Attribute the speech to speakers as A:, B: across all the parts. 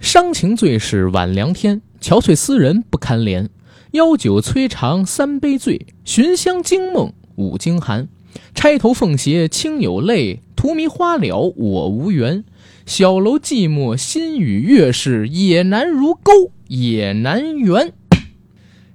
A: 伤情最是晚凉天，憔悴思人不堪怜。邀酒摧肠三杯醉，寻香惊梦五更寒。钗头凤斜清有泪，荼蘼花了我无缘。小楼寂寞心与月是，也难如钩，也难圆。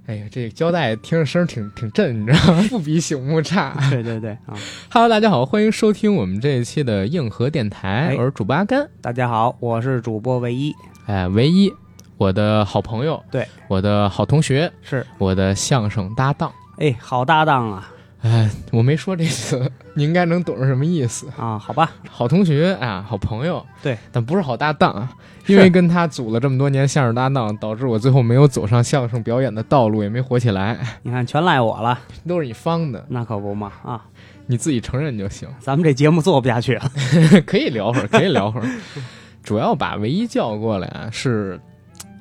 A: 哎呀，这胶带听着声挺挺震，你知道吗？不比醒目差。
B: 对对对啊！
A: Hello，大家好，欢迎收听我们这一期的硬核电台
B: 哎，
A: 我是主播阿甘，
B: 大家好，我是主播唯一，
A: 哎，唯一我的好朋友，
B: 对，
A: 我的好同学，
B: 是
A: 我的相声搭档。
B: 哎，好搭档啊
A: 哎，我没说这词， 你应该能懂是什么意思。
B: 啊！好吧，
A: 好同学啊，好朋友，
B: 对，
A: 但不是好搭档啊，
B: 是
A: 因为跟他组了这么多年相声搭档，导致我最后没有走上相声表演的道路，也没火起来，
B: 你看全赖我了，
A: 都是你方的，
B: 那可不嘛啊！
A: 你自己承认就行。
B: 咱们这节目做不下去了，
A: 可以聊会儿，可以聊会儿。主要把唯一叫过来啊，是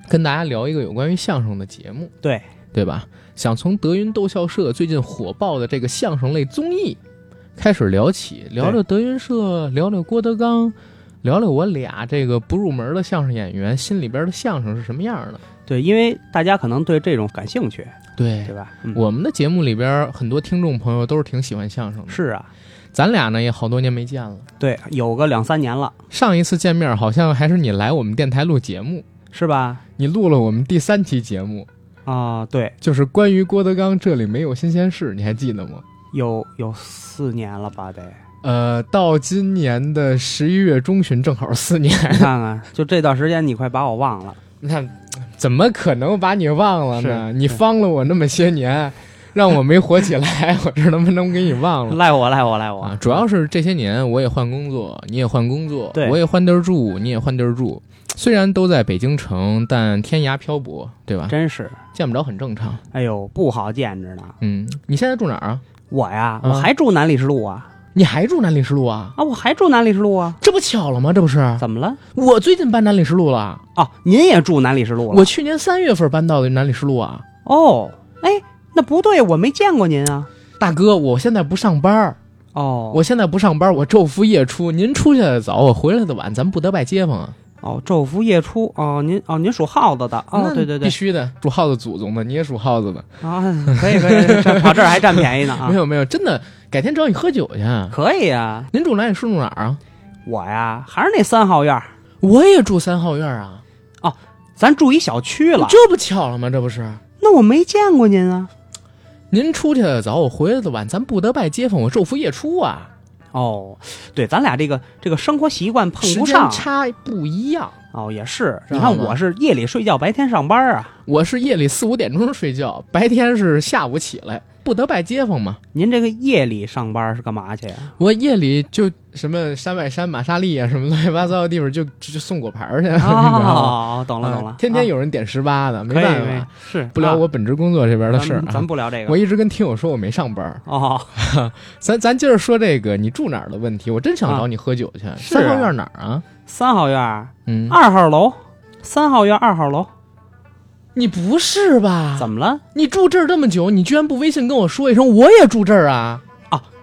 A: 跟大家聊一个有关于相声的节目，
B: 对
A: 对吧？想从德云逗笑社最近火爆的这个相声类综艺开始聊起，聊聊德云社，聊聊郭德纲，聊聊我俩这个不入门的相声演员心里边的相声是什么样的。
B: 对，因为大家可能对这种感兴趣，
A: 对
B: 对吧？嗯，
A: 我们的节目里边，很多听众朋友都是挺喜欢相声的。
B: 是啊，
A: 咱俩呢也好多年没见了，
B: 对，有个两三年了，
A: 上一次见面好像还是你来我们电台录节目。
B: 是吧？
A: 你录了我们第三期节目，
B: 啊，对，
A: 就是关于郭德纲这里没有新鲜事，你还记得吗？
B: 有有四年了吧？得，
A: 呃，到今年的十一月中旬，正好四年，
B: 你看看，就这段时间你快把我忘了，
A: 那怎么可能把你忘了呢？
B: 是
A: 你帮了我那么些年，让我没火起来， 我这能不能给你忘了？
B: 赖我赖我赖我
A: 啊，主要是这些年我也换工作，你也换工作，
B: 对
A: 我也换地儿住，你也换地儿住。虽然都在北京城，但天涯漂泊，对吧？
B: 真是，
A: 见不着很正常。
B: 哎呦，不好见着呢。
A: 嗯，你现在住哪儿啊？
B: 我呀，
A: 嗯
B: 我还住南礼士路啊，
A: 你还住南礼士路啊？
B: 啊，我还住南礼士路啊，
A: 这不巧了吗？这不是，
B: 怎么了？
A: 我最近搬南礼士路了。
B: 哦，您也住南礼士路了？
A: 我去年三月份搬到的南礼士路啊，
B: 哦，哎，那不对，我没见过您啊。
A: 大哥，我现在不上班儿，
B: 哦，
A: 我现在不上班儿，我昼伏夜出。您出去的早，我回来的晚，咱们不得拜街坊啊。
B: 哦，昼伏夜出哦，您哦，您属耗子的哦，
A: 那
B: 对对对
A: 必须的，属耗子祖宗的，你也属耗子的。
B: 啊，可以可以，这跑这儿还占便宜呢啊
A: 没，有没有，真的，改天找你喝酒去。
B: 可以啊，
A: 您住南礼士路哪儿啊？
B: 我呀还是那三号院儿，
A: 我也住三号院啊，
B: 咱住一小区了，
A: 这不巧了吗？这不是。
B: 那我没见过您啊。
A: 您出去的早，我回来的晚，咱不得拜街坊，我昼伏夜出啊，
B: 哦，对，咱俩这个这个生活习惯碰
A: 时
B: 不
A: 间
B: 上
A: 差不一样。
B: 哦，也是。
A: 知
B: 你
A: 道
B: 看
A: 吗
B: 我是夜里睡觉，白天上班啊。
A: 我是夜里四五点钟睡觉，白天是下午起来，不得拜街坊嘛。
B: 您这个夜里上班是干嘛去 啊呀？
A: 我夜里就什么山外山、玛莎丽啊，什么乱七八糟的地方就就就送果盘儿去，你知道吗？
B: 哦，懂了懂了
A: 啊，天天
B: 有
A: 有人点十八的，没
B: 可以
A: 办
B: 可以
A: 法，
B: 是
A: 不聊
B: 啊
A: 我本职工作这边的事儿
B: 咱
A: 啊。
B: 咱不聊这个
A: 我。一直跟听友说我没上班儿，
B: 哦，
A: 咱咱接着说这个你住哪儿的问题。我真想找你喝酒去。
B: 是啊
A: 三号院哪儿啊？
B: 三号院儿
A: 嗯，
B: 二号楼，三号院二号楼，
A: 你不是吧？
B: 怎么了？
A: 你住这儿这么久，你居然不微信跟我说一声？我也住这儿啊。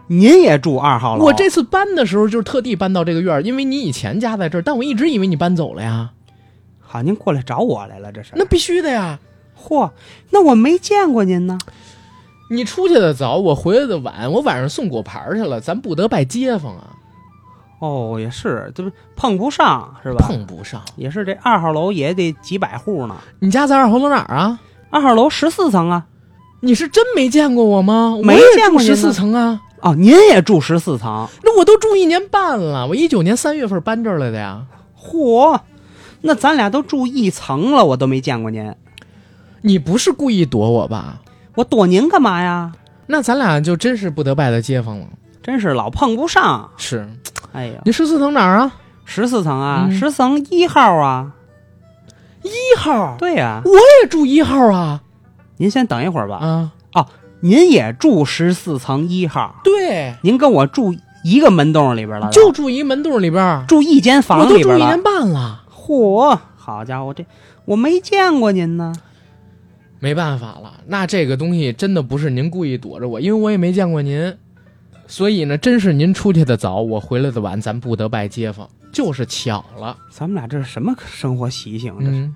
B: 您也住二号楼？
A: 我这次搬的时候就是特地搬到这个院儿，因为你以前家在这儿，但我一直以为你搬走了呀。
B: 好，您过来找我来了，这是？
A: 那必须的呀，
B: 嚯，那我没见过您呢。
A: 你出去的早，我回来的晚，我晚上送果盘儿去了，咱不得拜街坊啊，
B: 哦，也是，这不碰不上是吧？
A: 碰不上。
B: 也是，这二号楼也得几百户呢。
A: 你家在二环路哪儿啊？
B: 二号楼十四层啊。
A: 你是真没见过我吗？
B: 没见过您呢
A: 十四层啊，
B: 哦，您也住十四层？
A: 那我都住一年半了，我一九年三月份搬这儿来的呀。
B: 嚯，那咱俩都住一层了，我都没见过您。
A: 你不是故意躲我吧？
B: 我躲您干嘛呀？
A: 那咱俩就真是不得拜的街坊了。
B: 真是老碰不上。
A: 是
B: 哎呀，
A: 你十四层哪儿啊？
B: 十四层啊，
A: 嗯
B: 十、层一号啊。
A: 一号，
B: 对呀、
A: 我也住一号啊
B: 您先等一会儿吧。
A: 啊，
B: 您也住十四层一号，
A: 对。
B: 您跟我住一个门洞里边了，
A: 就住一门洞里边儿，
B: 住一间
A: 我
B: 房
A: 都
B: 里
A: 住
B: 边
A: 一
B: 了
A: 年。半了，
B: 嚯，好家伙，这我没见过您呢。
A: 没办法了。那这个东西真的不是您故意躲着我，因为我也没见过您。所以呢，真是您出去的早，我回来的晚，咱不得拜街坊，就是巧了。
B: 咱们俩这是什么生活习性？这是、
A: 嗯，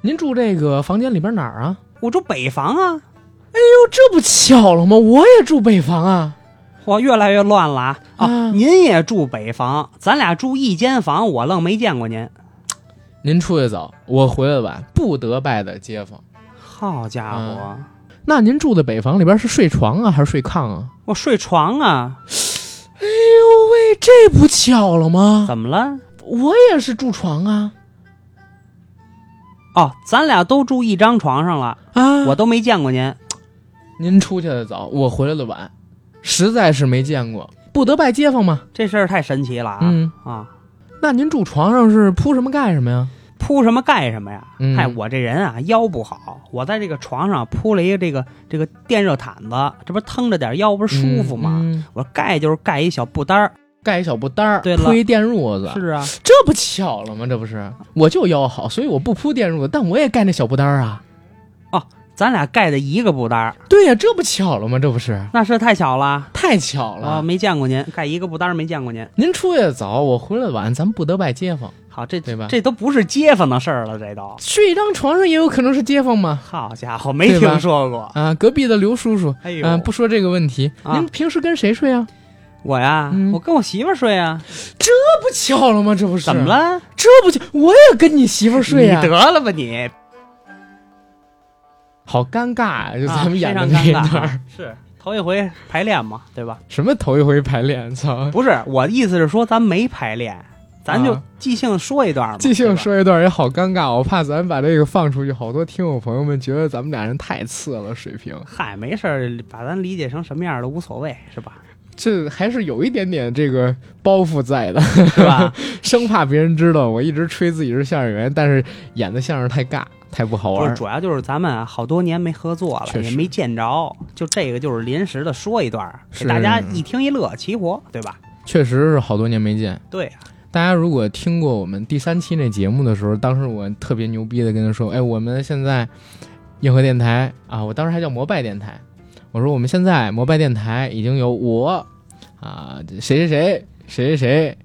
A: 您住这个房间里边哪儿啊？
B: 我住北房啊，
A: 哟，这不巧了吗？我也住北房啊。
B: 我越来越乱了啊！哦、
A: 啊
B: 您也住北房，咱俩住一间房，我愣没见过您。
A: 您出去早，我回来晚，不得拜的街坊。
B: 好家伙，
A: 嗯那您住的北房里边是睡床啊，还是睡炕啊？
B: 我睡床啊，
A: 哎呦喂，这不巧了吗？
B: 怎么了？
A: 我也是住床啊
B: 哦，咱俩都住一张床上了，
A: 啊！
B: 我都没见过您。
A: 您出去的早，我回来的晚，实在是没见过，不得拜街坊嘛。
B: 这事儿太神奇了啊！
A: 嗯，
B: 啊，
A: 那您住床上是铺什么盖什么呀？
B: 铺什么盖什么呀？
A: 嗯
B: 嗨、我这人啊腰不好，我在这个床上铺了一个这个这个电热毯子，这不腾着点腰不是舒服吗？
A: 嗯嗯
B: 我盖就是盖一小布单儿。
A: 盖一小布单儿，
B: 对了
A: 铺一电褥子，
B: 是啊，
A: 这不巧了吗？这不是，我就腰好，所以我不铺电褥子，但我也盖那小布单儿啊。
B: 咱俩盖的一个布单儿，
A: 对呀、这不巧了吗？这不是
B: 那是太巧了。
A: 太巧了。
B: 啊，没见过您，盖一个布单儿没见过您。
A: 您出去的早，我回来的晚，咱不得拜街坊。
B: 好，这
A: 对吧
B: 这都不是街坊的事儿了，这都。
A: 睡一张床上也有可能是街坊嘛。
B: 好家伙，没
A: 对吧
B: 听说过。
A: 啊，隔壁的刘叔叔，
B: 哎
A: 嗯、
B: 呦，
A: 不说这个问题，
B: 啊
A: 您平时跟谁睡啊？
B: 我呀，
A: 嗯
B: 我跟我媳妇儿睡啊。
A: 这不巧了吗？这不是
B: 怎么？了？
A: 这不巧，我也跟你媳妇儿睡呀、啊
B: 你得了吧你，
A: 好尴尬啊！就
B: 啊
A: 咱们演的
B: 非
A: 那
B: 常
A: 一
B: 尴
A: 段
B: 尬
A: 儿，嗯
B: 啊 是头一回排练嘛，对吧？
A: 什么头一回排练，操！
B: 不是，我的意思是说咱没排练，咱就
A: 啊
B: 即兴说一段嘛。
A: 即兴
B: 对吧，
A: 说一段也好尴尬，我怕咱把这个放出去，好多听友朋友们觉得咱们俩人太次了，水平
B: 嗨，没事儿，把咱理解成什么样儿都无所谓，是吧？
A: 这还是有一点点这个包袱在的，
B: 是吧？
A: 生怕别人知道我一直吹自己是相声演员，但是演的相声太尬，太不好
B: 不是，
A: 玩。
B: 主要就是咱们啊好多年没合作
A: 确
B: 了，
A: 实
B: 也没见着，就这个就是临时的说一段儿，
A: 是
B: 给大家一听一乐，齐活，对吧？
A: 确实是好多年没见。
B: 对啊，
A: 大家如果听过我们第三期那节目的时候，当时我特别牛逼的跟他说：“哎，我们现在硬核电台啊，我当时还叫摩拜电台，我说我们现在摩拜电台已经有我啊谁谁谁谁谁谁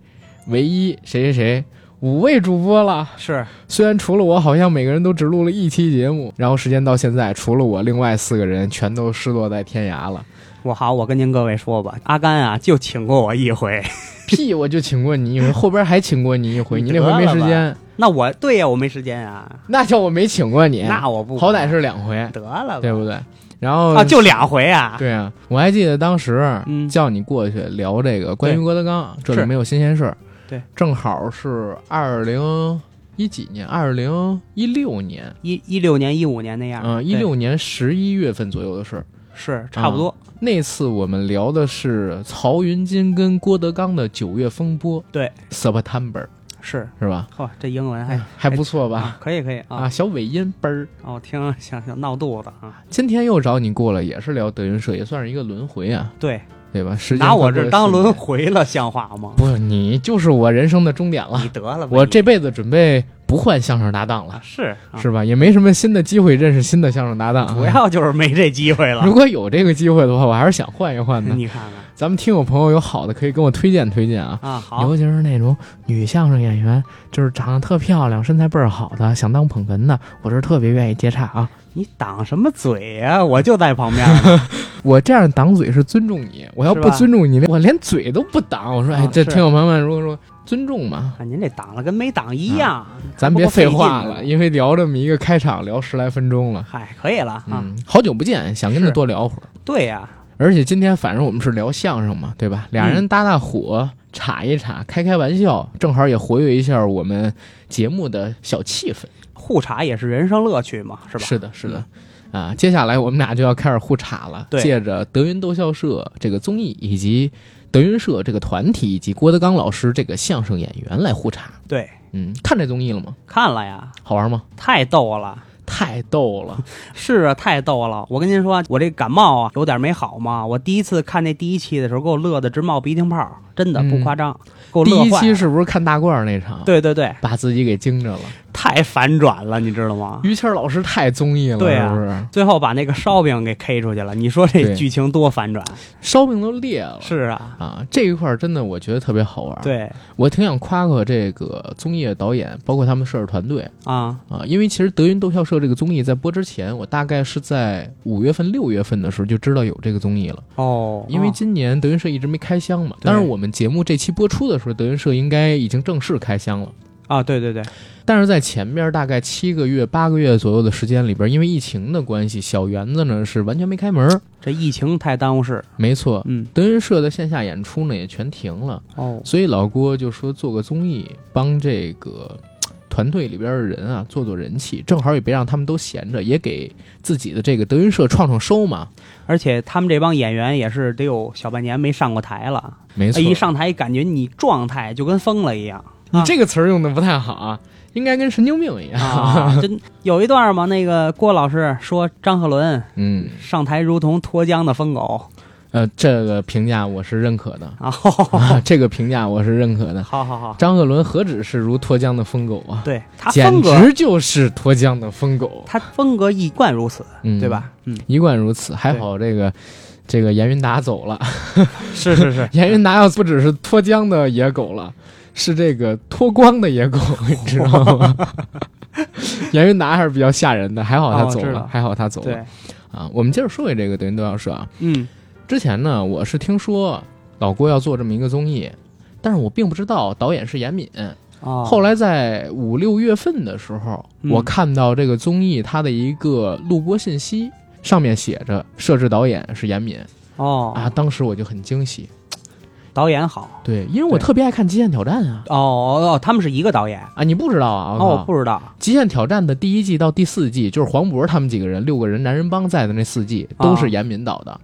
A: 唯一谁谁谁五位主播了。
B: 是
A: 虽然除了我，好像每个人都只录了一期节目，然后时间到现在，除了我，另外四个人全都失落在天涯 了。
B: 我好，我跟您各位说吧，阿甘啊就请过我一回，
A: 屁，我就请过你一回，后边还请过你一回，你那回没时
B: 得了
A: 间，
B: 那我对呀、我没时间啊，
A: 那叫我没请过你。
B: 那我不
A: 好歹是两回，
B: 得了吧，
A: 对不对？然后
B: 啊，就两回啊，
A: 对啊，我还记得当时
B: 嗯
A: 叫你过去聊这个关于
B: 对
A: 郭德纲，这里
B: 是
A: 没有新鲜事儿。
B: 对，
A: 正好是二零一几年，二零一六年，
B: 一一六年、一五年那样，
A: 嗯，一
B: 啊对
A: 六年十一月份左右的事儿。
B: 是差不多，
A: 那次我们聊的是曹云金跟郭德纲的九月风波，
B: 对
A: ，September
B: 是。
A: 是吧？
B: 嚯，这英文还
A: 还不错吧？
B: 啊，可以可以啊
A: 哎啊，，小尾音嘣儿。
B: 哦我听想想闹肚子啊，
A: 今天又找你过来，也是聊德云社，也算是一个轮回啊，
B: 对，
A: 对吧？时间
B: 拿我
A: 快过
B: 这
A: 了
B: 当
A: 四年
B: 轮回了，像话吗？
A: 不是你，就是我人生的终点
B: 你
A: 了。
B: 得了吧，
A: 我
B: 你
A: 这辈子准备不换相声搭档
B: 啊
A: 了，
B: 是啊
A: 是吧？也没什么新的机会认识新的相声搭档。啊
B: 主要就是没这机会了
A: 如。果有这个机会的话，我还是想换一换的。
B: 你看看
A: 咱们听友朋友有好的可以跟我推荐推荐啊，
B: 啊，好
A: 尤其是那种女相声演员，就是长得特漂亮、身材倍儿好的，想当捧哏的，我是特别愿意接洽啊。
B: 你挡什么嘴呀、我就在旁 边呢。
A: 我这样挡嘴是尊重你，我要
B: 是
A: 不
B: 吧
A: 尊重你，我连嘴都不挡。我说，哎
B: 啊，
A: 这
B: 是
A: 听友朋友们，如果说尊重嘛，
B: 啊您这挡了跟没挡一样，
A: 啊咱别废话
B: 还不够
A: 了，
B: 费劲呢
A: 因为聊这么一个开场，聊十来分钟了。
B: 嗨，可以了啊。
A: 嗯，好久不见，想跟他
B: 是
A: 多聊会儿。
B: 对呀、
A: 而且今天反正我们是聊相声嘛，对吧？
B: 嗯
A: 俩人搭搭火，岔一岔，开开玩笑，正好也活跃一下我们节目的小气氛，
B: 互查也是人生乐趣嘛，是吧？嗯
A: 是的，是的。啊，接下来我们俩就要开始互岔了。
B: 对
A: 借着德云逗笑社这个综艺，以及德云社这个团体，以及郭德纲老师这个相声演员来互岔。
B: 对，
A: 嗯，看这综艺了吗？
B: 看了呀，
A: 好玩吗？
B: 太逗了。
A: 太逗了！
B: 是啊，太逗了！我跟您说，我这感冒啊有点没好嘛。我第一次看那第一期的时候，给我乐的直冒鼻涕泡，真的
A: 嗯
B: 不夸张，给我
A: 第
B: 乐
A: 一
B: 坏
A: 期
B: 了。
A: 是不是看大褂儿那场？
B: 对对对，
A: 把自己给惊着了。
B: 太反转了，你知道吗？
A: 于谦儿老师太综艺了，
B: 对啊
A: 是不是？
B: 最后把那个烧饼给 K 出去了，你说这
A: 对
B: 剧情多反转？
A: 烧饼都裂了。
B: 是啊，
A: 啊，这一块儿真的我觉得特别好玩。，
B: 对
A: 我挺想夸夸这个综艺的导演，包括他们摄制团队
B: 啊，
A: 啊，因为其实德云逗笑社这个综艺在播之前，我大概是在五月份、六月份的时候就知道有这个综艺了。
B: 哦，
A: 因为
B: 哦
A: 今年德云社一直没开箱嘛，
B: 对
A: 但是我们节目这期播出的时候，德云社应该已经正式开箱了。
B: 啊，对对对，
A: 但是在前面大概七个月、八个月左右的时间里边，因为疫情的关系，小园子呢是完全没开门儿。
B: 这疫情太耽误事，
A: 没错，
B: 嗯，
A: 德云社的线下演出呢也全停了，
B: 哦，
A: 所以老郭就说做个综艺，帮这个嘖团队里边的人啊做做人气，正好也别让他们都闲着，也给自己的这个德云社创创收嘛。
B: 而且他们这帮演员也是得有小半年没上过台了，
A: 没
B: 哎，
A: 错，
B: 一上啊台感觉你状态就跟疯了一样。
A: 你啊这个词儿用的不太好啊，应该跟神经病 一样。
B: 啊，就有一段嘛，那个郭老师说张鹤伦
A: 嗯，
B: 上台如同脱缰的疯狗。
A: 呃，这个评价我是认可的
B: 啊，好好
A: 啊，这个评价我是认可的。
B: 好好，
A: 张鹤伦何止是如脱缰的疯狗啊，
B: 对他
A: 简
B: 风格，
A: 直就是脱缰的疯狗，
B: 他风格一贯如此，
A: 嗯，
B: 对？吧？嗯，
A: 一贯如此，还好这个这个严云达走了，，
B: 是是是
A: 严云达要不只是脱缰的野狗了，是这个脱光的野狗， 你知道吗？ 严云达还是比较吓人的，还好他
B: 哦
A: 走
B: 知
A: 了，
B: 道
A: 还好他走了
B: 对，
A: 啊！我们接着说回这个德云逗笑社啊，
B: 嗯，
A: 之前呢，我是听说老郭要做这么一个综艺，但是我并不知道导演是严敏。
B: 哦，
A: 后
B: 来
A: 来在五六月份的时候，
B: 嗯
A: 我看到这个综艺它的一个录播信息，上面写着摄制导演是严敏啊，
B: 哦，
A: 当时我就很惊喜。
B: 导演好，
A: 对，因为我
B: 对
A: 特别爱看《极限挑战》啊
B: 哦哦，哦他们是一个导演，
A: 啊，你不知道啊？我靠
B: 哦，我不知道，
A: 极限挑战》的第一季到第四季，就是黄渤他们几个人六个人男人帮在的那四季，都是
B: 啊
A: 严敏导的。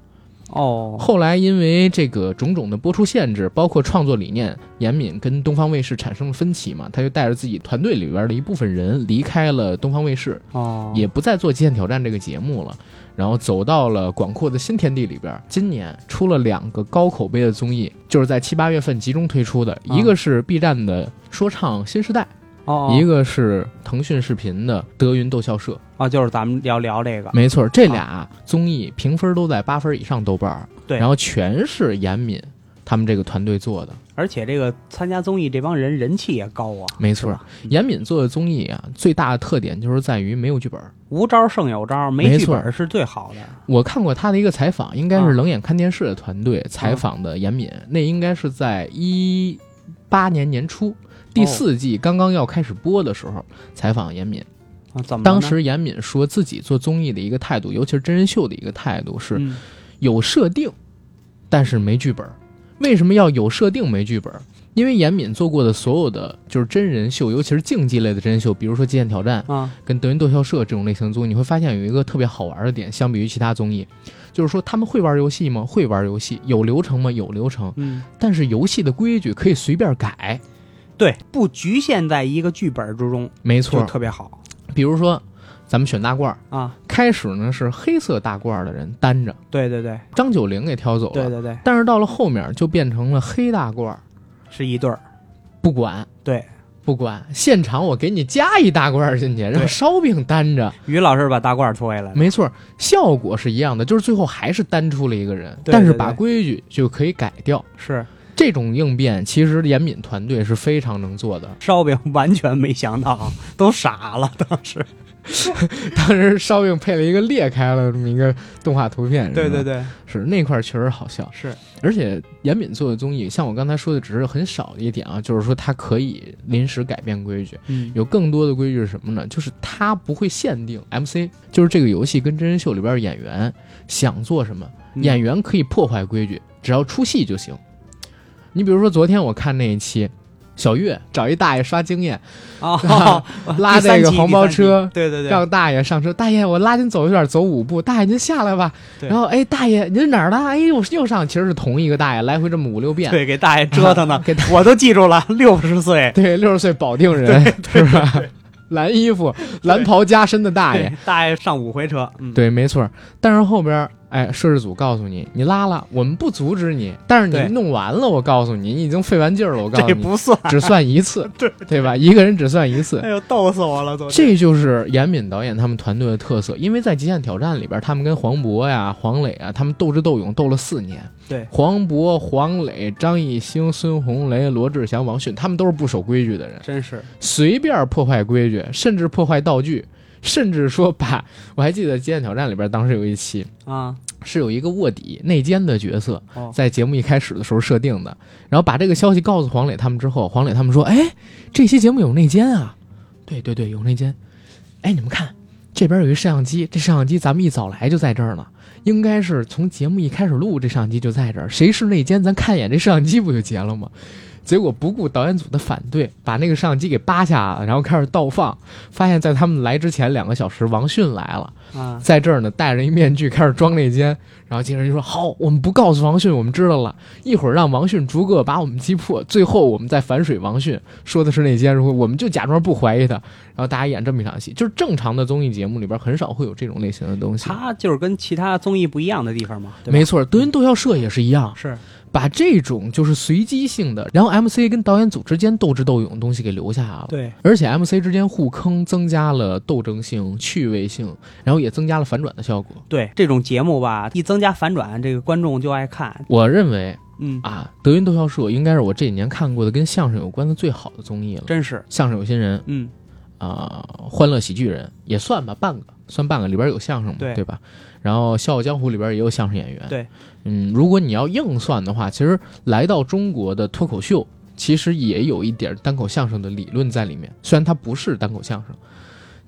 B: 哦，
A: 后来因为这个种种的播出限制，包括创作理念，严敏跟东方卫视产生了分歧嘛，他就带着自己团队里边的一部分人离开了东方卫视，
B: 哦，
A: 也不再做《极限挑战》这个节目了，然后走到了广阔的新天地里边。今年出了两个高口碑的综艺，就是在七八月份集中推出的，
B: 嗯
A: 一个是 B 站的说唱新时代，
B: 哦，
A: 一
B: 个
A: 个是腾讯视频的德云逗笑社。
B: 哦，就是咱们要聊这个，
A: 没错，这俩综艺评分都在八分以上豆瓣儿，
B: 对
A: 然后全是严敏他们这个团队做的，
B: 而且这个参加综艺这帮人人气也高啊，
A: 没错
B: 是吧，嗯
A: 严敏做的综艺啊，最大的特点就是在于没有剧本儿。
B: 无招胜有招，
A: 没
B: 没剧
A: 错
B: 本是最好的，
A: 我看过他的一个采访，应该是
B: 啊
A: 冷眼看电视的团队采访的严敏，那应该是在一八年年初第四季刚刚要开始播的时候采访严敏。
B: 啊怎么了呢
A: 当时严敏说自己做综艺的一个态度，尤其是真人秀的一个态度是
B: 嗯
A: 有设定，但是没剧本。为什么要有设定没剧本？因为严敏做过的所有的就是真人秀，尤其是竞技类的真人秀，比如说《极限挑战》
B: 啊，
A: 跟《德云逗笑社》这种类型的综艺，你会发现有一个特别好玩的点，相比于其他综艺，就是说他们会玩游戏吗？会玩游戏，有流程吗？有流程，
B: 嗯，
A: 但是游戏的规矩可以随便改。
B: 对，不局限在一个剧本之中，
A: 没
B: 就
A: 错，
B: 特别好
A: 比如说咱们选大褂儿，
B: 啊。
A: 开始呢是黑色大褂儿的人担着，
B: 对对对
A: 张九龄给挑走了，
B: 对对对，
A: 但是到了后面就变成了黑大褂儿，
B: 是一对儿。
A: 不管，
B: 对，
A: 不管，现场我给你加一大罐儿进去，让
B: 对
A: 烧饼担着，
B: 于老师把大褂脱下来了。
A: 没错，效果是一样的，就是最后还是单出了一个人，
B: 对
A: 但是
B: 对对
A: 把规矩就可以改掉。
B: 是
A: 这种应变其实严敏团队是非常能做的。
B: 烧饼，完全没想到， 都傻了。当时，
A: 当时烧饼配了一个裂开了这么一个动画图片，
B: 对
A: 是吧
B: 对，对，
A: 是那块儿确实好笑。
B: 是
A: 而且严敏做的综艺，像我刚才说的，只是很少的一点啊，就是说它可以临时改变规矩。
B: 嗯
A: 有更多的规矩是什么呢？就是它不会限定 MC，就是这个游戏跟真人秀里边的演员想做什么，
B: 嗯
A: 演员可以破坏规矩，只要出戏就行。你比如说昨天我看那一期，小月找一大爷刷经验，
B: 哦，
A: 拉
B: 第三
A: 这个
B: 期
A: 黄包车，
B: 第三期对对对，
A: 让大爷上车，大爷我拉您走一段，走五步，大爷您下来吧。
B: 对
A: 然后哎，大爷您哪儿的？哎又又上，其实是同一个大爷，来回这么五六遍。
B: 对，给大爷折腾的
A: 给大，
B: 我都记住了，六十岁
A: 对，六十岁保定人是吧？蓝衣服、蓝袍加身的大爷，
B: 大爷上五回车，嗯，
A: 对，没错儿。但是后边儿哎，摄制组告诉你，你拉了，我们不阻止你，但是
B: 对
A: 你弄完了，我告诉你，你已经费完劲儿了，我告诉
B: 这
A: 你，
B: 不算。
A: 只算一 次，对对吧？一个人只算一次
B: 哎，呦，逗死我了！昨天
A: 这就是严敏导演他们团队的特色，因为在《极限挑战》里边，他们跟黄渤呀、黄磊啊，他们斗智斗勇斗了四年。
B: 对
A: 黄渤、黄磊、张艺兴、孙红雷、罗志祥、王迅，他们都是不守规矩的人，
B: 真是
A: 随便破坏规矩，甚至破坏道具，甚至说把我还记得《极限挑战》里边当时有一期
B: 啊，
A: 是有一个卧底内奸的角色，
B: 哦，
A: 在节目一开始的时候设定的，然后把这个消息告诉黄磊他们之后，黄磊他们说：“哎，这期节目有内奸啊！对对对，有内奸。哎，你们看这边有一摄像机，这摄像机咱们一早来就在这儿呢，应该是从节目一开始录，这摄像机就在这儿。谁是内奸，咱看一眼这摄像机不就结了吗？”结果不顾导演组的反对，把那个摄像机给扒下，然后开始倒放。发现，在他们来之前两个小时，王迅来了。
B: 啊，
A: 在这儿呢，戴着一面具开始装内奸，然后经纪人就说：“好，我们不告诉王迅，我们知道了，一会儿让王迅逐个把我们击破，最后我们再反水王迅，说的是内奸，如果我们就假装不怀疑他。”然后大家演这么一场戏，就是正常的综艺节目里边很少会有这种类型的东西。
B: 他就是跟其他综艺不一样的地方嘛，对吧？
A: 没错，德云斗笑社也是一样，
B: 是，
A: 把这种就是随机性的，然后 MC 跟导演组之间斗智斗勇的东西给留下了。
B: 对，
A: 而且 MC 之间互坑，增加了斗争性、趣味性，然后也增加了反转的效果。
B: 对这种节目吧，一增加反转，这个观众就爱看。
A: 我认为
B: 嗯，
A: 啊，德云斗笑社应该是我这几年看过的跟相声有关的最好的综艺了。
B: 真是，
A: 相声有新人
B: 嗯，
A: 啊、欢乐喜剧人也算吧，半个算半个，里边有相声嘛，
B: 对
A: 对吧？然后《笑傲江湖》里边也有相声演员。
B: 对，
A: 嗯，如果你要硬算的话，其实来到中国的脱口秀，其实也有一点单口相声的理论在里面，虽然它不是单口相声。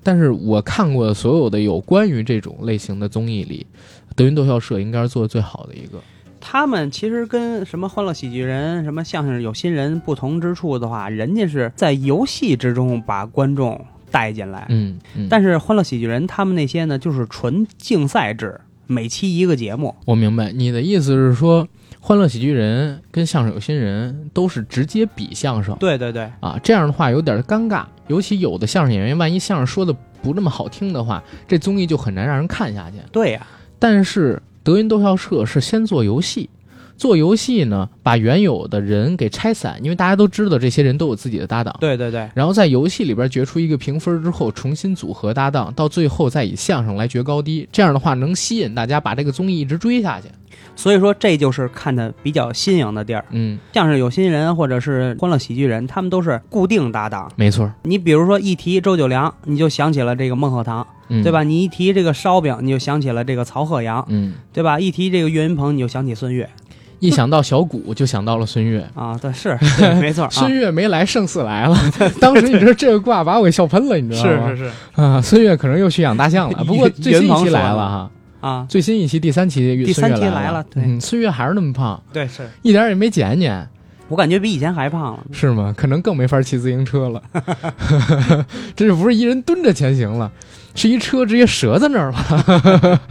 A: 但是我看过的所有的有关于这种类型的综艺里，德云斗笑社应该是做的最好的一个。
B: 他们其实跟什么《欢乐喜剧人》、什么相声有新人不同之处的话，人家是在游戏之中把观众带进来，
A: 嗯，嗯
B: 但是《欢乐喜剧人》他们那些呢，就是纯竞赛制，每期一个节目。
A: 我明白你的意思是说，《欢乐喜剧人》跟《相声有新人》都是直接比相声
B: 对对对，
A: 啊，这样的话有点尴尬。尤其有的相声演员，万一相声说的不那么好听的话，这综艺就很难让人看下去。
B: 对呀、
A: 但是德云斗笑社是先做游戏，做游戏呢，把原有的人给拆散，因为大家都知道这些人都有自己的搭档。
B: 对对对，
A: 然后在游戏里边决出一个评分之后，重新组合搭档，到最后再以相声来决高低。这样的话，能吸引大家把这个综艺一直追下去。
B: 所以说这就是看的比较新颖的地儿。
A: 嗯，
B: 像是有新人或者是欢乐喜剧人，他们都是固定搭档。
A: 没错。
B: 你比如说一提周九良，你就想起了这个孟鹤堂，
A: 嗯
B: 对？吧？你一提这个烧饼，你就想起了这个曹鹤阳，
A: 嗯，
B: 对吧？一提这个岳云鹏，你就想起孙越
A: 一想到小谷就想到了孙悦。
B: 啊。对，是，对没错啊。
A: 孙悦没来，胜似来了。当时你知道这个卦把我给笑喷了，你知道吗？
B: 是
A: 啊，孙悦可能又去养大 象了。不过最新一期来了哈，
B: 啊，
A: 最新一期第三期
B: 第三期
A: 孙悦
B: 来
A: 来
B: 了对
A: 嗯，孙悦还是那么胖，
B: 对是。
A: 一点儿也没减减，
B: 我感觉比以前还胖了。
A: 是吗？可能更没法骑自行车了， 这就不是一人蹲着前行了，是一车直接折在那儿了，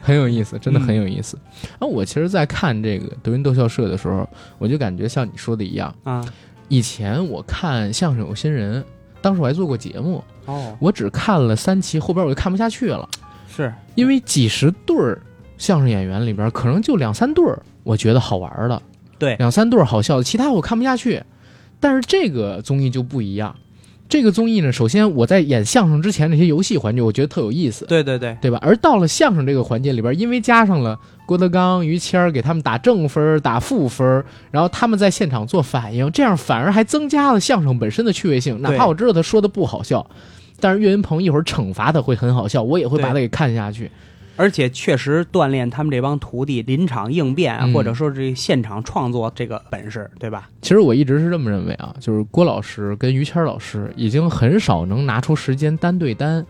A: 很有意思，真的很有意思。啊，我其实，在看这个德云斗笑社的时候，我就感觉像你说的一样，
B: 啊，
A: 以前我看相声有新人，当时我还做过节目，
B: 哦，
A: 我只看了三期，后边我就看不下去了，
B: 是
A: 因为几十对儿相声演员里边，可能就两三对儿我觉得好玩儿的，
B: 对
A: 两三对儿好笑的，其他我看不下去。但是这个综艺就不一样，这个综艺呢，首先我在演相声之前那些游戏环节，我觉得特有意思，
B: 对对对，
A: 对吧？而到了相声这个环节里边，因为加上了郭德纲、于谦儿给他们打正分儿、打负分儿，然后他们在现场做反应，这样反而还增加了相声本身的趣味性。哪
B: 对
A: 怕我知道他说的不好笑，但是岳云鹏一会儿惩罚他会很好笑，我也会把他给看下去。
B: 而且确实锻炼他们这帮徒弟临场应变，啊
A: 嗯
B: 或者说这现场创作这个本事，对吧？
A: 其实我一直是这么认为啊，就是郭老师跟于谦儿老师已经很少能拿出时间单对单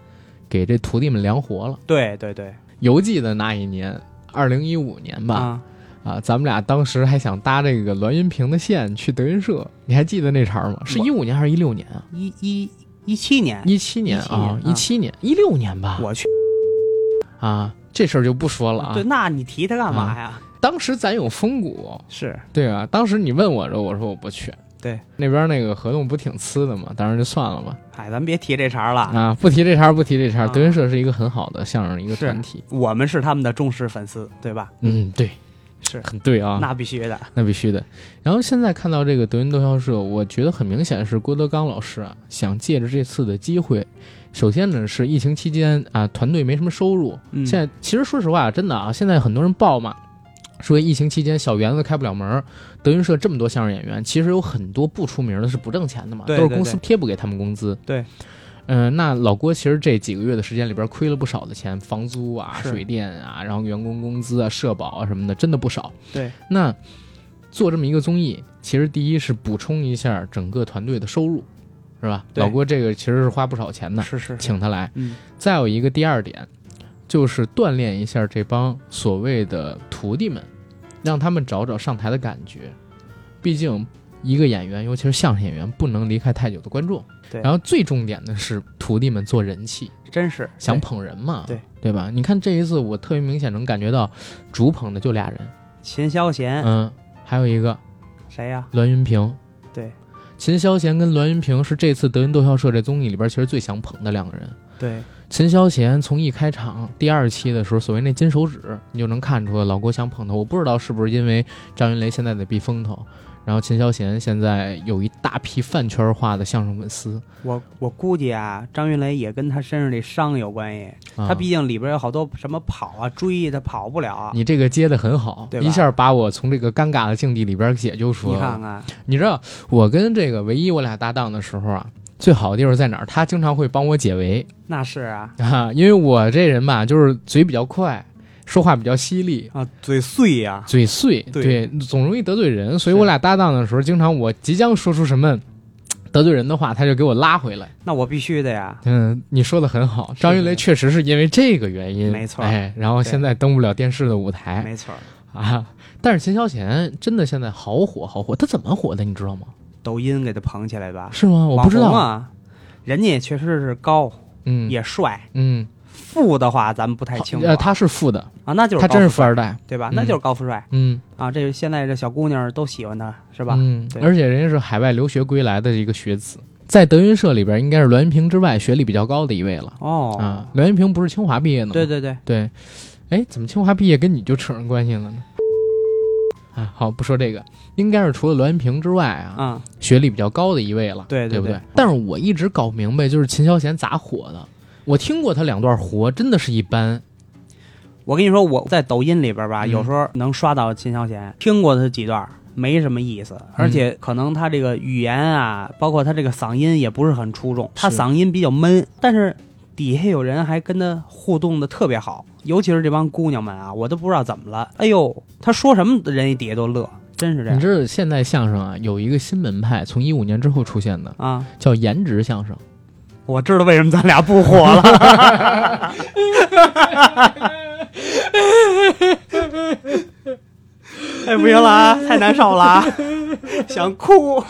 A: 给这徒弟们量活了。
B: 对对对，
A: 犹记得那一年，二零一五年吧。
B: 啊，
A: 啊，咱们俩当时还想搭这个栾云平的线去德云社，你还记得那茬儿吗？是
B: 我
A: 一五年还是一六年啊？
B: 一一一七年，
A: 一七年啊，一七年，一六年吧。
B: 我去，
A: 啊，这事儿就不说了啊嗯
B: 对，。那你提他干嘛呀？
A: 当时咱有风骨，
B: 是
A: 对啊，当时你问我着，我说我不去，
B: 对，
A: 那边那个合同不挺呲的吗？当时就算了吧。
B: 哎，咱别提这茬儿了，
A: 啊，不提这茬儿，不提这茬儿。
B: 啊
A: 德云社是一个很好的相声一个
B: 是
A: 团体。
B: 我们是他们的忠实粉丝，对吧？
A: 嗯，对，
B: 是，
A: 很对啊，
B: 那必须的。
A: 那必须的。然后现在看到这个德云逗笑社，我觉得很明显是郭德纲老师啊，想借着这次的机会，首先呢是疫情期间啊，团队没什么收入。
B: 嗯
A: 现在其实说实话，真的啊，现在很多人报嘛，说疫情期间小园子开不了门儿，德云社这么多相声演员，其实有很多不出名的是不挣钱的嘛，
B: 对
A: 都
B: 对
A: 是公司
B: 对
A: 贴补给他们工资。
B: 对。
A: 嗯、那老郭其实这几个月的时间里边亏了不少的钱，房租啊、
B: 是
A: 水电啊，然后员工工资啊、社保啊什么的，真的不少。
B: 对，
A: 那做这么一个综艺，其实第一是补充一下整个团队的收入，是吧？
B: 对
A: 老郭这个其实是花不少钱的，
B: 是是，
A: 请他来。
B: 嗯，
A: 再有一个第二点，就是锻炼一下这帮所谓的徒弟们，让他们找找上台的感觉。毕竟一个演员，尤其是相声演员，不能离开太久的观众。
B: 对
A: 然后最重点的是徒弟们做人气，
B: 真是
A: 想
B: 对
A: 捧人嘛，
B: 对
A: 对吧？你看这一次，我特别明显能感觉到，主捧的就俩人，
B: 秦霄贤，
A: 嗯，还有一个
B: 谁呀？
A: 栾云平。
B: 对，
A: 秦霄贤跟栾云平是这次德云逗笑社这综艺里边其实最想捧的两个人。
B: 对，
A: 秦霄贤从一开场第二期的时候，所谓那金手指，你就能看出来老郭想捧他。我不知道是不是因为张云雷现在得避风头，然后秦霄贤现在有一大批饭圈化的相声粉丝，
B: 我我估计啊，张云雷也跟他身上这伤有关系。
A: 啊、
B: 他毕竟里边有好多什么跑啊、追，他跑不了啊。
A: 你这个接的很好，
B: 对吧
A: 一下把我从这个尴尬的境地里边解救出
B: 你
A: 来了
B: 看。看，
A: 你知道我跟这个唯一我俩搭档的时候啊，最好的地方在哪儿？他经常会帮我解围
B: 那是啊
A: 啊，因为我这人吧，就是嘴比较快，说话比较犀利。
B: 啊，嘴碎呀、
A: 嘴碎，
B: 对
A: 总容易得罪人，所以
B: 是
A: 我俩搭档的时候，经常我即将说出什么嘖得罪人的话，他就给我拉回来。
B: 那我必须的呀。
A: 嗯，你说的很好，张云雷确实是因为这个原因，
B: 没错
A: 哎，然后
B: 对
A: 现在登不了电视的舞台
B: 没错，
A: 啊，但是秦霄贤真的现在好火好火，他怎么火的你知道吗？
B: 抖音给他捧起来吧。
A: 是吗？我不知
B: 网红
A: 道，
B: 啊，人家也确实是高，
A: 嗯，
B: 也帅。
A: 嗯，
B: 富的话咱们不太清楚啊，
A: 呃，他是富的，
B: 啊，那就是
A: 他
B: 高
A: 真是
B: 富
A: 富二代，
B: 对吧？
A: 嗯
B: 那就是高富帅
A: 嗯，
B: 啊！这现在这小姑娘都喜欢他，是
A: 是
B: 吧？
A: 嗯，
B: 对
A: 而且人家是海外留学归来的一个学子，在德云社里边应该是栾云平之外学历比较高的一位了。
B: 哦
A: 啊，，栾云平不是清华毕业的吗？
B: 对对对，
A: 对，哎，怎么清华毕业跟你就扯上关系了呢？啊，好，不说这个，应该是除了栾云平之外啊，
B: 啊，
A: 学历比较高的一位了，
B: 对对
A: 不对
B: 对？
A: 但是我一直搞不明白，就是秦霄贤咋火的？我听过他两段活，真的是一般。
B: 我跟你说，我在抖音里边吧，
A: 嗯
B: 有时候能刷到秦霄贤，听过他几段，没什么意
A: 嗯
B: 思，而且可能他这个语言啊，包括他这个嗓音也不是很出众，他
A: 是
B: 嗓音比较闷，但是底下有人还跟他互动的特别好，尤其是这帮姑娘们啊，我都不知道怎么了，哎呦，他说什么人家底下都乐，真是这
A: 你
B: 样
A: 知道现在相声啊有一个新门派，从一五年之后出现的，
B: 啊！
A: 叫颜值相声。
B: 我知道为什么咱俩不火 了，哎，不行了啊，太难受了啊，想哭。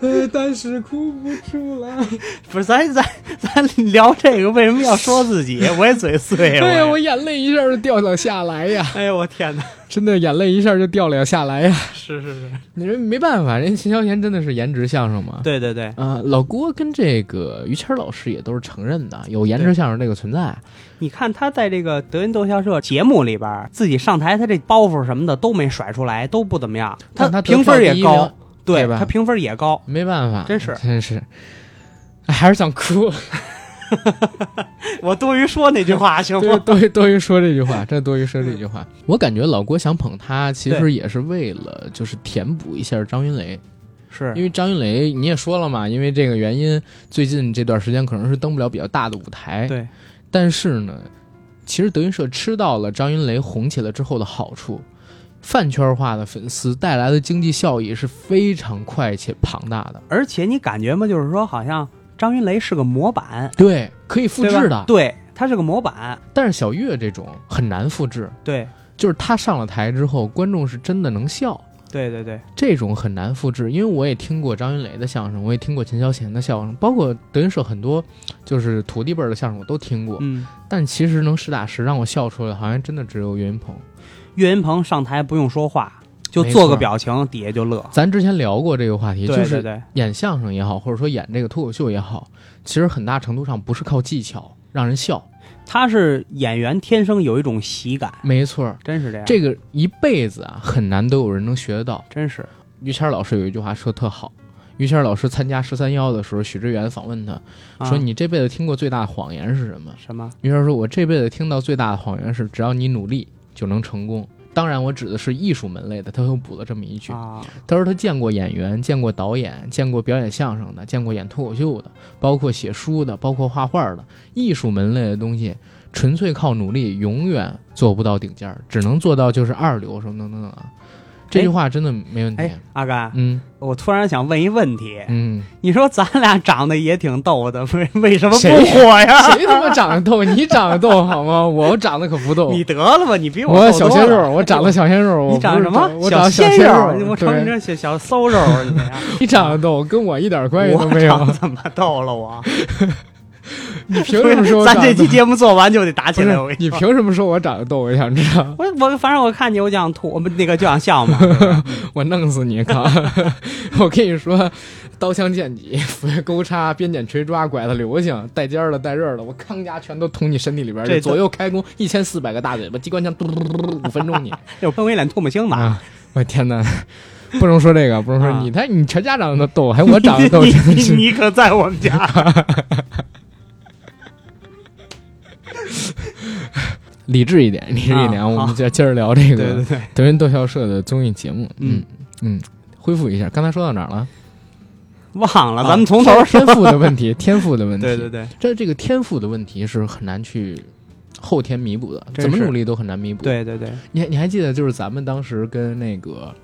A: 呃，但是哭不出来。
B: 不是，咱咱咱聊这个，为什么要说自己？我也嘴碎
A: 哎呀，
B: 了。
A: 我眼泪一下就掉了下来呀！
B: 哎呦，我天哪！
A: 真的，眼泪一下就掉了下来呀！
B: 是是是，
A: 你说没办法，人家秦霄贤真的是颜值相声嘛。
B: 对对对，
A: 啊、老郭跟这个于谦老师也都是承认的，有颜值相声这个存在。
B: 你看他在这个德云逗笑社节目里边，自己上台，他这包袱什么的都没甩出来，都不怎么样。
A: 但他
B: 评分也高，，
A: 对吧
B: 他评分也高，
A: 没办法，
B: 真是
A: 真是，哎还是想 哭。
B: 我多余说那句话行
A: 多
B: 吗？
A: 多余多余说这句话，真的多余说这句话。
B: 嗯
A: 我感觉老郭想捧他，其实也是为了就是填补一下张云雷，
B: 是
A: 因为张云雷你也说了嘛，因为这个原因，最近这段时间可能是登不了比较大的舞台。
B: 对，
A: 但是呢，其实德云社吃到了张云雷红起来之后的好处，饭圈化的粉丝带来的经济效益是非常快且庞大的。
B: 而且你感觉吗？就是说，好像张云雷是个模板，
A: 对，可以复
B: 对吧
A: 制的。
B: 对，他是个模板，
A: 但是小岳这种很难复制，
B: 对
A: 就是他上了台之后，观众是真的能笑，
B: 对对对，
A: 这种很难复制。因为我也听过张云雷的相声，我也听过秦霄贤的相声，包括德云社很多就是徒弟辈儿的相声我都听过。
B: 嗯。
A: 但其实能实打实让我笑出来，好像真的只有岳云鹏。
B: 岳云鹏上台不用说话，就
A: 没
B: 做个
A: 错
B: 表情，底下就乐。
A: 咱之前聊过这个话题，
B: 对
A: 就
B: 对
A: 是
B: 对，
A: 演相声也好，或者说演这个脱口秀也好，其实很大程度上不是靠技巧让人笑，
B: 他是演员天生有一种喜感，
A: 没错儿，
B: 真是这样，
A: 这个一辈子啊很难都有人能学得到。
B: 真是
A: 于谦儿老师有一句话说得特好，于谦儿老师参加十三幺的时候，许知远访问他
B: 啊
A: 说：“你这辈子听过最大的谎言是什么
B: 什么？”
A: 于谦儿说：“我这辈子听到最大的谎言是，只要你努力就能成功。”当然，我指的是艺术门类的。他又补了这么一句，
B: 啊，
A: 他说他见过演员，见过导演，见过表演相声的，见过演脱口秀的，包括写书的，包括画画的，艺术门类的东西，纯粹靠努力永远做不到顶尖儿，只能做到就是二流什么等等等啊。这句话真的没问题。
B: 哎，阿甘，
A: 嗯
B: 我突然想问一问题，
A: 嗯，
B: 你说咱俩长得也挺逗的，为为什么不
A: 谁
B: 火呀？
A: 谁他妈长得逗？你长得逗好吗？我长得可不逗。
B: 你得了吧，你比
A: 我
B: 逗
A: 小
B: 多
A: 鲜
B: 了。
A: 肉，我长得小鲜肉。我哦
B: 你
A: 不
B: 长
A: 是
B: 什么
A: 我长得小
B: 鲜
A: 鲜肉，
B: 我瞅
A: 对
B: 你这小小骚肉儿，你呀
A: 你长得逗，跟我一点关系都没
B: 我长
A: 有
B: 得。怎么逗了我？
A: 你 凭什么说我
B: 咱
A: 长
B: 这
A: 得
B: 期
A: 逗？
B: 节目做完就得打起来，我
A: 不是
B: 跟
A: 你
B: 说。
A: 凭什么说我长得逗？我想知道。
B: 我我反正我看你我就想吐，我们那个就想笑嘛。
A: 我弄死你！靠！ 我跟你说，刀枪剑戟、斧钺钩叉、鞭锏锤抓、拐子流星、带尖儿的、带刃儿的，我康家全都捅你身体里边儿去，
B: 这都
A: 左右开弓，一千四百个大嘴巴，机关枪嘟嘟嘟嘟嘟，五分钟你。
B: 就喷我一脸唾沫星子。
A: 啊！我天哪！不能说这个，不能说
B: 啊
A: 你，他你全家长得逗，还我长得 逗，
B: 你
A: 真的
B: 你
A: 是
B: 你可在我们家
A: 理智一点，理智一点。
B: 啊
A: 我
B: 好
A: 们接接着聊这
B: 对
A: 个
B: 对对，
A: 德云逗笑社的综艺节目。嗯
B: 嗯
A: 嗯，恢复一下，刚才说到哪儿 了？
B: 忘了，
A: 啊
B: 咱们从头说。
A: 天赋的问题，天赋的问题。
B: 对对对
A: 这这个天赋的问题是很难去后天弥补的，
B: 真
A: 怎
B: 是
A: 么努力都很难弥补。，
B: 对对对
A: 你还你还记得就是咱们当时跟那个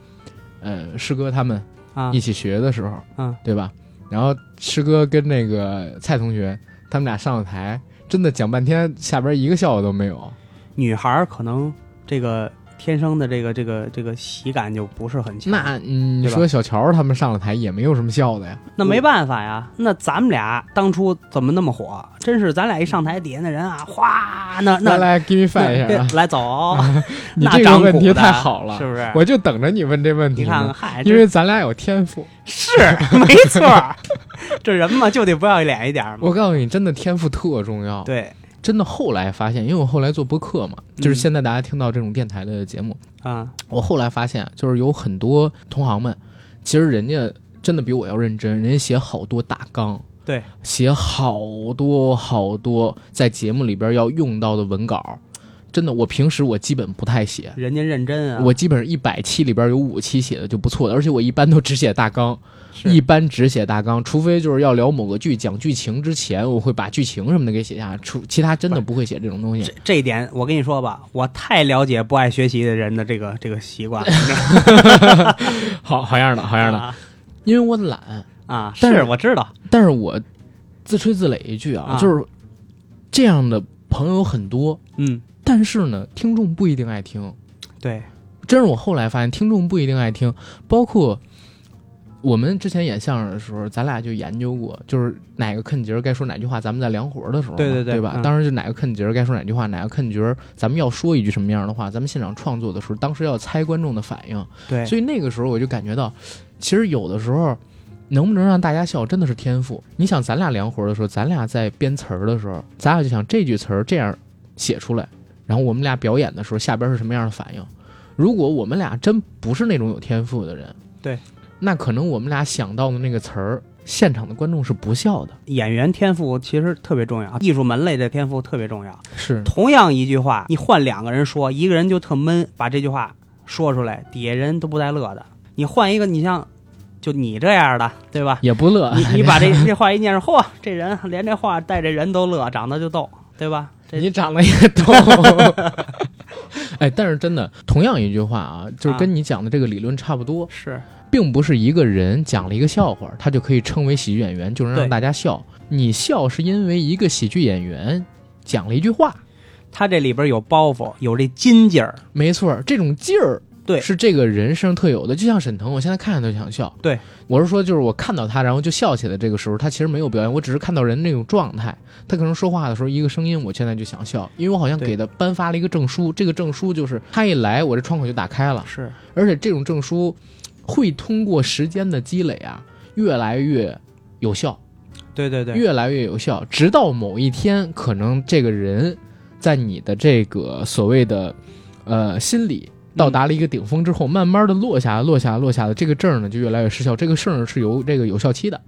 A: 呃师哥他们
B: 啊
A: 一起学的时候，
B: 啊，
A: 对吧？然后师哥跟那个蔡同学他们俩上了台，真的讲半天，下边一个笑话都没有。
B: 女孩儿可能这个天生的这个这个这个喜感就不是很强。
A: 那嗯你
B: 对吧
A: 说小乔他们上了台也没有什么笑的呀？
B: 那没办法呀，那咱们俩当初怎么那么火？真是咱俩一上台，底下那人啊，哗，那
A: 来
B: 那
A: 来，give me five 一
B: 那
A: 下啊！
B: 来走，
A: 你
B: 那
A: 这个
B: 张
A: 问
B: 鼓
A: 题
B: 的
A: 太好了
B: 是，不是？
A: 我就等着你问这问题
B: 你看看，
A: 呢，
B: 嗨，
A: 因
B: 这
A: 为咱俩有天赋。
B: 是 没错儿，这人嘛就得不要脸一点儿嘛。
A: 我告诉你，真的天赋特重要。
B: 对
A: 真的后来发现，因为我后来做播客嘛，就是
B: 嗯
A: 现在大家听到这种电台的节目，
B: 啊，
A: 我后来发现，就是有很多同行们，其实人家真的比我要认真，人家写好多大纲，
B: 对，
A: 写好多好多在节目里边要用到的文稿，真的，我平时我基本不太写。
B: 人家认真啊，
A: 我基本上一百期里边有五期写的就不错了，而且我一般都只写大纲，
B: 是
A: 一般只写大纲，除非就是要聊某个剧、讲剧情之前，我会把剧情什么的给写下，除其他真的不会写这种东西。
B: 这这一点，我跟你说吧，我太了解不爱学习的人的这个这个习惯了，
A: 好好样的，好样的，
B: 啊
A: 因为我懒，
B: 啊！
A: 但是
B: 是我知道，
A: 但是我自吹自擂一句啊，
B: 啊
A: 就是这样的朋友很多，
B: 嗯，
A: 但是呢，听众不一定爱听。
B: 对，
A: 真是我后来发现，听众不一定爱听，包括。我们之前演相声的时候，咱俩就研究过，就是哪个坑节儿该说哪句话，咱们在量活儿的时候嘛，
B: 对
A: 对
B: 对对
A: 吧？
B: 嗯
A: 当时就哪个坑节儿该说哪句话，哪个坑节儿咱们要说一句什么样的话，咱们现场创作的时候，当时要猜观众的反应，
B: 对，
A: 所以那个时候我就感觉到，其实有的时候能不能让大家笑真的是天赋。你想，咱俩量活的时候，咱俩在编词儿的时候，咱俩就想这句词儿这样写出来，然后我们俩表演的时候，下边是什么样的反应。如果我们俩真不是那种有天赋的人，
B: 对，
A: 那可能我们俩想到的那个词儿，现场的观众是不笑的。
B: 演员天赋其实特别重要，艺术门类的天赋特别重要。
A: 是
B: 同样一句话，你换两个人说，一个人就特闷，把这句话说出来，底下人都不带乐的。你换一个，你像就你这样的，对 吧？
A: 也不乐，
B: 你你把这这话一念上，嚯，这人连这话带这人都乐，长得就逗，对吧？这
A: 你长得也 逗。哎，但是真的，同样一句话啊，就是跟你讲的这个理论差不多。
B: 是
A: 并不是一个人讲了一个笑话，他就可以称为喜剧演员，就能让
B: 对
A: 大家笑。你笑是因为一个喜剧演员讲了一句话，
B: 他这里边有包袱，有这筋劲儿，
A: 没错儿，这种劲儿
B: 对
A: 是这个人身上特有的。就像沈腾，我现在看着都想笑。
B: 对，
A: 我是说，就是我看到他，然后就笑起来。这个时候，他其实没有表演，我只是看到人那种状态。他可能说话的时候一个声音，我现在就想笑，因为我好像
B: 对
A: 给他颁发了一个证书。这个证书就是他一来，我这窗口就打开了。
B: 是
A: 而且这种证书会通过时间的积累啊，越来越有效，
B: 对对对，
A: 越来越有效，直到某一天，可能这个人在你的这个所谓的呃心理。到达了一个顶峰之后，慢慢的落下，落下，落下的这个证儿呢就越来越失效。这个证儿是由这个有效期的，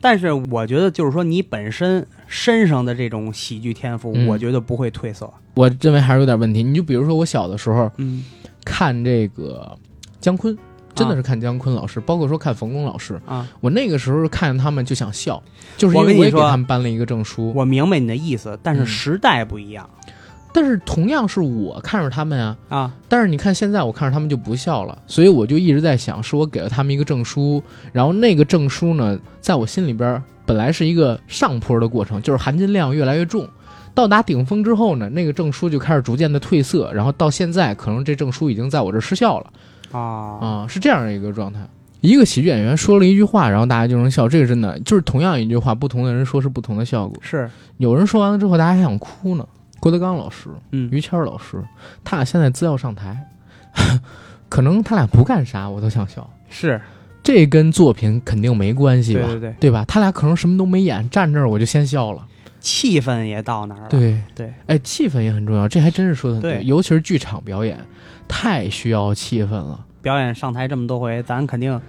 B: 但是我觉得就是说你本身身上的这种喜剧天赋，
A: 嗯
B: 我觉得不会褪色。
A: 我认为还是有点问题。你就比如说我小的时候
B: 嗯，
A: 看这个姜昆，真的是看姜昆老师，包括说看冯巩老师，
B: 啊，
A: 我那个时候看着他们就想笑，就是因
B: 我
A: 为
B: 跟你
A: 我也给
B: 说啊
A: 他们颁了一个证书。
B: 我明白你的意思，但是
A: 嗯
B: 时代不一样、
A: 但是同样是我看着他们啊，
B: 啊。
A: 但是你看现在我看着他们就不笑了，所以我就一直在想，是我给了他们一个证书，然后那个证书呢，在我心里边儿本来是一个上坡的过程，就是含金量越来越重。到达顶峰之后呢，那个证书就开始逐渐的褪色，然后到现在，可能这证书已经在我这儿失效了
B: 啊，
A: 啊、是这样一个状态。一个喜剧演员说了一句话，然后大家就能笑，这个真的就是同样一句话，不同的人说是不同的效果。
B: 是，
A: 有人说完了之后，大家还想哭呢。郭德纲老师，
B: 嗯，
A: 于谦儿老师，他俩现在资料上台， 可能他俩不干啥，我都想笑。
B: 是，
A: 这跟作品肯定没关系
B: 对
A: 吧？
B: 对对，
A: 吧？他俩可能什么都没演，站这儿我就先笑了。
B: 气氛也到那儿了。
A: 对
B: 对，
A: 哎，气氛也很重要，这还真是说的很
B: 对
A: 尤其是剧场表演，太需要气氛了。
B: 表演上台这么多回，咱肯定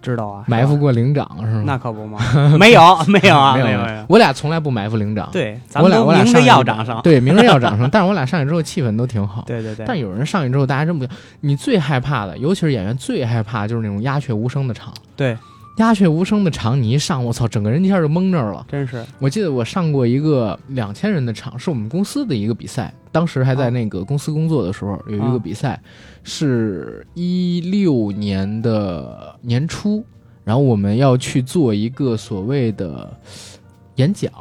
B: 知道啊，
A: 埋伏
B: 是吧。
A: 过领长是吗？
B: 那 可不嘛，没有没有啊，
A: 没有
B: 有
A: 没
B: 没有，
A: 我俩从来不埋伏领长。，
B: 对，咱
A: 我
B: 们
A: 俩
B: 都
A: 我俩
B: 明
A: 上
B: 着
A: 去
B: 要掌声，
A: 对，明着要掌声，但是我俩上去之后气氛都挺好。
B: 对对对，
A: 但有人上去之后，大家真不，你最害怕的，尤其是演员最害怕就是那种鸦雀无声的场。
B: 对，
A: 鸦雀无声的场，你一上，我操，整个人一下就蒙这儿了。
B: 真是
A: 我记得我上过一个两千人的场，是我们公司的一个比赛，当时还在那个公司工作的时候，有一个比赛，是一六年的年初，然后我们要去做一个所谓的演讲，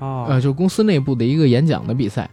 A: 呃，
B: 哦，
A: 就是公司内部的一个演讲的比赛，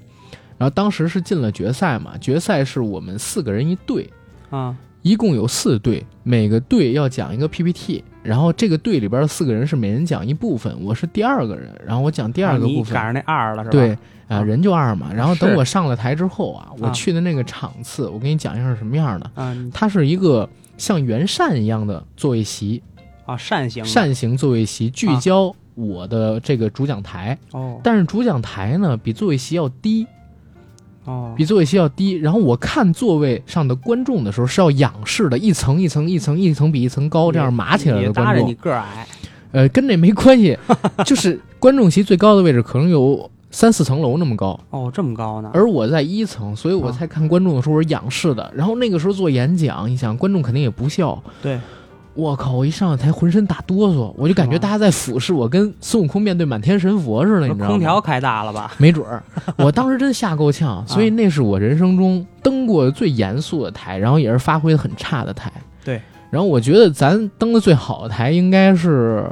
A: 然后当时是进了决赛嘛，决赛是我们四个人一队，
B: 啊，
A: 一共有四队，每个队要讲一个 PPT，然后这个队里边的四个人是每人讲一部分，我是第二个人，然后我讲第
B: 第
A: 二个部
B: 啊你
A: 分，
B: 赶上那二了是吧？
A: 对，啊、
B: 啊
A: 人就二嘛，然后等
B: 是
A: 我上了台之后啊，我
B: 啊
A: 去的那个场次，我给你讲一下是什么样的，
B: 嗯
A: 它是一个像圆扇一样的座位席，
B: 啊，扇形的
A: 扇形座位席聚
B: 啊
A: 焦我的这个主讲台，
B: 哦
A: 但是主讲台呢比座位席要低，
B: 哦
A: 比座位席要低。然后我看座位上的观众的时候是要仰视的，一层一层一层一层比一层高，这样码起来
B: 也
A: 的
B: 搭
A: 观
B: 着
A: 众
B: 你。个儿矮，
A: 呃，跟这没关系，就是观众席最高的位置可能有三四层楼那么高，
B: 哦，这么高呢？
A: 而我在一层，所以我才看观众的时候我是仰视的。然后那个时候做演讲，你想观众肯定也不笑。
B: 对，
A: 我靠！我一上台浑身打哆嗦，我就感觉
B: 是吗
A: 大家在俯视我，跟孙悟空面对满天神佛似的，你知道吗？
B: 空调开大了吧？
A: 没准儿，我当时真吓够 呛，所以
B: 啊
A: 那是我人生中登过最严肃的台，然后也是发挥的很差的台。
B: 对，
A: 然后我觉得咱登的最好的台应该是，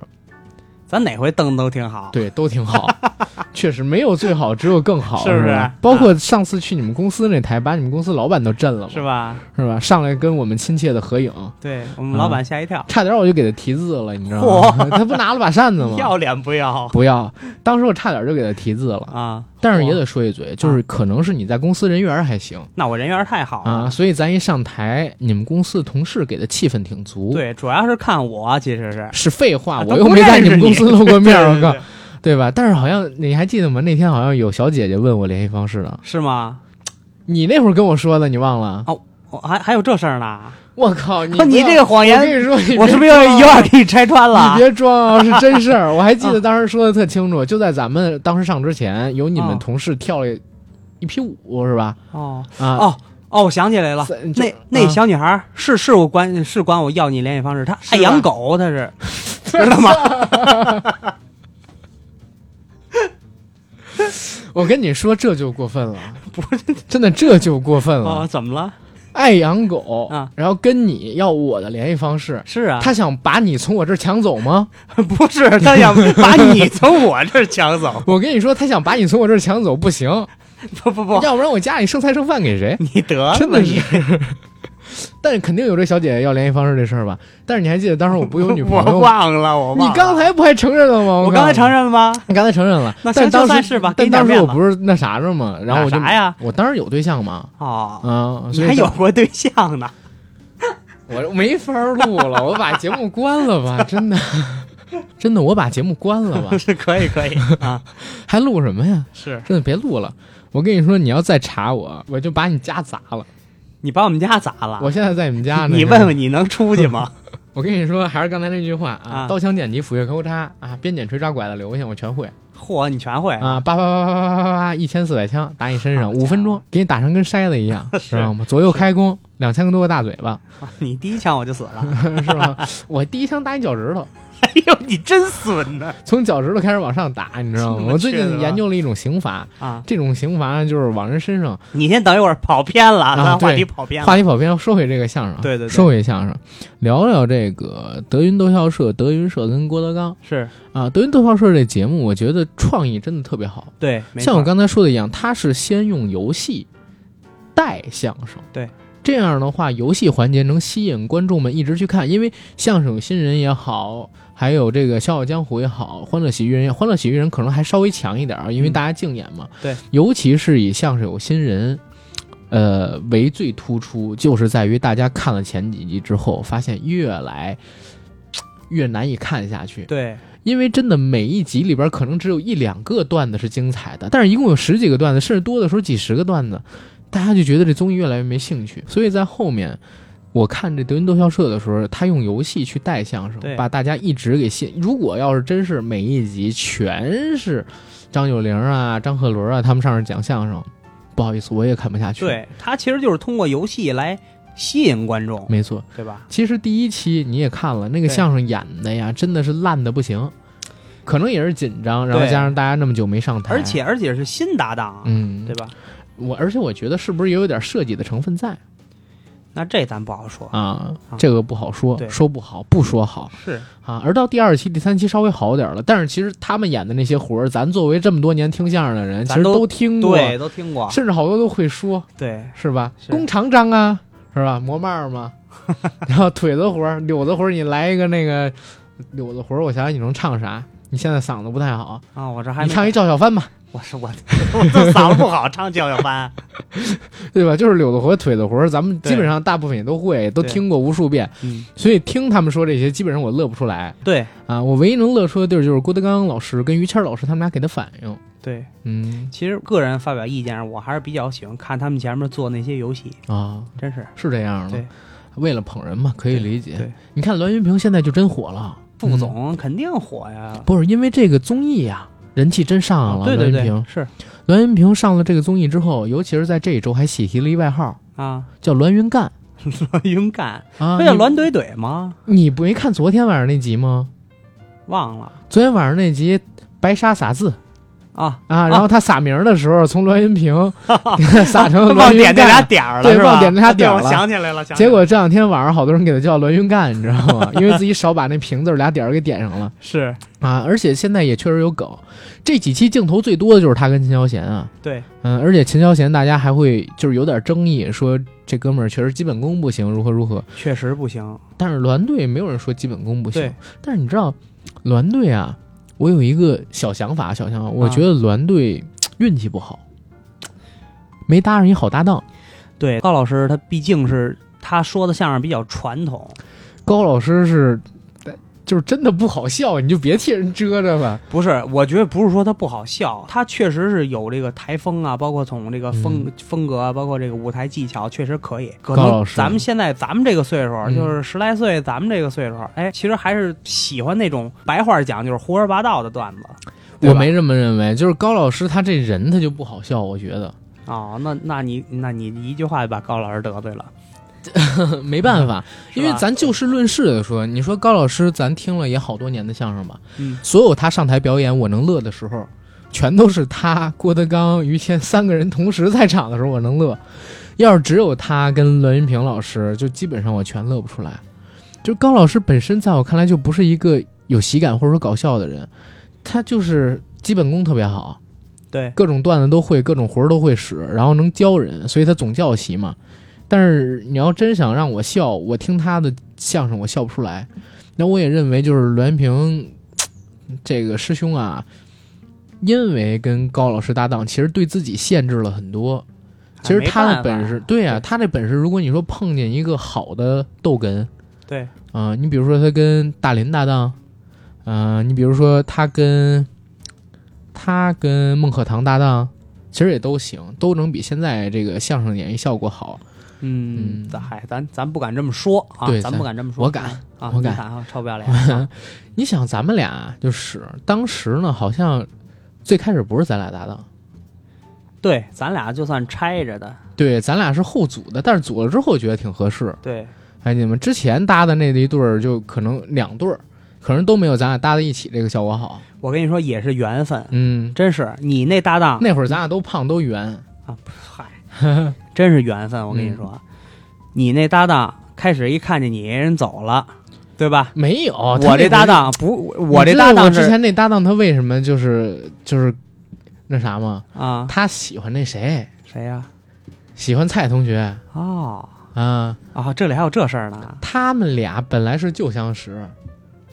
B: 咱哪回蹬都挺好。
A: 对，都挺 好，确实没有最好，只有更好，
B: 是啊不是
A: 吧包括上次去你们公司那台，把你们公司老板都震了嘛，
B: 是吧？
A: 是吧？上来跟我们亲切的合影，
B: 对我们老板吓一跳，
A: 差点我就给他提字了，你知道吗？他不拿了把扇子吗？
B: 要脸不要
A: 不要，当时我差点就给他提字了，
B: 啊？
A: 但是也得说一嘴，就是可能是你在公司人缘儿还行。
B: 那我人缘太好
A: 啊，
B: 了。
A: 所以咱一上台，你们公司的同事给的气氛挺足。，
B: 对，主要是看我，其实是
A: 是废话，
B: 啊
A: 我
B: 都
A: 又
B: 不
A: 没在你们
B: 认识
A: 公
B: 你
A: 司露过面儿，我
B: 对 对
A: 靠
B: 对，
A: 对吧？但是好像你还记得吗？那天好像有小姐姐问我联系方式呢，
B: 是吗？
A: 你那会儿跟我说的，你忘了？
B: 我还还有这事儿呢？
A: 我靠，你
B: 哦你
A: 不
B: 这
A: 要
B: 个谎
A: 我
B: 言，
A: 跟你说，你
B: 我是不
A: 别
B: 是要
A: 装
B: 一会儿给你拆穿了嗯
A: 你？别装啊，是真事 儿。我还记得当时说的特清楚，就在咱们当时上之前，有你们
B: 啊
A: 同事跳了一批舞，是吧？
B: 哦嗯
A: 啊，
B: 哦哦，我想起来了。
A: 三就
B: 那那
A: 啊
B: 小女孩儿是是我管是管我要你联系方式，她
A: 是
B: 爱
A: 吧
B: 养狗，她 是知道吗？
A: 我跟你说，这就过分 了，不是真的，这就过分了。
B: 哦，怎么了？
A: 爱养狗
B: 啊，
A: 然后跟你要我的联系方式，
B: 是啊，
A: 他想把你从我这儿抢走吗？
B: 不是她想 把你从我这儿抢走，
A: 我跟你说，他想把你从我这儿抢走，不行，
B: 不不不，
A: 要不然我家里剩菜剩饭给谁？
B: 你得了吧
A: 真的
B: 你
A: 是， 但是肯定有这小姐姐要联系方式这事儿吧？但是你还记得当时我不有女朋
B: 我
A: 友吗？
B: 忘了，我忘
A: 你
B: 了
A: 刚才不还承认了吗？
B: 我
A: 我
B: 刚才
A: 告诉
B: 承认了吗？
A: 你，你刚才承认了。
B: 那行
A: 但当时
B: 就算是吧，
A: 但
B: 给你点
A: 当时
B: 面
A: 我
B: 子
A: 不是那啥着嘛，然后我就
B: 啥呀？
A: 我当时有对象嘛，
B: 哦，
A: 啊，所
B: 你
A: 以
B: 还有
A: 当
B: 过对象 呢？
A: 我没法录了，我把节目关了吧，真的，真的，我把节目关了吧，
B: 是可以可以啊，
A: 还录什么呀？
B: 是
A: 真的别录了，我跟你说，你要再查我，我就把你家砸了。
B: 你把我们家砸了。
A: 我现在在你们家呢，
B: 啊你问问你能出去 吗？
A: 我跟你说，还是刚才那句话啊，
B: 啊
A: 刀枪剑戟斧钺钩叉啊，鞭锏锤抓拐子流星我全会
B: 嚯，你全会，
A: 啊，叭叭叭叭叭叭叭叭，一千四百枪打你身
B: 好
A: 上，
B: 啊家伙
A: 五分钟给你打成跟筛子一样，
B: 是
A: 知道吗？左右开弓，两千多个大嘴巴，
B: 你第一枪我就死了。
A: 是吧？我第一枪打你脚趾头，
B: 哎呦，你真损呢！
A: 从脚趾头开始往上打，你知道
B: 这
A: 吗？
B: 么
A: 我最
B: 缺德
A: 近
B: 啊
A: 研究了一种刑罚，
B: 啊，
A: 这种刑罚就是往人身上
B: 你先等一会儿，跑偏了，咱啊话
A: 对
B: 题跑偏了。
A: 话题跑偏，说回这个相声啊，
B: 对对对
A: 说回相声，聊聊这个德云逗笑社、德云社跟郭德纲
B: 是
A: 啊。德云逗笑社这节目，我觉得创意真的特别好，
B: 对，没
A: 像我
B: 错
A: 刚才说的一样，它是先用游戏带相声，
B: 对，
A: 这样的话，游戏环节能吸引观众们一直去看，因为相声有新人也好，还有这个《笑傲江湖》也好，《欢乐喜剧人》也好，《欢乐喜剧人》可能还稍微强一点啊，因为
B: 嗯
A: 大家竞演嘛，
B: 对，
A: 尤其是以相声有新人。呃，为最突出，就是在于大家看了前几集之后，发现越来越难以看下去。
B: 对
A: 因为真的每一集里边可能只有一两个段子是精彩的，但是一共有十几个段子，甚至多的时候几十个段子，大家就觉得这综艺越来越没兴趣。所以在后面，我看这德云逗笑社的时候，他用游戏去带相声
B: 对，
A: 把大家一直给吸引。如果要是真是每一集全是张九龄啊、张鹤伦啊他们上这讲相声，不好意思，我也看不下去。，
B: 对，他其实就是通过游戏来吸引观众，
A: 没错。
B: 对吧？
A: 其实第一期你也看了，那个
B: 对
A: 相声演的呀，真的是烂的不行，可能也是紧张，然后
B: 对
A: 加上大家那么久没上台，
B: 而且而且是新搭档啊，
A: 嗯
B: 对，吧？
A: 我而且我觉得是不是也有点设计的成分在
B: 那这咱不好说，
A: 啊
B: 啊？
A: 这个不好说，
B: 对
A: 说不好不说好
B: 是
A: 啊。而到第二期、第三期稍微好点了，但是其实他们演的那些活儿，咱作为这么多年听相声的人，其
B: 咱
A: 实
B: 都
A: 都听过，
B: 对，都听过，
A: 甚至好多都会说，
B: 对，
A: 是吧？
B: 是
A: 弓长张啊，是吧？磨帽 嘛，然后腿子活儿、柳子活儿，你来一个那个柳子活儿，我想想你能唱啥？你现在嗓子不太好，
B: 啊，我这还
A: 你
B: 没
A: 唱一赵小帆吧，
B: 我是我我这嗓子不好，唱叫小班，
A: 对吧？就是柳子活儿、腿子活儿，咱们
B: 对
A: 基本上大部分也都会，都
B: 对
A: 听过无数遍。
B: 嗯，
A: 所以听他们说这些，基本上我乐不出来
B: 对
A: 啊。我唯一能乐出的地儿就是郭德纲老师跟于谦老师他们俩给的反应。
B: 对。
A: 嗯
B: 其实个人发表意见，我还是比较喜欢看他们前面做那些游戏，
A: 啊，
B: 真是
A: 是这样的
B: 对。
A: 为了捧人嘛，可以理解
B: 对对。
A: 你看栾云平现在就真火了，
B: 副
A: 嗯
B: 总肯定火呀。
A: 不是因为这个综艺呀、人气真上了。
B: 对对
A: 栾云
B: 对
A: 啊平，，
B: 是
A: 栾云平上了这个综艺之后，尤其是在这一周还喜提了一外号，
B: 啊，
A: 叫栾云干
B: 栾云干，
A: 啊。
B: 不叫栾怼怼吗？
A: 你，你不没看昨天晚上那集吗？
B: 忘了
A: 昨天晚上那集白沙撒字。
B: 啊，
A: 啊，然后他撒名儿的时候，从栾云 平撒成了
B: 忘
A: 栾云干
B: 点这俩点儿了，
A: 对
B: 是吧
A: 忘点这俩点儿
B: 啊对
A: 了
B: 我想起来了，想起来
A: 结
B: 了
A: 果这两天晚上好多人给他叫栾云干，你知道 吗？因为自己少把那平字儿俩点儿给点上了
B: 是
A: 啊！而且现在也确实有梗，这几期镜头最多的就是他跟秦霄贤啊，
B: 对
A: 嗯，而且秦霄贤大家还会就是有点争议，说这哥们儿确实基本功不行，如何如何。
B: 确实不行，
A: 但是栾队没有人说基本功不行
B: 对，
A: 但是你知道栾队啊，我有一个小想法，小想法，我
B: 啊
A: 觉得栾队运气不好，没搭上一好搭档。
B: 对高老师他毕竟是他说的相声比较传统，
A: 高老师是，就是真的不好笑，你就别替人遮着了。
B: 不是，我觉得不是说他不好笑，他确实是有这个台风啊，包括从这个风、风格啊，包括这个舞台技巧，确实可以。可
A: 嗯高老
B: 能
A: 师
B: 咱们现在咱们这个岁数，
A: 嗯
B: 就是十来岁，咱们这个岁数，哎，其实还是喜欢那种白话讲，就是胡说八道的段子。对
A: 我
B: 吧
A: 没这么认为，就是高老师他这人他就不好笑，我觉得
B: 哦，那那你那你一句话就把高老师得罪了，
A: 没办法，
B: 是
A: 因
B: 吧
A: 为咱就事论事的说，你说高老师，咱听了也好多年的相声吧，
B: 嗯
A: 所有他上台表演我能乐的时候，全都是他、郭德纲、于谦三个人同时在场的时候我能乐，要是只有他跟栾云平老师，就基本上我全乐不出来。就高老师本身在我看来就不是一个有喜感或者说搞笑的人，他就是基本功特别好，
B: 对
A: 各种段子都会，各种活儿都会使，然后能教人，所以他总教习嘛。但是你要真想让我笑，我听他的相声我笑不出来。那我也认为就是栾平这个师兄啊，因为跟高老师搭档，其实对自己限制了很多。其实他的本事，对呀、
B: 对
A: 他这本事，如果你说碰见一个好的逗哏
B: 对，
A: 啊、你比如说他跟大林搭档，呃，你比如说他跟他跟孟鹤堂搭档，其实也都行，都能比现在这个相声演绎效果好。
B: 嗯
A: 嗯，
B: 咱嗨，咱咱不敢这么说啊
A: 对，
B: 咱
A: 咱
B: 不敢这么说，
A: 我敢，
B: 啊，
A: 我
B: 你
A: 敢
B: 敢啊，臭不要脸啊
A: 你想咱们俩就是当时呢，好像最开始不是咱俩搭档，
B: 对，咱俩就算拆着的，
A: 对，咱俩是后组的，但是组了之后觉得挺合适。
B: 对，
A: 哎，你们之前搭的那一对儿，就可能两对儿，可能都没有咱俩搭在一起这个效果好。
B: 我跟你说也是缘分，
A: 嗯，
B: 真是你那搭档，
A: 那会儿咱俩都胖都圆，
B: 嗨，真是缘分，我跟
A: 嗯
B: 你说，你那搭档开始一看见你人走了，对吧？
A: 没有哦他那
B: 我
A: 会
B: 这
A: 儿
B: 搭档不，我
A: 你
B: 这
A: 知道
B: 搭档
A: 之
B: 是
A: 前那搭档他为什么就是就是那啥吗？
B: 啊，
A: 他喜欢那谁，
B: 谁呀？
A: 喜欢蔡同学
B: 哦
A: 啊。
B: 啊，这里还有这事儿呢，
A: 他们俩本来是旧相识，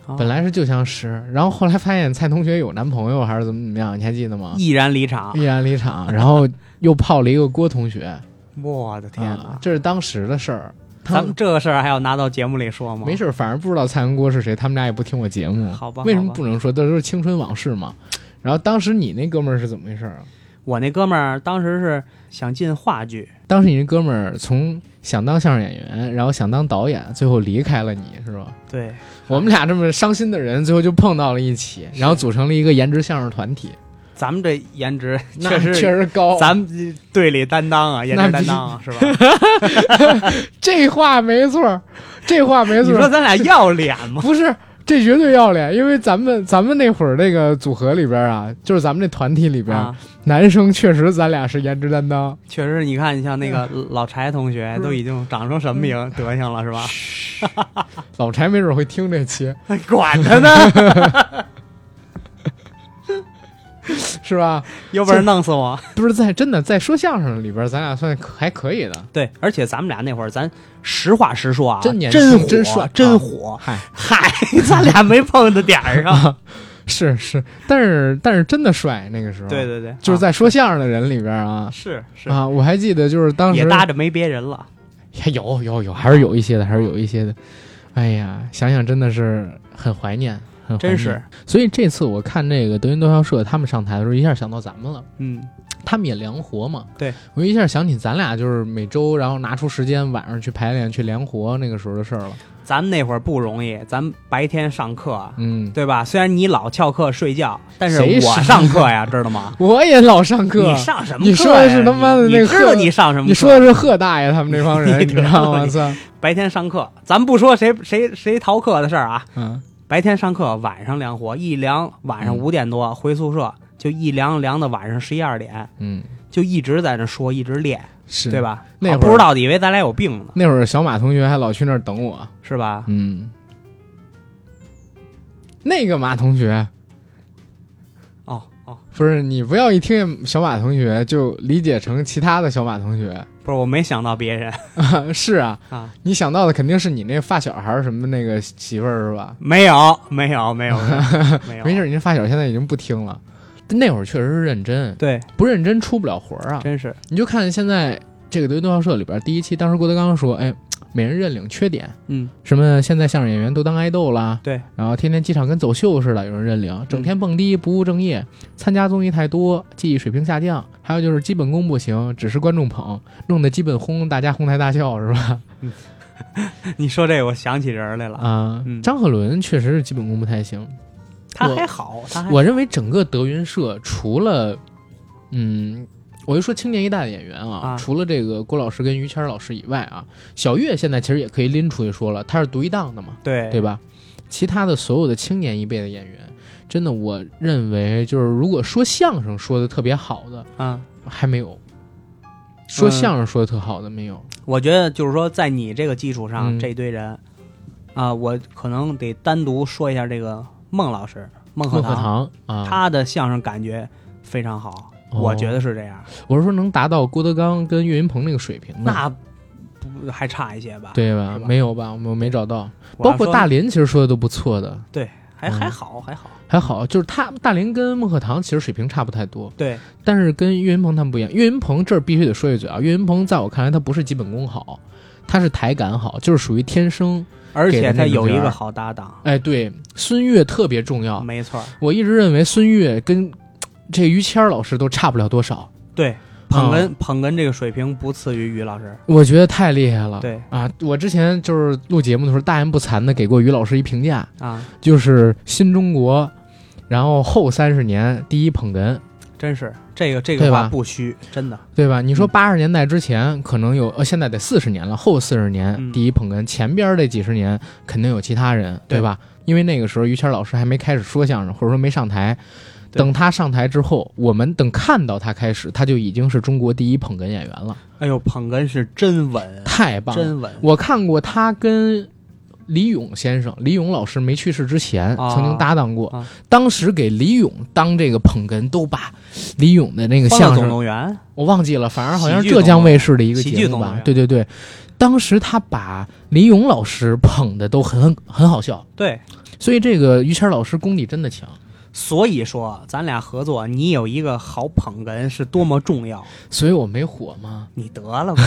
B: 啊
A: 本来是旧相识，然后后来发现蔡同学有男朋友还是怎么怎么样，你还记得吗？
B: 毅然离场，
A: 毅 然离场，然后又泡了一个郭同学。
B: 我的 天
A: 啊
B: 哪！
A: 这是当时的事儿。他
B: 咱
A: 们
B: 们这个事儿还要拿到节目里说吗？
A: 没事儿，反正不知道蔡文郭是谁，他们俩也不听我节目。
B: 好吧
A: 为什么
B: 好吧
A: 不能说？这都是青春往事嘛。然后当时你那哥们儿是怎么回事儿啊？
B: 我那哥们儿当时是想进话剧，
A: 当时你那哥们儿从想当相声演员，然后想当导演，最后离开了你是 吧？
B: 对，
A: 我们俩这么伤心的人，最后就碰到了一起，然后组成了一个颜值相声团体。
B: 咱们这颜值
A: 那
B: 确实，
A: 确实高，
B: 咱们队里担当啊，颜值担当啊，是吧？
A: 这话没错儿，这话没
B: 你
A: 错
B: 说
A: 儿，
B: 咱俩要脸吗？
A: 不是。这绝对要脸，因为咱们咱们那会儿那个组合里边啊， 就是咱们那团体里边，
B: 啊，
A: 男生确实咱俩是颜值担当，
B: 确实，你看，你像那个
A: 嗯
B: 老柴同学，都已经长成什么样德行了，是吧？
A: 老柴没准会听这期，
B: 管 他呢，
A: 是吧？
B: 有本事弄死我！
A: 不是在真的在说相声里边，咱俩算可还可以的。
B: 对，而且咱们俩那会儿，咱实话实说啊，
A: 真年轻
B: 真火，
A: 真帅啊
B: 真火！
A: 嗨，
B: 嗨， 咱俩没碰到点儿 上。
A: 是是，但是但是真的帅，那个时候，
B: 对，对对，
A: 就是
B: 啊
A: 在说相声的人里边啊
B: 是是，
A: 啊，我还记得就是当时
B: 也搭着没别人了。
A: 也有有有，还是有一些的，还是有一些的。哎呀，想想真的是很怀念，很怀念
B: 真是。，
A: 所以这次我看那个德云逗笑社他们上台的时候，一下想到咱们了。
B: 嗯，
A: 他们也凉活嘛。
B: 对，
A: 我一下想起咱俩就是每周，然后拿出时间晚上去排练、去凉活那个时候的事儿了。
B: 咱们那会儿不容易，咱们白天上课，
A: 嗯，
B: 对吧？虽然你老翘课睡觉，但是
A: 谁
B: 我
A: 是
B: 上课呀，知道吗？
A: 我也老上课
B: 你。上什么课呀？
A: 你说的是他妈的
B: 你
A: 那个
B: 你知道
A: 课
B: 你上什么课？
A: 你说的是贺大爷他们那帮 人，你
B: 你
A: 知道吗？
B: 你
A: 操，
B: 白天上课，咱不说谁谁谁逃课的事儿啊，
A: 嗯，
B: 白天上课，晚上凉活，一凉晚上
A: 嗯
B: 五点多回宿舍，就一凉凉到晚上十一二点，
A: 嗯，
B: 就一直在那说，一直练，
A: 是
B: 对？吧？
A: 那会儿
B: 啊不知道的以为咱俩有病呢，
A: 那会儿小马同学还老去那儿等我，
B: 是吧？
A: 嗯。那个马同学，
B: 哦哦，
A: 不是你不要一听小马同学就理解成其他的小马同学，
B: 不是我没想到别人
A: 是啊，
B: 啊，
A: 你想到的肯定是你那发小还是什么那个媳妇儿是吧？
B: 没有没有没有没有，
A: 没事，，您发小现在已经不听了。那会儿确实是认真，
B: 对，
A: 不认真出不了魂儿啊！
B: 真是，
A: 你就看现在这个德云逗笑社里边，第一期当时郭德纲说：“哎，每人认领缺点，
B: 嗯，
A: 什么现在相声演员都当爱豆啦，
B: 对，嗯
A: 然后天天机场跟走秀似的，有人认领，整天蹦迪不务正业，参加综艺太多，技艺水平下降，还有就是基本功不行，只是观众捧，弄得基本轰大家哄抬大笑是 吧？
B: 你说这个我想起人来了，
A: 啊、
B: 嗯
A: 张鹤伦确实是基本功不太行，
B: 他
A: 我
B: 还好，他还
A: 我认为整个德云社除了，嗯，我就说青年一代的演员啊，
B: 啊
A: 除了这个郭老师跟于谦儿老师以外啊，小岳现在其实也可以拎出去说了，他是独一档的嘛，
B: 对
A: 对吧？其他的所有的青年一辈的演员，真的我认为就是如果说相声说的特别好的
B: 啊，
A: 还没有，说
B: 嗯
A: 相声说的特好的没有，
B: 我觉得就是说，在你这个基础上，
A: 嗯
B: 这一堆人，啊，我可能得单独说一下这个孟老师，孟鹤
A: 孟鹤
B: 堂，
A: 堂啊，
B: 他的相声感觉非常好，
A: 哦
B: 我觉得是这样。
A: 我是说能达到郭德纲跟岳云鹏那个水平的，
B: 那不还差一些吧？，
A: 对吧？
B: 是吧
A: 没有吧？我们没找到。
B: 我要
A: 包括
B: 说
A: 大连，其实说的都不错的，
B: 还
A: 嗯
B: 还好还好。
A: 还好。就是他大连跟孟鹤堂其实水平差不太多，
B: 对，
A: 但是跟岳云鹏他们不一样。岳云鹏这儿必须得说一嘴啊，岳云鹏在我看来他不是基本功好，他是台感好，就是属于天生。
B: 而
A: 给的
B: 且他
A: 那个
B: 有
A: 角
B: 一
A: 儿啊
B: 个好搭档，
A: 哎，对，孙越特别重要。
B: 没错儿，
A: 我一直认为孙越跟这于谦儿老师都差不了多少，
B: 对，捧哏捧哏这个水平不次于于老师，
A: 我觉得太厉害了。
B: 对
A: 啊，我之前就是录节目的时候大言不惭的给过于老师一评价，
B: 啊，
A: 就是新中国，然后后三十年第一捧哏，
B: 真是这个这个
A: 对吧
B: 话不虚，真的，
A: 对吧？你说
B: 嗯
A: 八十年代之前可能有，呃，现在得四十年了，后四十年
B: 嗯
A: 第一捧哏，前边儿这几十年肯定有其他人，对
B: 对
A: 吧？因为那个时候于谦老师还没开始说相声，或者说没上台。
B: 对
A: 等他上台之后，我们等看到他开始，他就已经是中国第一捧哏演员了，
B: 哎呦，捧哏是真稳，
A: 太棒了！
B: 呃真稳，
A: 我看过他跟李咏先生，李咏老师没去世之前
B: 啊
A: 曾经搭档过，
B: 啊
A: 当时给李咏当这个捧哏，都把李咏的那个
B: 欢乐
A: 相
B: 总
A: 声
B: 动员
A: 我忘记了，反正好像是
B: 喜剧
A: 浙
B: 总
A: 江卫视的一个
B: 喜
A: 节
B: 剧
A: 目
B: 总动
A: 吧
B: 员。
A: 对对对，当时他把李咏老师捧的都很很好笑，
B: 对。
A: 所以这个于谦老师功底真的强。
B: 所以说，咱俩合作，你有一个好捧哏是多么重要。
A: 所以我没火嘛，
B: 你得了 吧，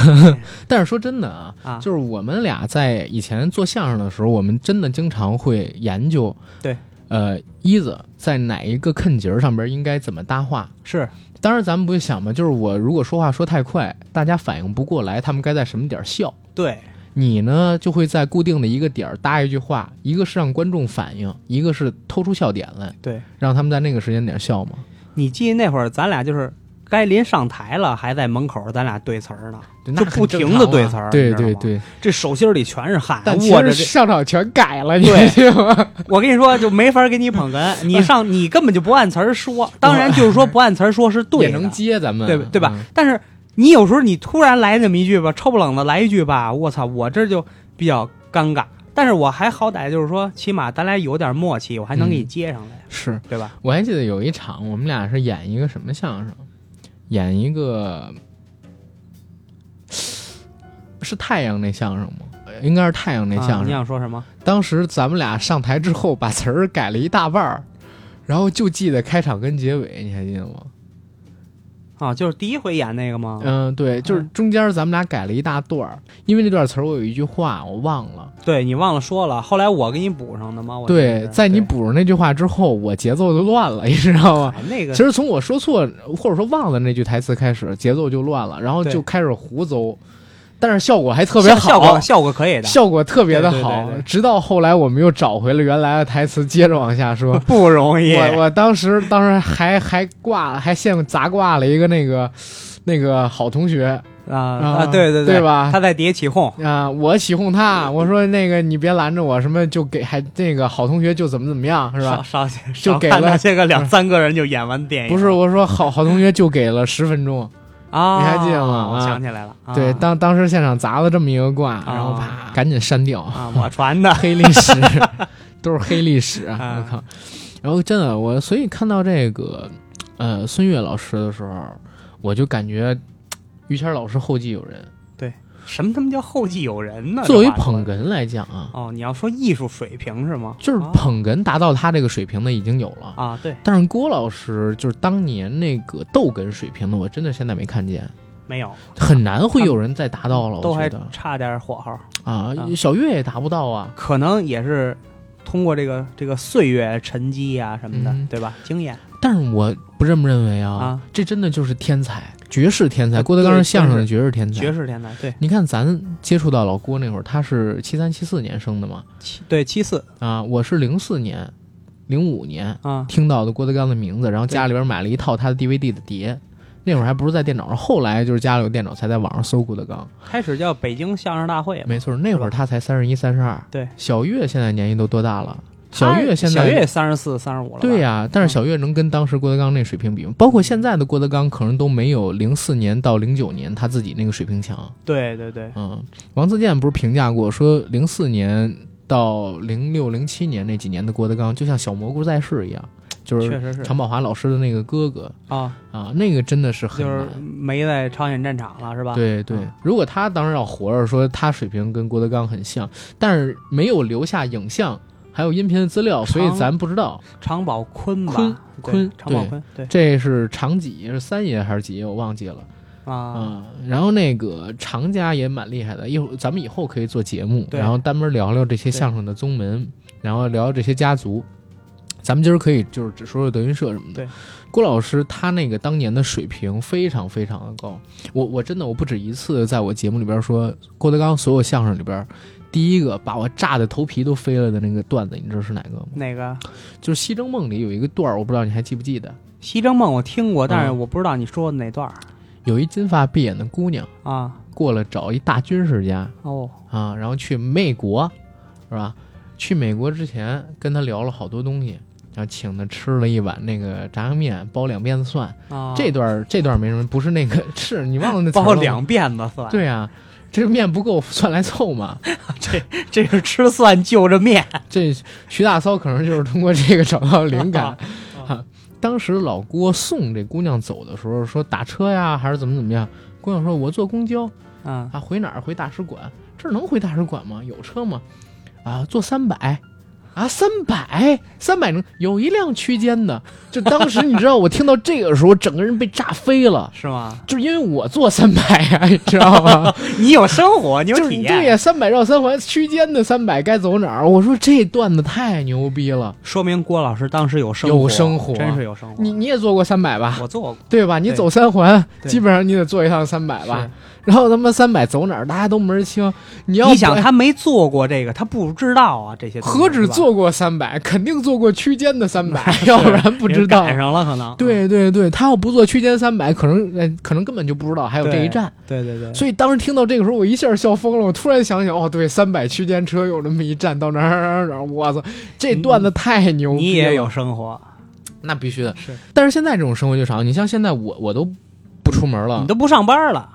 A: 但是说真的啊，
B: 啊
A: 就是我们俩在以前做相声的时候，我们真的经常会研究，
B: 对，
A: 呃，一子在哪一个坑节儿上边应该怎么搭话，
B: 是
A: 当然，咱们不会想嘛，就是我如果说话说太快，大家反应不过来，他们该在什么点儿笑？
B: 对，
A: 你呢，就会在固定的一个点儿搭一句话，一个是让观众反应，一个是偷出笑点来，
B: 对
A: 让他们在那个时间点笑嘛。
B: 你记得那会儿咱俩就是该临上台了，还在门口咱俩对词儿呢，
A: 那
B: 就不
A: 很正
B: 停地
A: 常啊
B: 对词儿
A: 对
B: 你知道
A: 对
B: 吗
A: 对，
B: 这手心里全是汗，
A: 但其
B: 握着
A: 实
B: 这，
A: 校长全改了，你
B: 对
A: 信吗？
B: 我跟你说就没法给你捧哏，你上你根本就不按词儿说，当然就是说不按词儿说是对
A: 也
B: 的，
A: 能接咱们，
B: 对吧对吧
A: 嗯？
B: 但是你有时候你突然来那么一句吧，抽不冷的来一句吧，我操，我这就比较尴尬。但是我还好歹就是说，起码咱俩有点默契，我还能
A: 嗯
B: 给你接上来，
A: 是，
B: 对吧？
A: 我还记得有一场，我们俩是演一个什么相声，演一个是太阳那相声吗？呃应该是太阳那
B: 啊
A: 相
B: 你
A: 声。
B: 想说什么？
A: 当时咱们俩上台之后，把词儿改了一大半儿，然后就记得开场跟结尾，你还记得吗？
B: 啊，就是第一回演那个吗？
A: 嗯、对，就是中间咱们俩改了一大段儿，因为那段词儿我有一句话我忘了。
B: 对你忘了说了，后来我给你补上的吗？我记得
A: 对，
B: 是
A: 在你
B: 对
A: 补上那句话之后，我节奏就乱了，你知道 吗？
B: 哎那个
A: 其实从我说错或者说忘了那句台词开始，节奏就乱了，然后
B: 对
A: 就开始胡诌，但是效果还特别好，
B: 效果效果可以的，
A: 效果特别的
B: 对对对
A: 好。
B: 对
A: 直到后来我们又找回了原来的台词，接着往下说。
B: 不容易。
A: 我我当时当时还还挂了，还现砸挂了一个那个那个好同学
B: 啊
A: 啊
B: 啊，对对
A: 对吧
B: 他在底下起哄，
A: 啊、我起哄他，我说那个你别拦着我，什么就给还那个好同学就怎么怎么样是吧？
B: 少少
A: 就
B: 少
A: 给
B: 看
A: 了
B: 那些个两三个人就演完电影，
A: 不是，我说好好同学就给了十分钟，
B: 啊？
A: 你还记得吗
B: 我
A: 啊
B: 想起来了，啊
A: 对，当当时现场砸了这么一个挂，
B: 啊
A: 然后啪赶紧删掉，
B: 啊，我传的
A: 黑历史 都是黑历史，
B: 啊
A: 我靠！然后真的我，所以看到这个呃孙越老师的时候，我就感觉于谦老师后继有人。
B: 什么他妈叫后继有人呢？
A: 作为
B: 这话说
A: 捧
B: 的
A: 哏来讲啊，
B: 哦，你要说艺术水平是吗？
A: 就是
B: 啊
A: 捧哏达到他这个水平的已经有了，
B: 啊，对，
A: 但是郭老师就是当年那个逗哏水平的，我真的现在没看见，
B: 没有，
A: 很难会有人再达到了。
B: 都
A: 我觉
B: 还
A: 得
B: 差点火候，
A: 啊，小岳也达不到啊。
B: 可能也是通过这个这个岁月沉积啊什么的，
A: 嗯
B: 对吧？经验
A: 但是我不这么认为啊，
B: 啊
A: 这真的就是天才，绝世天才。
B: 啊
A: 郭德纲是
B: 对
A: 相声的绝世天才。
B: 爵士天才，对
A: 你看咱接触到老郭那会儿，他是七三七四年生的嘛，
B: 七对七四
A: 啊，我是零四年、零五年
B: 啊
A: 听到的郭德纲的名字，然后家里边买了一套他的 DVD 的碟。那会儿还不是在电脑上，后来就是家里有电脑才在网上搜郭德纲。
B: 开始叫北京相声大会嘛，
A: 没错，那会儿他才三十一、三十二。
B: 对，
A: 小岳现在年纪都多大了？小岳现在
B: 小岳三十四三十五了吧，嗯
A: 对呀、但是小岳能跟当时郭德纲那水平比吗？包括现在的郭德纲，可能都没有零四年到零九年他自己那个水平强。
B: 对对对，
A: 嗯，王自健不是评价过说，零四年到零六零七年那几年的郭德纲，就像小蘑菇在世一样，就
B: 确
A: 是
B: 实是
A: 常宝华老师的那个哥哥
B: 啊，
A: 啊，那个真的是很
B: 就是
A: 难。
B: 没在朝鲜战场了，是吧？，
A: 对对
B: 啊，
A: 如果他当时要活着，说他水平跟郭德纲很像，但是没有留下影像，还有音频的资料，所以
B: 常
A: 咱不知道
B: 常宝坤吧，
A: 坤
B: 对
A: 坤
B: 常宝
A: 对
B: 坤，对
A: 这是常几是三爷还是几爷，我忘记了
B: 啊，
A: 啊、然后那个常家也蛮厉害的，一会儿咱们以后可以做节目，
B: 对
A: 然后单门聊聊这些
B: 对
A: 相声的宗门，然后聊这些家族。咱们今儿可以就是只说说德云社什么的
B: 对。
A: 郭老师他那个当年的水平非常非常的高，我我真的我不止一次在我节目里边说郭德纲所有相声里边。第一个把我炸的头皮都飞了的那个段子，你知道是哪个吗？
B: 那个
A: 就是《西征梦》里有一个段儿，我不知道你还记不记得？
B: 《西征梦》我听过，但是
A: 嗯
B: 我不知道你说的哪段儿
A: 有一金发碧眼的姑娘
B: 啊。
A: 过来找一大军事家
B: 哦，
A: 啊，然后去美国，是吧？去美国之前跟他聊了好多东西，然后请他吃了一碗那个炸酱面，包两辫子蒜。
B: 啊，
A: 这段儿这段儿没什么，不是那个，是你忘了那词儿
B: 包
A: 了吗
B: 两遍吧算，，
A: 对啊，这面不够蒜来凑嘛。
B: 这是吃蒜就着面，
A: 这徐大骚可能就是通过这个找到 灵 感。啊，当时老郭送这姑娘走的时候说打车呀，还是怎么怎么样？姑娘说：“我坐公交
B: 嗯
A: 啊，回哪儿？回大使馆。这儿能回大使馆吗？有车吗？啊，坐三百。”啊，三百，三百能有一辆区间的，就当时你知道，我听到这个时候，整个人被炸飞了，
B: 是吗？
A: 就是因为我坐三百呀，你知道吗？
B: 你有生 活，你
A: 就
B: 有
A: 是
B: 体
A: 对
B: 验，
A: 呀，三百绕三环区间的三百该走哪儿？我说这段子太牛逼了，
B: 说明郭老师当时有生
A: 有生活
B: 真是有生活。
A: 你你也做过三百吧？
B: 我做过
A: 对吧？你
B: 对
A: 走三环，
B: 对
A: 基本上你得做一趟三百吧
B: 是。
A: 然后他妈三百走哪儿，大家都门儿清。你要
B: 你想
A: 不
B: 他没做过这个，他不知道啊这些东西。
A: 何止
B: 是吧
A: 做过三百，肯定做过区间的三百，要不然不知道
B: 也。赶上了可能。
A: 对对对，他要不做区间三百，可能呃可能根本就不知道还有这一
B: 对
A: 站。
B: 对对对，
A: 所以当时听到这个时候，我一下笑疯了。我突然想起，哦，对，三百区间车有这么一站，到哪儿哪儿哪儿，我操，这段子太牛
B: 你
A: 逼了！
B: 也有生活，
A: 那必须的。
B: 是
A: 但是现在这种生活就少，你像现在我我都不出门了
B: 你，都不上班了。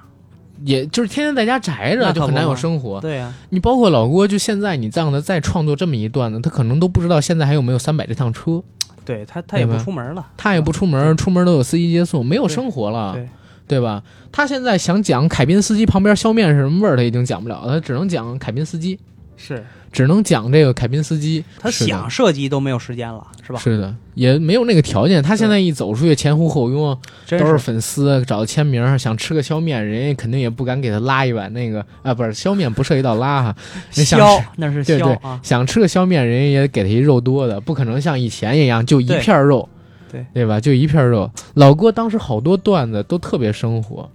A: 也就是天天在家宅着，
B: 那
A: 就
B: 可
A: 很难
B: 不
A: 有
B: 嘛
A: 生活。
B: 对呀，
A: 你包括老郭，就现在你让他再创作这么一段子，他可能都不知道现在还有没有三百这趟车，
B: 对他他也
A: 明
B: 不
A: 白
B: 出门了。
A: 他也不出门，出门都有司机接送，没有生活了，
B: 对
A: 对吧？他现在想讲凯宾斯基旁边削面是什么味儿，他已经讲不了，他只能讲凯宾斯基。
B: 是
A: 只能讲这个凯宾斯基，
B: 他
A: 是的
B: 想射击都没有时间了，是吧？
A: 是的，也没有那个条件。他现在一走出去，前呼后拥，
B: 真
A: 都是
B: 是
A: 粉丝找签名，想吃个削面，人家肯定也不敢给他拉一碗那个啊，不是削面不涉及到拉哈，那像
B: 削那是
A: 对
B: 削
A: 对
B: 啊，
A: 想吃个削面，人家也给他一肉多的，不可能像以前一样就一
B: 对
A: 片肉，
B: 对
A: 对吧？就一片肉。老郭当时好多段子都特别生活，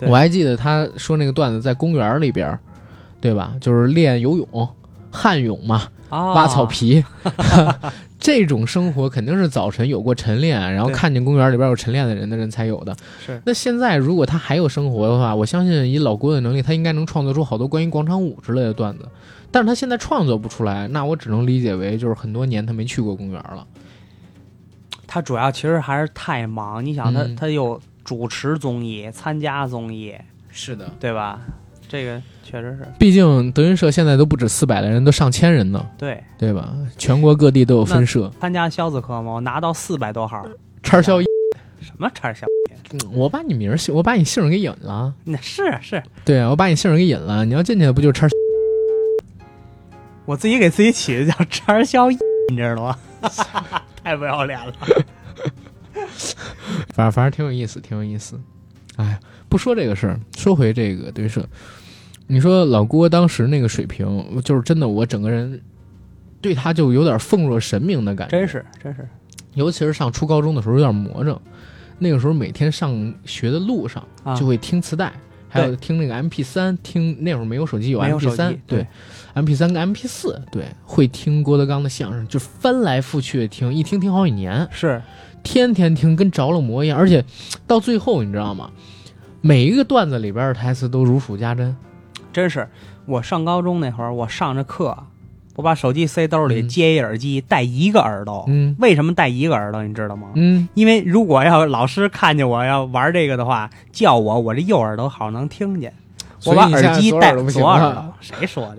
B: 对
A: 我还记得他说那个段子在公园里边儿，对吧？就是练游泳，旱泳嘛，
B: 啊
A: 挖草皮， 这种生活肯定是早晨有过晨练，然后
B: 对
A: 看见公园里边有晨练的人的人才有的。
B: 是
A: 那现在如果他还有生活的话，我相信以老郭的能力，他应该能创作出好多关于广场舞之类的段子。但是他现在创作不出来，那我只能理解为就是很多年他没去过公园了。
B: 他主要其实还是太忙。你想他
A: 嗯
B: 他又主持综艺，参加综艺，
A: 是的，
B: 对吧？这个确实是
A: 毕竟德云社现在都不止四百来人，都上千人呢，
B: 对。
A: 对吧？全国各地都有分社。
B: 参加肖子科嘛，我拿到四百多号，
A: 叉销一，
B: 什么叉小？
A: 嗯我把你名儿姓，我把你姓儿给引了。
B: 那是是
A: 对啊，我把你姓儿给引了。你要进去不就是叉
B: 我自己给自己起的叫叉小，你知道吗？ 太不要脸了。
A: 哎反反正挺有意思，挺有意思。哎，不说这个事儿，说回这个对社，你说老郭当时那个水平，就是真的，我整个人对他就有点奉若神明的感觉。
B: 真是真是，
A: 尤其是上初高中的时候，有点魔怔。那个时候每天上学的路上
B: 啊
A: 就会听磁带，还有听那个 MP 三，听那会儿没有手机，有
B: 没有
A: MP
B: 手
A: 三
B: 机，
A: 对，，MP 三跟 MP 四，对，会听郭德纲的相声，就翻来覆去的听，一听听好几年。
B: 是
A: 天天听，跟着了魔一样。而且到最后，你知道吗？每一个段子里边的台词都如数家珍。
B: 真是。我上高中那会儿，我上着课，我把手机塞兜里，
A: 嗯
B: 接一耳机，戴一个耳朵。
A: 嗯
B: 为什么戴一个耳朵？你知道吗？
A: 嗯，
B: 因为如果要老师看见我要玩这个的话，叫我，我这右耳朵好能听见。我把
A: 所以你现
B: 耳
A: 在
B: 机
A: 左
B: 戴
A: 耳朵不行
B: 左耳
A: 了。
B: 朵，谁说的？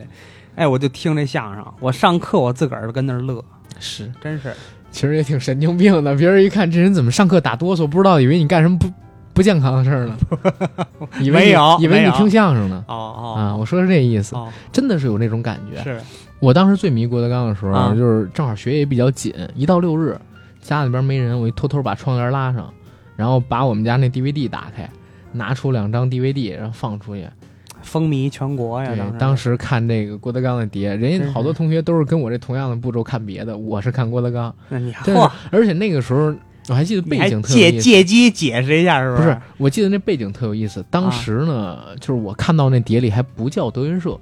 B: 哎，我就听这相声，我上课我自个儿跟那儿乐，
A: 是，
B: 真是
A: 其实也挺神经病的。别人一看这人怎么上课打哆嗦，不知道以为你干什么不不健康的事儿呢，以为你
B: 没有
A: 以为
B: 没
A: 你
B: 有
A: 听相声呢
B: 哦哦
A: 啊！我说是这意思，
B: 哦，
A: 真的是有那种感觉。
B: 是
A: 我当时最迷郭德纲的时候，
B: 啊
A: 就是正好学业比较紧，一到六日家里边没人，我就偷偷把窗帘拉上，然后把我们家那 DVD 打开，拿出两张 DVD，然后放出去。
B: 风靡全国哎呀，
A: 对，当
B: 当
A: 时看这个郭德纲的碟，人
B: 真
A: 家
B: 是
A: 好多同学都是跟我这同样的步骤看别的，我是看郭德纲。
B: 那你
A: 真是
B: 嗯嚯，
A: 而且那个时候我还记得
B: 你
A: 背
B: 还
A: 景特有
B: 借啊
A: 意思，
B: 借机解释一下是
A: 不
B: 是
A: 是？，我记得那背景特有意思。
B: 啊
A: 当时呢，就是我看到那碟里还不叫德云社，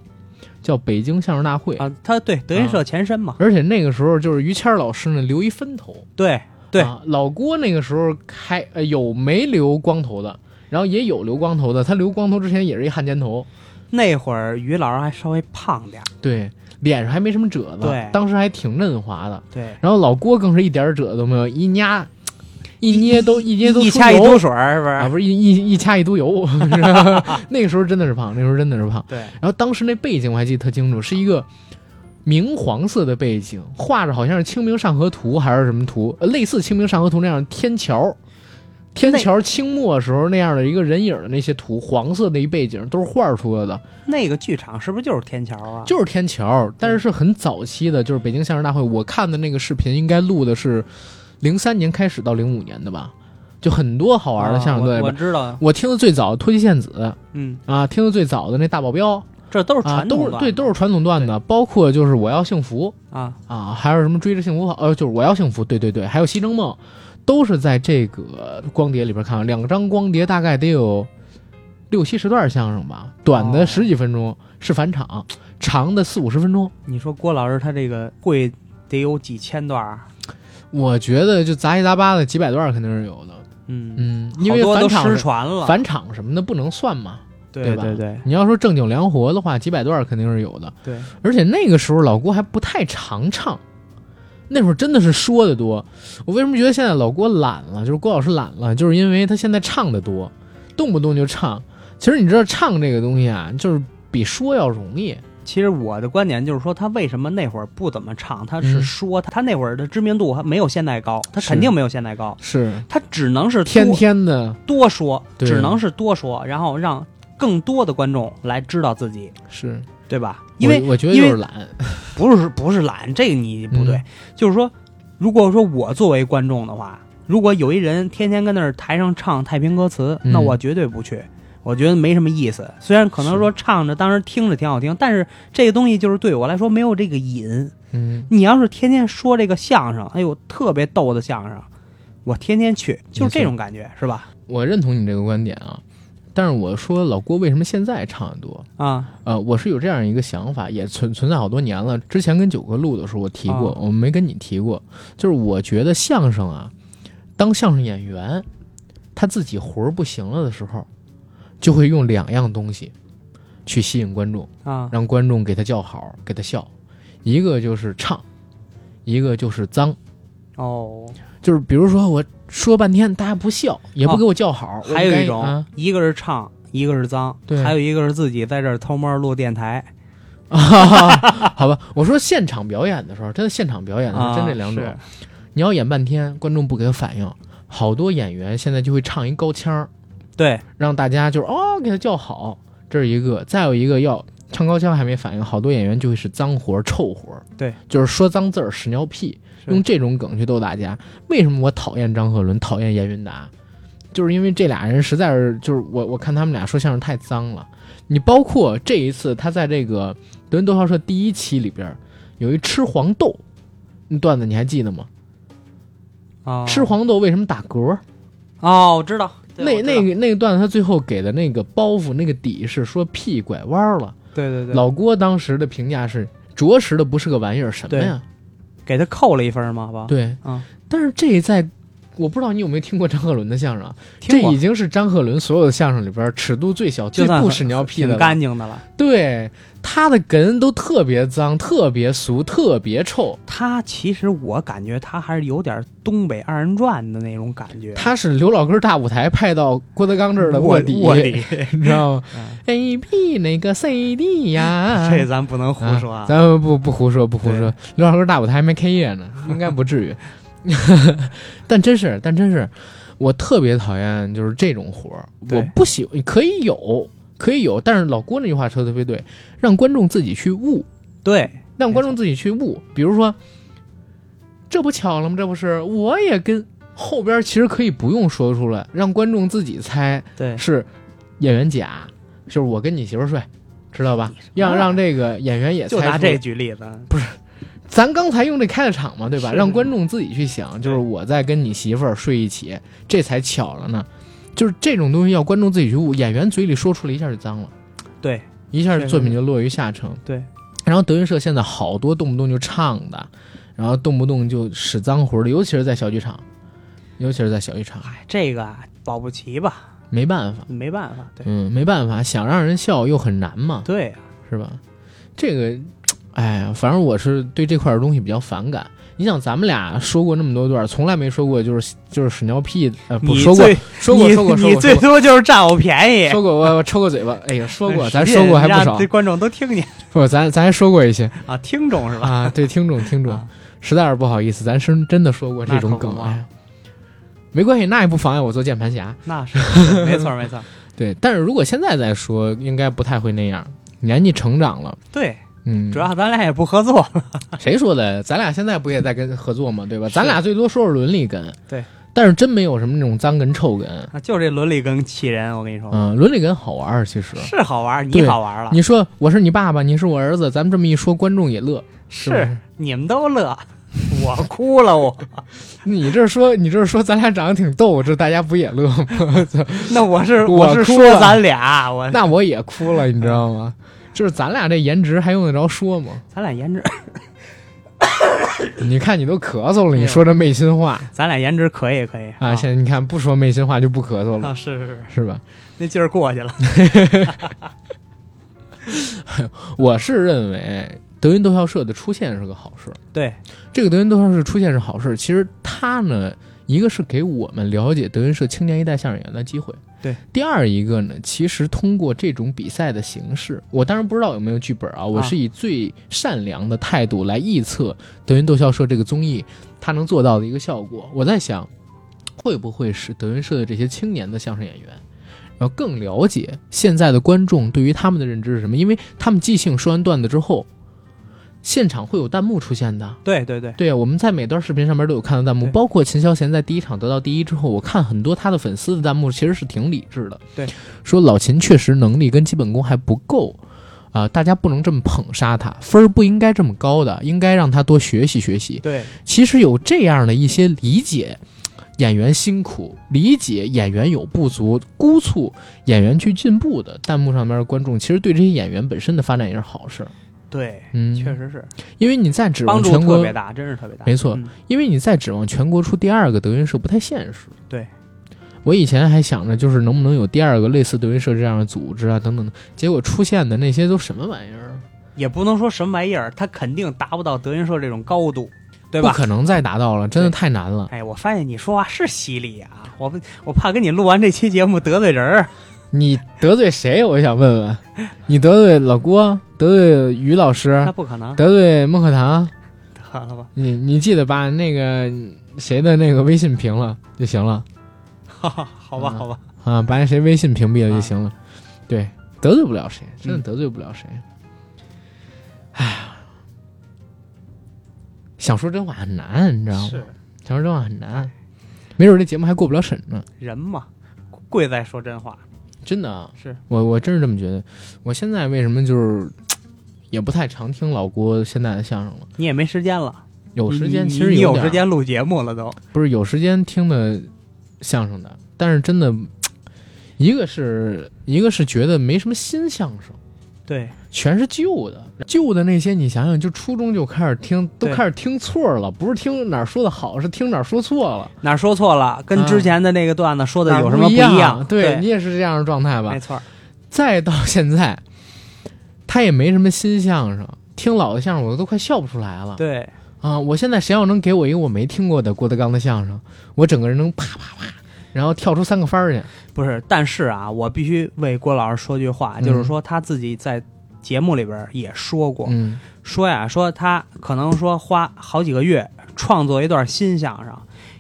A: 叫北京相声大会。
B: 啊，他对德云社前身嘛，
A: 而且那个时候就是于谦儿老师呢留一分头，
B: 对对
A: 啊老郭那个时候还呃有没留光头的，然后也有留光头的，他留光头之前也是一汉奸头，
B: 那会儿于老师还稍微胖点儿，
A: 对，脸上还没什么褶子，
B: 对
A: 当时还挺嫩滑的。
B: 对，
A: 然后老郭更是一点褶子都没有，一捏一捏都一捏都
B: 一
A: 出
B: 掐一
A: 油
B: 兜水儿是不
A: 啊，
B: 是？
A: 不是一一一掐一嘟油， 是吧那个时候真的是胖，那时候真的是胖。
B: 对，
A: 然后当时那背景我还记得特清楚，是一个明黄色的背景，画着好像是《清明上河图》还是什么图，呃类似《清明上河图》那样的天桥。天桥清末时候那样的一个人影的那些图，黄色的一背景都是画儿出来的，
B: 那个剧场是不是就是天桥啊？
A: 就是天桥，但是是很早期的，就是北京相声大会。我看的那个视频应该录的是零三年开始到零五年的吧，就很多好玩的相声
B: 啊
A: 对
B: 我我
A: 吧？
B: 知道，
A: 我听的最早脱妻献子
B: 嗯，
A: 啊，听的最早的那大保镖，
B: 这都是传
A: 啊、
B: 统
A: 都是对，都是传统段
B: 对
A: 子，包括就是我要幸福
B: 啊，
A: 啊，还有什么追着幸福跑，呃，就是我要幸福，对对对，还有西征梦，都是在这个光碟里边看的。两张光碟大概得有六七十段相声吧，短的
B: 哦
A: 十几分钟是返场，长的四五十分钟。
B: 你说郭老师他这个会得有几千段儿，
A: 我觉得就杂七杂八的几百段肯定是有的，
B: 嗯，
A: 嗯，因为
B: 好
A: 返
B: 多都
A: 场
B: 失
A: 是
B: 传了，
A: 返场什么的不能算嘛。对
B: 对
A: 吧
B: 对对
A: 你要说正经凉活的话，几百段肯定是有的。
B: 对，
A: 而且那个时候老郭还不太常唱，那会儿真的是说的多。我为什么觉得现在老郭懒了？就是郭老师懒了，就是因为他现在唱的多，动不动就唱。其实你知道唱这个东西啊，就是比说要容易。
B: 其实我的观点就是说，他为什么那会儿不怎么唱？他是
A: 嗯
B: 说他他那会儿的知名度还没有现在高，他
A: 是
B: 肯定没有现在高，
A: 是
B: 他只能是多
A: 天天的，
B: 多说，
A: 对
B: 只能是多说，然后让更多的观众来知道自己，
A: 是
B: 对吧？因为
A: 我我觉得就是懒，
B: 不是不是懒，这个你不对，
A: 嗯
B: 就是说，如果说我作为观众的话，如果有一人天天跟那儿台上唱太平歌词，
A: 嗯
B: 那我绝对不去。我觉得没什么意思，虽然可能
A: 是
B: 说唱着当时听着挺好听，但是这个东西就是对我来说没有这个瘾。
A: 嗯，
B: 你要是天天说这个相声，哎呦，特别逗的相声，我天天去，就是这种感觉，是吧？
A: 我认同你这个观点啊。但是我说老郭为什么现在唱的多？
B: 啊，
A: 呃，我是有这样一个想法，也存存在好多年了。之前跟九哥录的时候，我提过，
B: 啊
A: 我没跟你提过。就是我觉得相声啊，当相声演员他自己活儿不行了的时候，就会用两样东西去吸引观众，
B: 啊，
A: 让观众给他叫好，给他笑。一个就是唱，一个就是脏。
B: 哦，
A: 就是比如说我说半天，大家不笑，也不
B: 哦
A: 给我叫好，我
B: 还有
A: 该
B: 一种，
A: 啊
B: 一个是唱，一个是脏，
A: 对
B: 还有一个是自己在这儿偷摸录电台，
A: 好吧，我说现场表演的时候，真的现场表演的时候，
B: 啊
A: 哎真这两种。
B: 是
A: 你要演半天，观众不给反应，好多演员现在就会唱一高腔儿，
B: 对，
A: 让大家就是哦给他叫好，这是一个；再有一个要唱高腔还没反应，好多演员就会是脏活儿、臭活儿，
B: 对，
A: 就是说脏字儿、屎尿屁，
B: 是
A: 用这种梗去逗大家。为什么我讨厌张鹤伦，讨厌严云达？就是因为这俩人实在是，就是我我看他们俩说相声太脏了。你包括这一次他在这个德云逗笑社第一期里边儿有一吃黄豆，那段子你还记得吗？
B: 啊，
A: 吃黄豆为什么打嗝？
B: 哦，我知道，对
A: 那
B: 我知道
A: 那个那个段子，他最后给的那个包袱那个底是说屁拐弯了。
B: 对对对，
A: 老郭当时的评价是，着实的不是个玩意儿，什么呀？
B: 给他扣了一分嘛，好吧？
A: 对，
B: 嗯
A: 但是这在。我不知道你有没有听过张鹤伦的相声啊，这
B: 听过
A: 已经是张鹤伦所有的相声里边尺度最小、最
B: 就算
A: 不
B: 很
A: 屎尿屁的
B: 挺
A: 了。
B: 干净的了。
A: 对，他的哏都特别脏、特别俗、特别臭。
B: 他其实我感觉他还是有点东北二人转的那种感觉，
A: 他是刘老根儿大舞台派到郭德纲这儿的
B: 卧
A: 底，
B: 卧底，
A: 你知道吗
B: 嗯
A: ？A B 那个 C D 呀，
B: 这咱不能胡说
A: 啊
B: 啊。
A: 咱们不不胡说不胡
B: 对
A: 说。刘老根大舞台还没开业呢，应该不至于。 但真是，但真是，我特别讨厌就是这种活儿，
B: 对
A: 我不喜欢，可以有，可以有，但是老郭那句话说的特别对，让观众自己去悟，
B: 对，
A: 让观众自己去悟。比如说，这不巧了吗？这不是，我也跟后边其实可以不用说出来，让观众自己猜
B: 对，
A: 是演员甲，就是我跟你媳妇儿睡，知道吧？让让这个演员也猜
B: 就拿
A: 出来
B: 这举例子，
A: 咱刚才用这开的场嘛，对吧？
B: 是
A: 让观众自己去想，就是
B: 对
A: 我在跟你媳妇儿睡一起，这才巧了呢。就是这种东西要观众自己去悟，演员嘴里说出来一下就脏了，
B: 对，
A: 一下
B: 是
A: 作品就落于下乘。
B: 对，
A: 然后德云社现在好多动不动就唱的，然后动不动就使脏活的，尤其是在小剧场，尤其是在小剧场，
B: 哎，这个啊保不齐吧，
A: 没办法，
B: 没办法，对，
A: 嗯，没办法，想让人笑又很难嘛，
B: 对啊，
A: 是吧？这个，哎呀，反正我是对这块儿东西比较反感。你想，咱们俩说过那么多段儿，从来没说过就是就是屎尿屁，呃，不
B: 你
A: 说过
B: 最
A: 说过
B: 你
A: 说过说
B: 你
A: 过
B: 最
A: 说过
B: 多就是占我便宜，
A: 说过，我我抽过嘴巴，哎呀，说过，
B: 使
A: 咱
B: 劲
A: 说过还不
B: 让
A: 少
B: 这，观众都听见
A: 不，咱咱还说过一些
B: 啊，听众是吧？
A: 啊，对听众听众
B: 啊，
A: 实在是不好意思，咱是真的说过这种
B: 那可
A: 梗，
B: 不嘛
A: 哎呀，没关系，那也不妨碍我做键盘侠。
B: 那是没错 没错，
A: 对，但是如果现在再说，应该不太会那样，年纪成长了，
B: 对，
A: 嗯，
B: 主要咱俩也不合作，
A: 谁说的？咱俩现在不也在跟合作吗？对吧？
B: 是
A: 咱俩最多说说伦理哏，
B: 对，
A: 但是真没有什么那种脏哏臭哏。
B: 啊就这伦理跟气人，我跟你说。
A: 嗯，伦理哏好玩儿，其实。
B: 哦是好玩儿，你
A: 对
B: 好玩儿了，
A: 你说我是你爸爸，你是我儿子，咱们这么一说，观众也乐。是不
B: 是你们都乐， 我哭 了我，
A: 你这说，你这说，咱俩长得挺逗，这大家不也乐 吗？
B: 那我是
A: 我
B: 是
A: 哭
B: 说
A: 了
B: 咱俩，我
A: 那我也哭了，你知道吗？就是咱俩这颜值还用得着说吗？
B: 咱俩颜值，
A: 你看你都咳嗽了，
B: 哎
A: 你
B: 呦
A: 说这昧心话
B: 咱俩颜值可以可以
A: 啊！现在你看不说昧心话就不咳嗽了，
B: 啊是是是，
A: 是吧？
B: 那劲儿过去了，
A: 嗯我是认为德云逗笑社的出现是个好事儿。
B: 对
A: 这个德云斗兽社出现是好事，其实它呢，一个是给我们了解德云社青年一代相声演员的机会，
B: 对。
A: 第二一个呢，其实通过这种比赛的形式，我当然不知道有没有剧本啊，我是以最善良的态度来臆测德云斗笑社这个综艺它能做到的一个效果。我在想，会不会使德云社的这些青年的相声演员？然后更了解现在的观众对于他们的认知是什么，因为他们即兴说完段子之后，现场会有弹幕出现的，
B: 对对对，
A: 对啊，我们在每段视频上面都有看到弹幕，
B: 对
A: 包括秦霄贤在第一场得到第一之后，我看很多他的粉丝的弹幕其实是挺理智的，
B: 对，
A: 说老秦确实能力跟基本功还不够，啊、大家不能这么捧杀他，分儿不应该这么高的，应该让他多学习学习。
B: 对
A: 其实有这样的一些理解。演员辛苦，理解演员有不足，督促演员去进步的。弹幕上面的观众其实对这些演员本身的发展也是好事儿，
B: 对，
A: 嗯，
B: 确，实是
A: 因为你在指
B: 帮
A: 望
B: 助
A: 全
B: 特
A: 国
B: 别大，真是特别大，
A: 没错
B: 嗯
A: 因为你再指望全国出第二个德云社不太现实。
B: 对，
A: 我以前还想着就是能不能有第二个类似德云社这样的组织啊，等等的，结果出现的那些都什么玩意儿，
B: 也不能说什么玩意儿，他肯定达不到德云社这种高度，对
A: 不
B: 吧？
A: 可能再达到了，真的太难了。
B: 哎，我发现你说话是犀利啊，我不我怕跟你录完这期节目得罪人儿，
A: 你得罪谁？我想问 问，你得罪老郭，得罪于老师
B: 那，不可能，
A: 得罪孟鹤堂，
B: 得 了吧，
A: 你你记得把那个谁的那个微信屏了就行了。
B: 好吧好吧
A: 嗯
B: 好吧，
A: 啊，把谁微信屏蔽了就
B: 啊
A: 行了。对，得罪不了谁，真的
B: 嗯
A: 得罪不了谁。哎、呀，想说真话很难，你知道吗？
B: 是
A: 想说真话很难，没准这节目还过不了审呢。
B: 人嘛，贵在说真话，
A: 真的啊，
B: 是
A: 我我真是这么觉得。我现在为什么就是也不太常听老郭现在的相声了？
B: 你也没时间了，
A: 有时间
B: 你
A: 其实
B: 你有
A: 点儿
B: 时间录节目了都，
A: 不是有时间听的相声的，但是真的，一个是一个是觉得没什么新相声。
B: 对
A: 全是旧的，旧的那些你想想，就初中就开始听，都
B: 对
A: 开始听错了，不是听哪儿说的好，是听哪儿说错了，
B: 哪儿说错了，跟之前的那个段子说的
A: 哪儿
B: 有什么
A: 嗯不
B: 不
A: 一
B: 一
A: 对
B: 对，
A: 你也是这样的状态吧啊
B: 没？错儿，
A: 再到现在，他也没什么新相声，听老的相声我都快笑不出来了。
B: 对，
A: 啊，我现在谁要能给我一个我没听过的郭德纲的相声，我整个人能啪啪啪，然后跳出三个翻儿去。
B: 不是，但是啊，我必须为郭老师说句话，
A: 嗯
B: 就是说他自己在节目里边儿也说过，
A: 嗯
B: 说呀，说他可能说花好几个月创作一段新相声，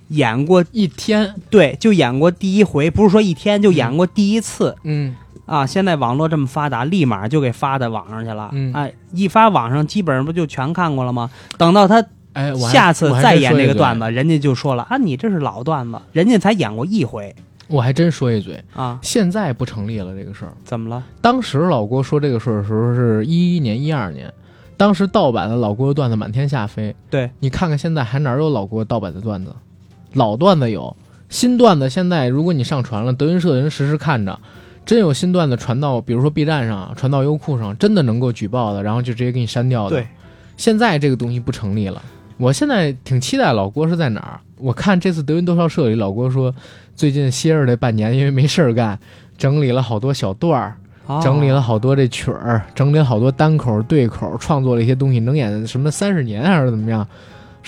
B: 演过
A: 一天，
B: 对，就演过第一回，不是说一天，就演过第一次、
A: 嗯
B: 啊！现在网络这么发达，立马就给发到网上去了，
A: 嗯
B: 哎，一发网上，基本上不就全看过了吗？等到他
A: 哎，我还
B: 下次再演这个段，
A: 我还真说一
B: 子，人家就说了啊，你这是老段子，人家才演过一回
A: 嘴我还真说一嘴，
B: 啊，
A: 现在不成立了这个事儿。
B: 怎么了？
A: 当时老郭说这个事儿的时候是一一年、一二年，当时盗版的老郭段子满天下飞。
B: 对
A: 你看看现在还哪有老郭盗版的段子？老段子有，新段子现在如果你上传了，德云社的人实时看着，真有新段子传到，比如说 B 站上、传到优酷上，真的能够举报的，然后就直接给你删掉的。
B: 对，
A: 现在这个东西不成立了。我现在挺期待老郭是在哪儿。我看这次德云斗笑社里，老郭说最近歇着这半年，因为没事儿干，整理了好多小段儿，
B: 哦
A: 整理了好多这曲儿，整理了好多单口、对口，创作了一些东西，能演什么三十年还是怎么样？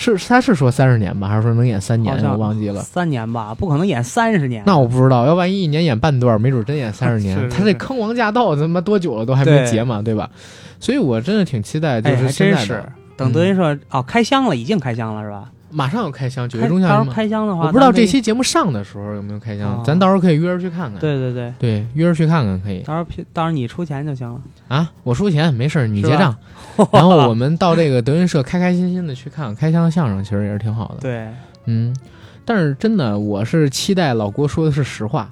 A: 是他是说三十年吧，还是说能演三年
B: 好？像
A: 我忘记了。
B: 三年吧，不可能演三十年。
A: 那我不知道，要万一一年演半段，没准真演三十年。
B: 是是
A: 他这
B: 是
A: 坑王驾到他妈多久了都还没
B: 对
A: 结嘛，对吧？所以我真的挺期待，就
B: 哎，
A: 是
B: 还
A: 现
B: 真
A: 在
B: 是
A: 的。
B: 等德云社、哦，开箱了，已经开箱了是吧？
A: 马上要开箱，九
B: 开
A: 月中
B: 到时
A: 下旬
B: 候
A: 嘛。
B: 开箱的话，
A: 我不知道
B: 咱们
A: 这期节目上的时候有没有开箱，
B: 哦
A: 咱到时候可以约着去看看。
B: 对对对，
A: 对约着去看看可以
B: 到时候批到时候你出钱就行了。
A: 啊，我出钱没事儿，你
B: 是
A: 结
B: 吧
A: 账。 然后我们到这个德云社开开心心的去看看开箱的相声，其实也是挺好的。
B: 对，
A: 嗯，但是真的，我是期待老郭说的是实话，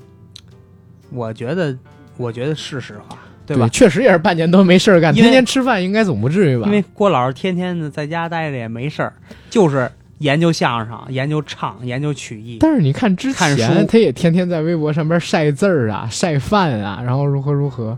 B: 我觉得我觉得是实话，对
A: 对
B: 吧？
A: 确实也是半年多没事儿干，
B: 因为
A: 天天吃饭，应该总不至于吧
B: 因？为郭老师天天的在家待着也没事儿，就是研究相声、研究唱、研究曲艺。
A: 但是你看之
B: 看
A: 前，
B: 书
A: 他也天天在微博上边晒字儿啊、晒饭啊，然后如何如何，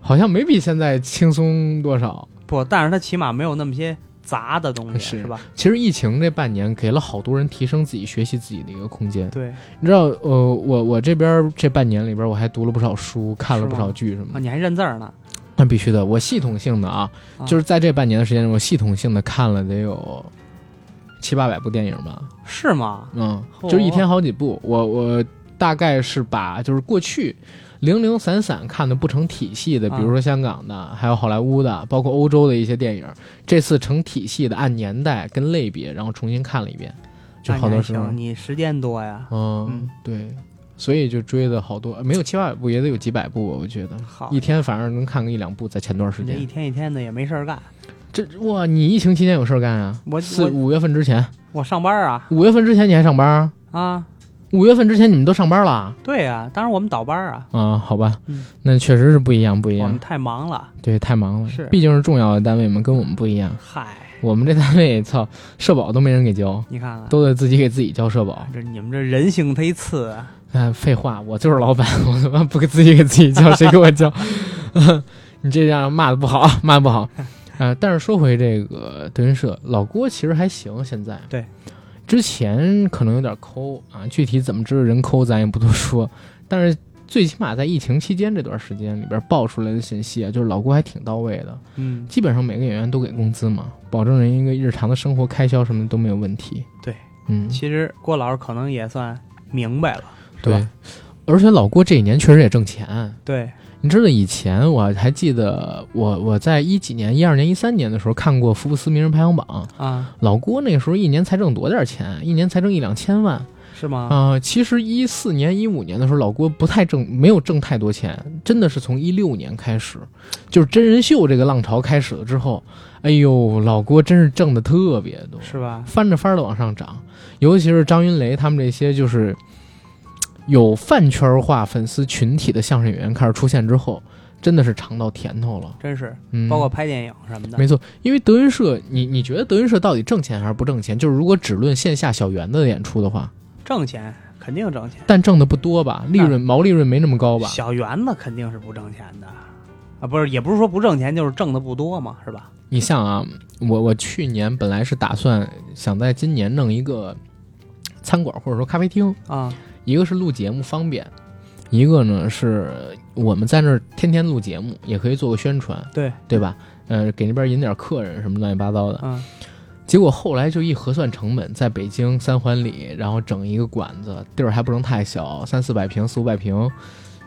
A: 好像没比现在轻松多少。
B: 不，但是他起码没有那么些杂的东西，
A: 是
B: 是吧？
A: 其实疫情这半年给了好多人提升自己、学习自己的一个空间。
B: 对
A: 你知道，呃，我我这边这半年里边，我还读了不少书，看了
B: 是吗
A: 不少剧什么
B: 啊，
A: 的。
B: 你还认字儿呢？
A: 那必须的，我系统性的啊，
B: 啊
A: 就是在这半年的时间，我系统性的看了得有七八百部电影吧，
B: 是吗？
A: 嗯，
B: 嚯
A: 就是一天好几部。我我大概是把就是过去零零散散看的不成体系的，比
B: 啊
A: 如说香港的，还有好莱坞的，包括欧洲的一些电影，这次成体系的按年代跟类别，然后重新看了一遍，就
B: 那你
A: 好多
B: 还
A: 时候
B: 行，，你时间多呀。
A: 嗯
B: 嗯，
A: 对，所以就追的好多，没有七八百部也得有几百部吧，我觉得。
B: 好，
A: 一天反而能看个一两部，在前段时
B: 你这一
A: 间，
B: 天一天的也啊没事儿干，
A: 这哇，你疫情期间有事儿干啊？
B: 我
A: 四
B: 我
A: 五月份之前，
B: 我上班儿啊
A: 五月份之前你还上班啊？
B: 啊，
A: 五月份之前你们都上班了啊？
B: 对呀、当然我们倒班儿啊，
A: 啊，好吧
B: 嗯，
A: 那确实是不一样，不一
B: 我
A: 样
B: 们。太忙了。
A: 对，太忙了，
B: 是
A: 毕竟是重要的单位嘛，跟我们不一样。
B: 嗨，
A: 我们这单位，操，社保都没人给交，
B: 你看看，
A: 都得自己给自己交社保。
B: 这你们这人性忒次啊，
A: 哎，废话，我就是老板， 我他妈不给自己给自己交，谁给我交？ 你这样骂的不好，啊，骂的不好。啊！但是说回这个德云社，老郭其实还行，现在
B: 对，
A: 之前可能有点抠啊，具体怎么知道人抠，咱也不多说。但是最起码在疫情期间这段时间里边爆出来的信息啊，就是老郭还挺到位的，
B: 嗯，
A: 基本上每个演员都给工资嘛，保证人一个日常的生活开销什么都没有问题。
B: 对，
A: 嗯，
B: 其实郭老师可能也算明白了，是
A: 对
B: 吧？。
A: 而且老郭这一年确实也挣钱，
B: 对，
A: 你知道以前我还记得我我在一几年、一二年、一三年的时候看过福布斯名人排行榜，
B: 啊，
A: 老郭那时候一年才挣多点钱，一年才挣一两千万
B: 是吗？
A: 啊、其实一四年、一五年的时候，老郭不太挣，没有挣太多钱，真的是从一六年开始，就是真人秀这个浪潮开始了之后，哎呦，老郭真是挣的特别多，
B: 是吧？
A: 翻着翻着往上涨，尤其是张云雷他们这些就是嘖有饭圈化粉丝群体的相声演员开始出现之后，真的是尝到甜头了。
B: 真是，
A: 嗯，
B: 包括拍电影什么的，
A: 没错，因为德云社，你你觉得德云社到底挣钱还是不挣钱？就是如果只论线下小圆的演出的话，
B: 挣钱肯定挣钱，
A: 但挣的不多吧，利润毛利润没那么高吧？
B: 小园子肯定是不挣钱的。啊，不是，也不是说不挣钱，就是挣的不多嘛，是吧？
A: 你像啊，我我去年本来是打算想在今年弄一个餐馆或者说咖啡厅，
B: 啊，
A: 一个是录节目方便，一个呢是我们在那儿天天录节目，也可以做个宣传，
B: 对，
A: 对吧？呃，给那边引点客人什么乱七八糟的。
B: 嗯，
A: 结果后来就一核算成本，在北京三环里，然后整一个馆子，地儿还不能太小，三四百平、四五百平，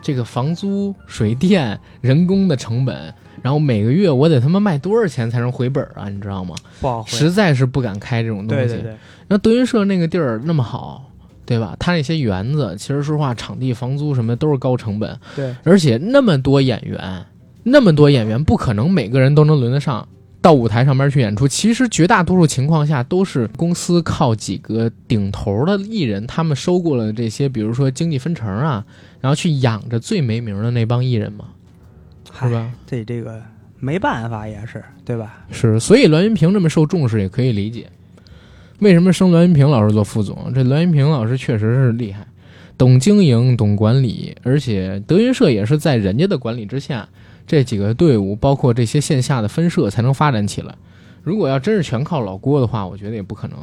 A: 这个房租、水电、人工的成本，然后每个月我得他妈卖多少钱才能回本儿啊？你知道吗？
B: 不好回。
A: 实在是不敢开这种东西。
B: 对对对，
A: 那德云社那个地儿那么好，对吧？他那些园子，其实说实话，场地、房租什么的都是高成本，
B: 对，
A: 而且那么多演员，那么多演员，不可能每个人都能轮得上到舞台上面去演出。其实绝大多数情况下，都是公司靠几个顶头的艺人，他们收购了这些，比如说经济分成啊，然后去养着最没名的那帮艺人嘛，
B: 嗨
A: 是吧？
B: 这这个没办法也是，对吧？
A: 是，所以栾云平这么受重视也可以理解。为什么升栾云平老师做副总？这栾云平老师确实是厉害，懂经营，懂管理，而且德云社也是在人家的管理之下，这几个队伍包括这些线下的分社才能发展起来。如果要真是全靠老郭的话，我觉得也不可能。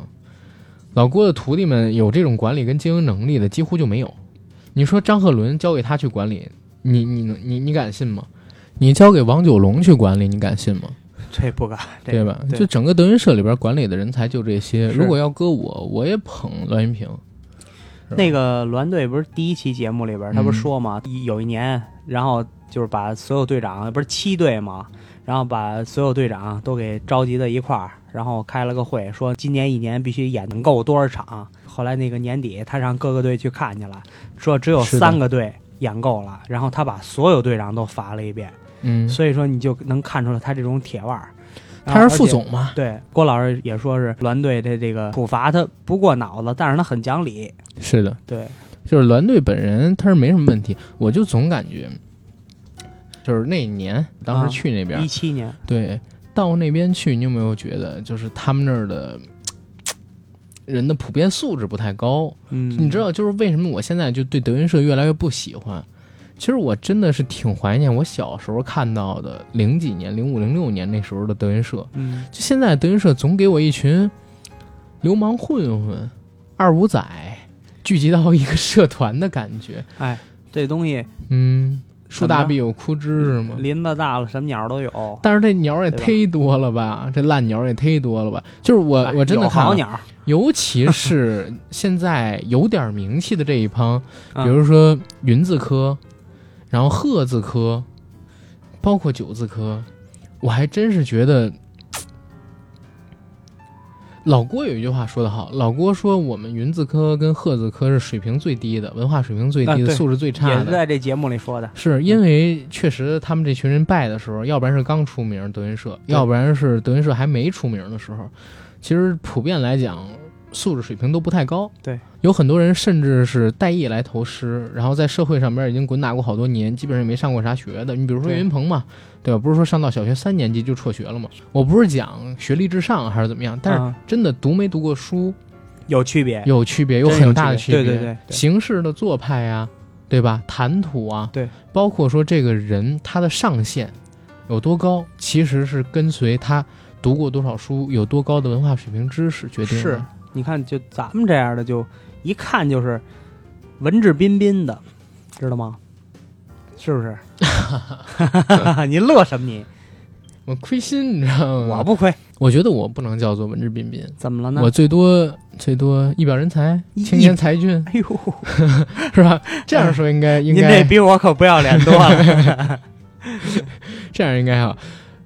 A: 老郭的徒弟们有这种管理跟经营能力的几乎就没有。你说张鹤伦交给他去管理，你你能你你敢信吗？你交给王九龙去管理，你敢信吗？
B: 这不敢，这
A: 对吧？
B: 对
A: 就整个德云社里边管理的人才就这些。
B: 是
A: 如果要搁我，我也捧栾云平。是吧
B: 那个栾队不是第一期节目里边儿他不是
A: 嗯
B: 说嘛，一有一年，然后就是把所有队长不是七队嘛，然后把所有队长都给召集到一块儿，然后开了个会，说今年一年必须演能够多少场。后来那个年底，他让各个队去看去了，说只有
A: 是的
B: 三个队演够了，然后他把所有队长都罚了一遍，
A: 嗯，
B: 所以说你就能看出来他这种铁腕儿。然
A: 他
B: 后
A: 是
B: 啊而
A: 副
B: 且
A: 总嘛？
B: 对，郭老师也说是栾队的这个处罚他不过脑子，但是他很讲理。
A: 是的，
B: 对，
A: 就是栾队本人他是没什么问题。我就总感觉，就是那一年当
B: 啊
A: 时去那边，
B: 一七年，
A: 对，到那边去，你有没有觉得就是他们那儿的？人的普遍素质不太高，
B: 嗯，
A: 你知道，就是为什么我现在就对德云社越来越不喜欢。其实我真的是挺怀念我小时候看到的零几年、零五、零六年那时候的德云社，
B: 嗯，
A: 就现在德云社总给我一群流氓混混、二五仔聚集到一个社团的感觉。
B: 哎，这东西
A: 嗯，树大
B: 怎么着
A: 必有枯枝是吗？
B: 林子大了，什么鸟都有。
A: 但是这鸟也
B: 对吧
A: 忒多了吧，这烂鸟也忒多了吧。就是我
B: 哎
A: 我真的
B: 有
A: 看
B: 好
A: 啊，
B: 鸟，
A: 尤其是现在有点名气的这一帮，
B: 啊
A: 比如说云字科，然后鹤字科，包括九字科，我还真是觉得，老郭有一句话说得好，老郭说我们云字科跟鹤字科是水平最低的，文化水平最低
B: 啊
A: 的，
B: 对
A: 素质最
B: 也
A: 差
B: 是
A: 的。
B: 在这节目里说的。
A: 是因为确实他们这群人拜的时候，要不然是刚出名德云社，要不然是德云社还没出名的时候，其实普遍来讲素质水平都不太高。
B: 对，
A: 有很多人甚至是带艺来投师，然后在社会上边已经滚打过好多年，基本上也没上过啥学的。你比如说
B: 对
A: 岳云鹏嘛，对吧？不是说上到小学三年级就辍学了嘛？我不是讲学历至上还是怎么样，但是
B: 啊
A: 真的读没读过书
B: 有区别，
A: 有区别，有
B: 哎真有
A: 很大的
B: 区
A: 区
B: 别
A: 别。
B: 对对对对
A: 形式的做派呀、对吧？谈吐啊，
B: 对，
A: 包括说这个人他的上限有多高，其实是跟随他读过多少书、有多高的文化水平、知识决定的。
B: 是，你看，就咱们这样的，就一看就是文质彬彬的，知道吗？是不是？ 你乐什么你？
A: 我亏心，你知道吗？
B: 我不亏，
A: 我觉得我不能叫做文质彬彬，
B: 怎么了呢
A: 我？最多最多一表人才、
B: 一
A: 青年才俊，
B: 哎呦，
A: 是吧？这样说应该应
B: 嗯您这
A: 该
B: 比我可不要脸多 了。
A: 这样应该好。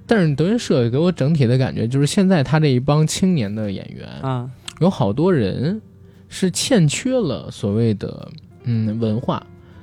A: 但是德云社给我整体的感觉就是，现在他这一帮青年的演员，
B: 啊，
A: 有好多人是欠缺了所谓的嗯文化，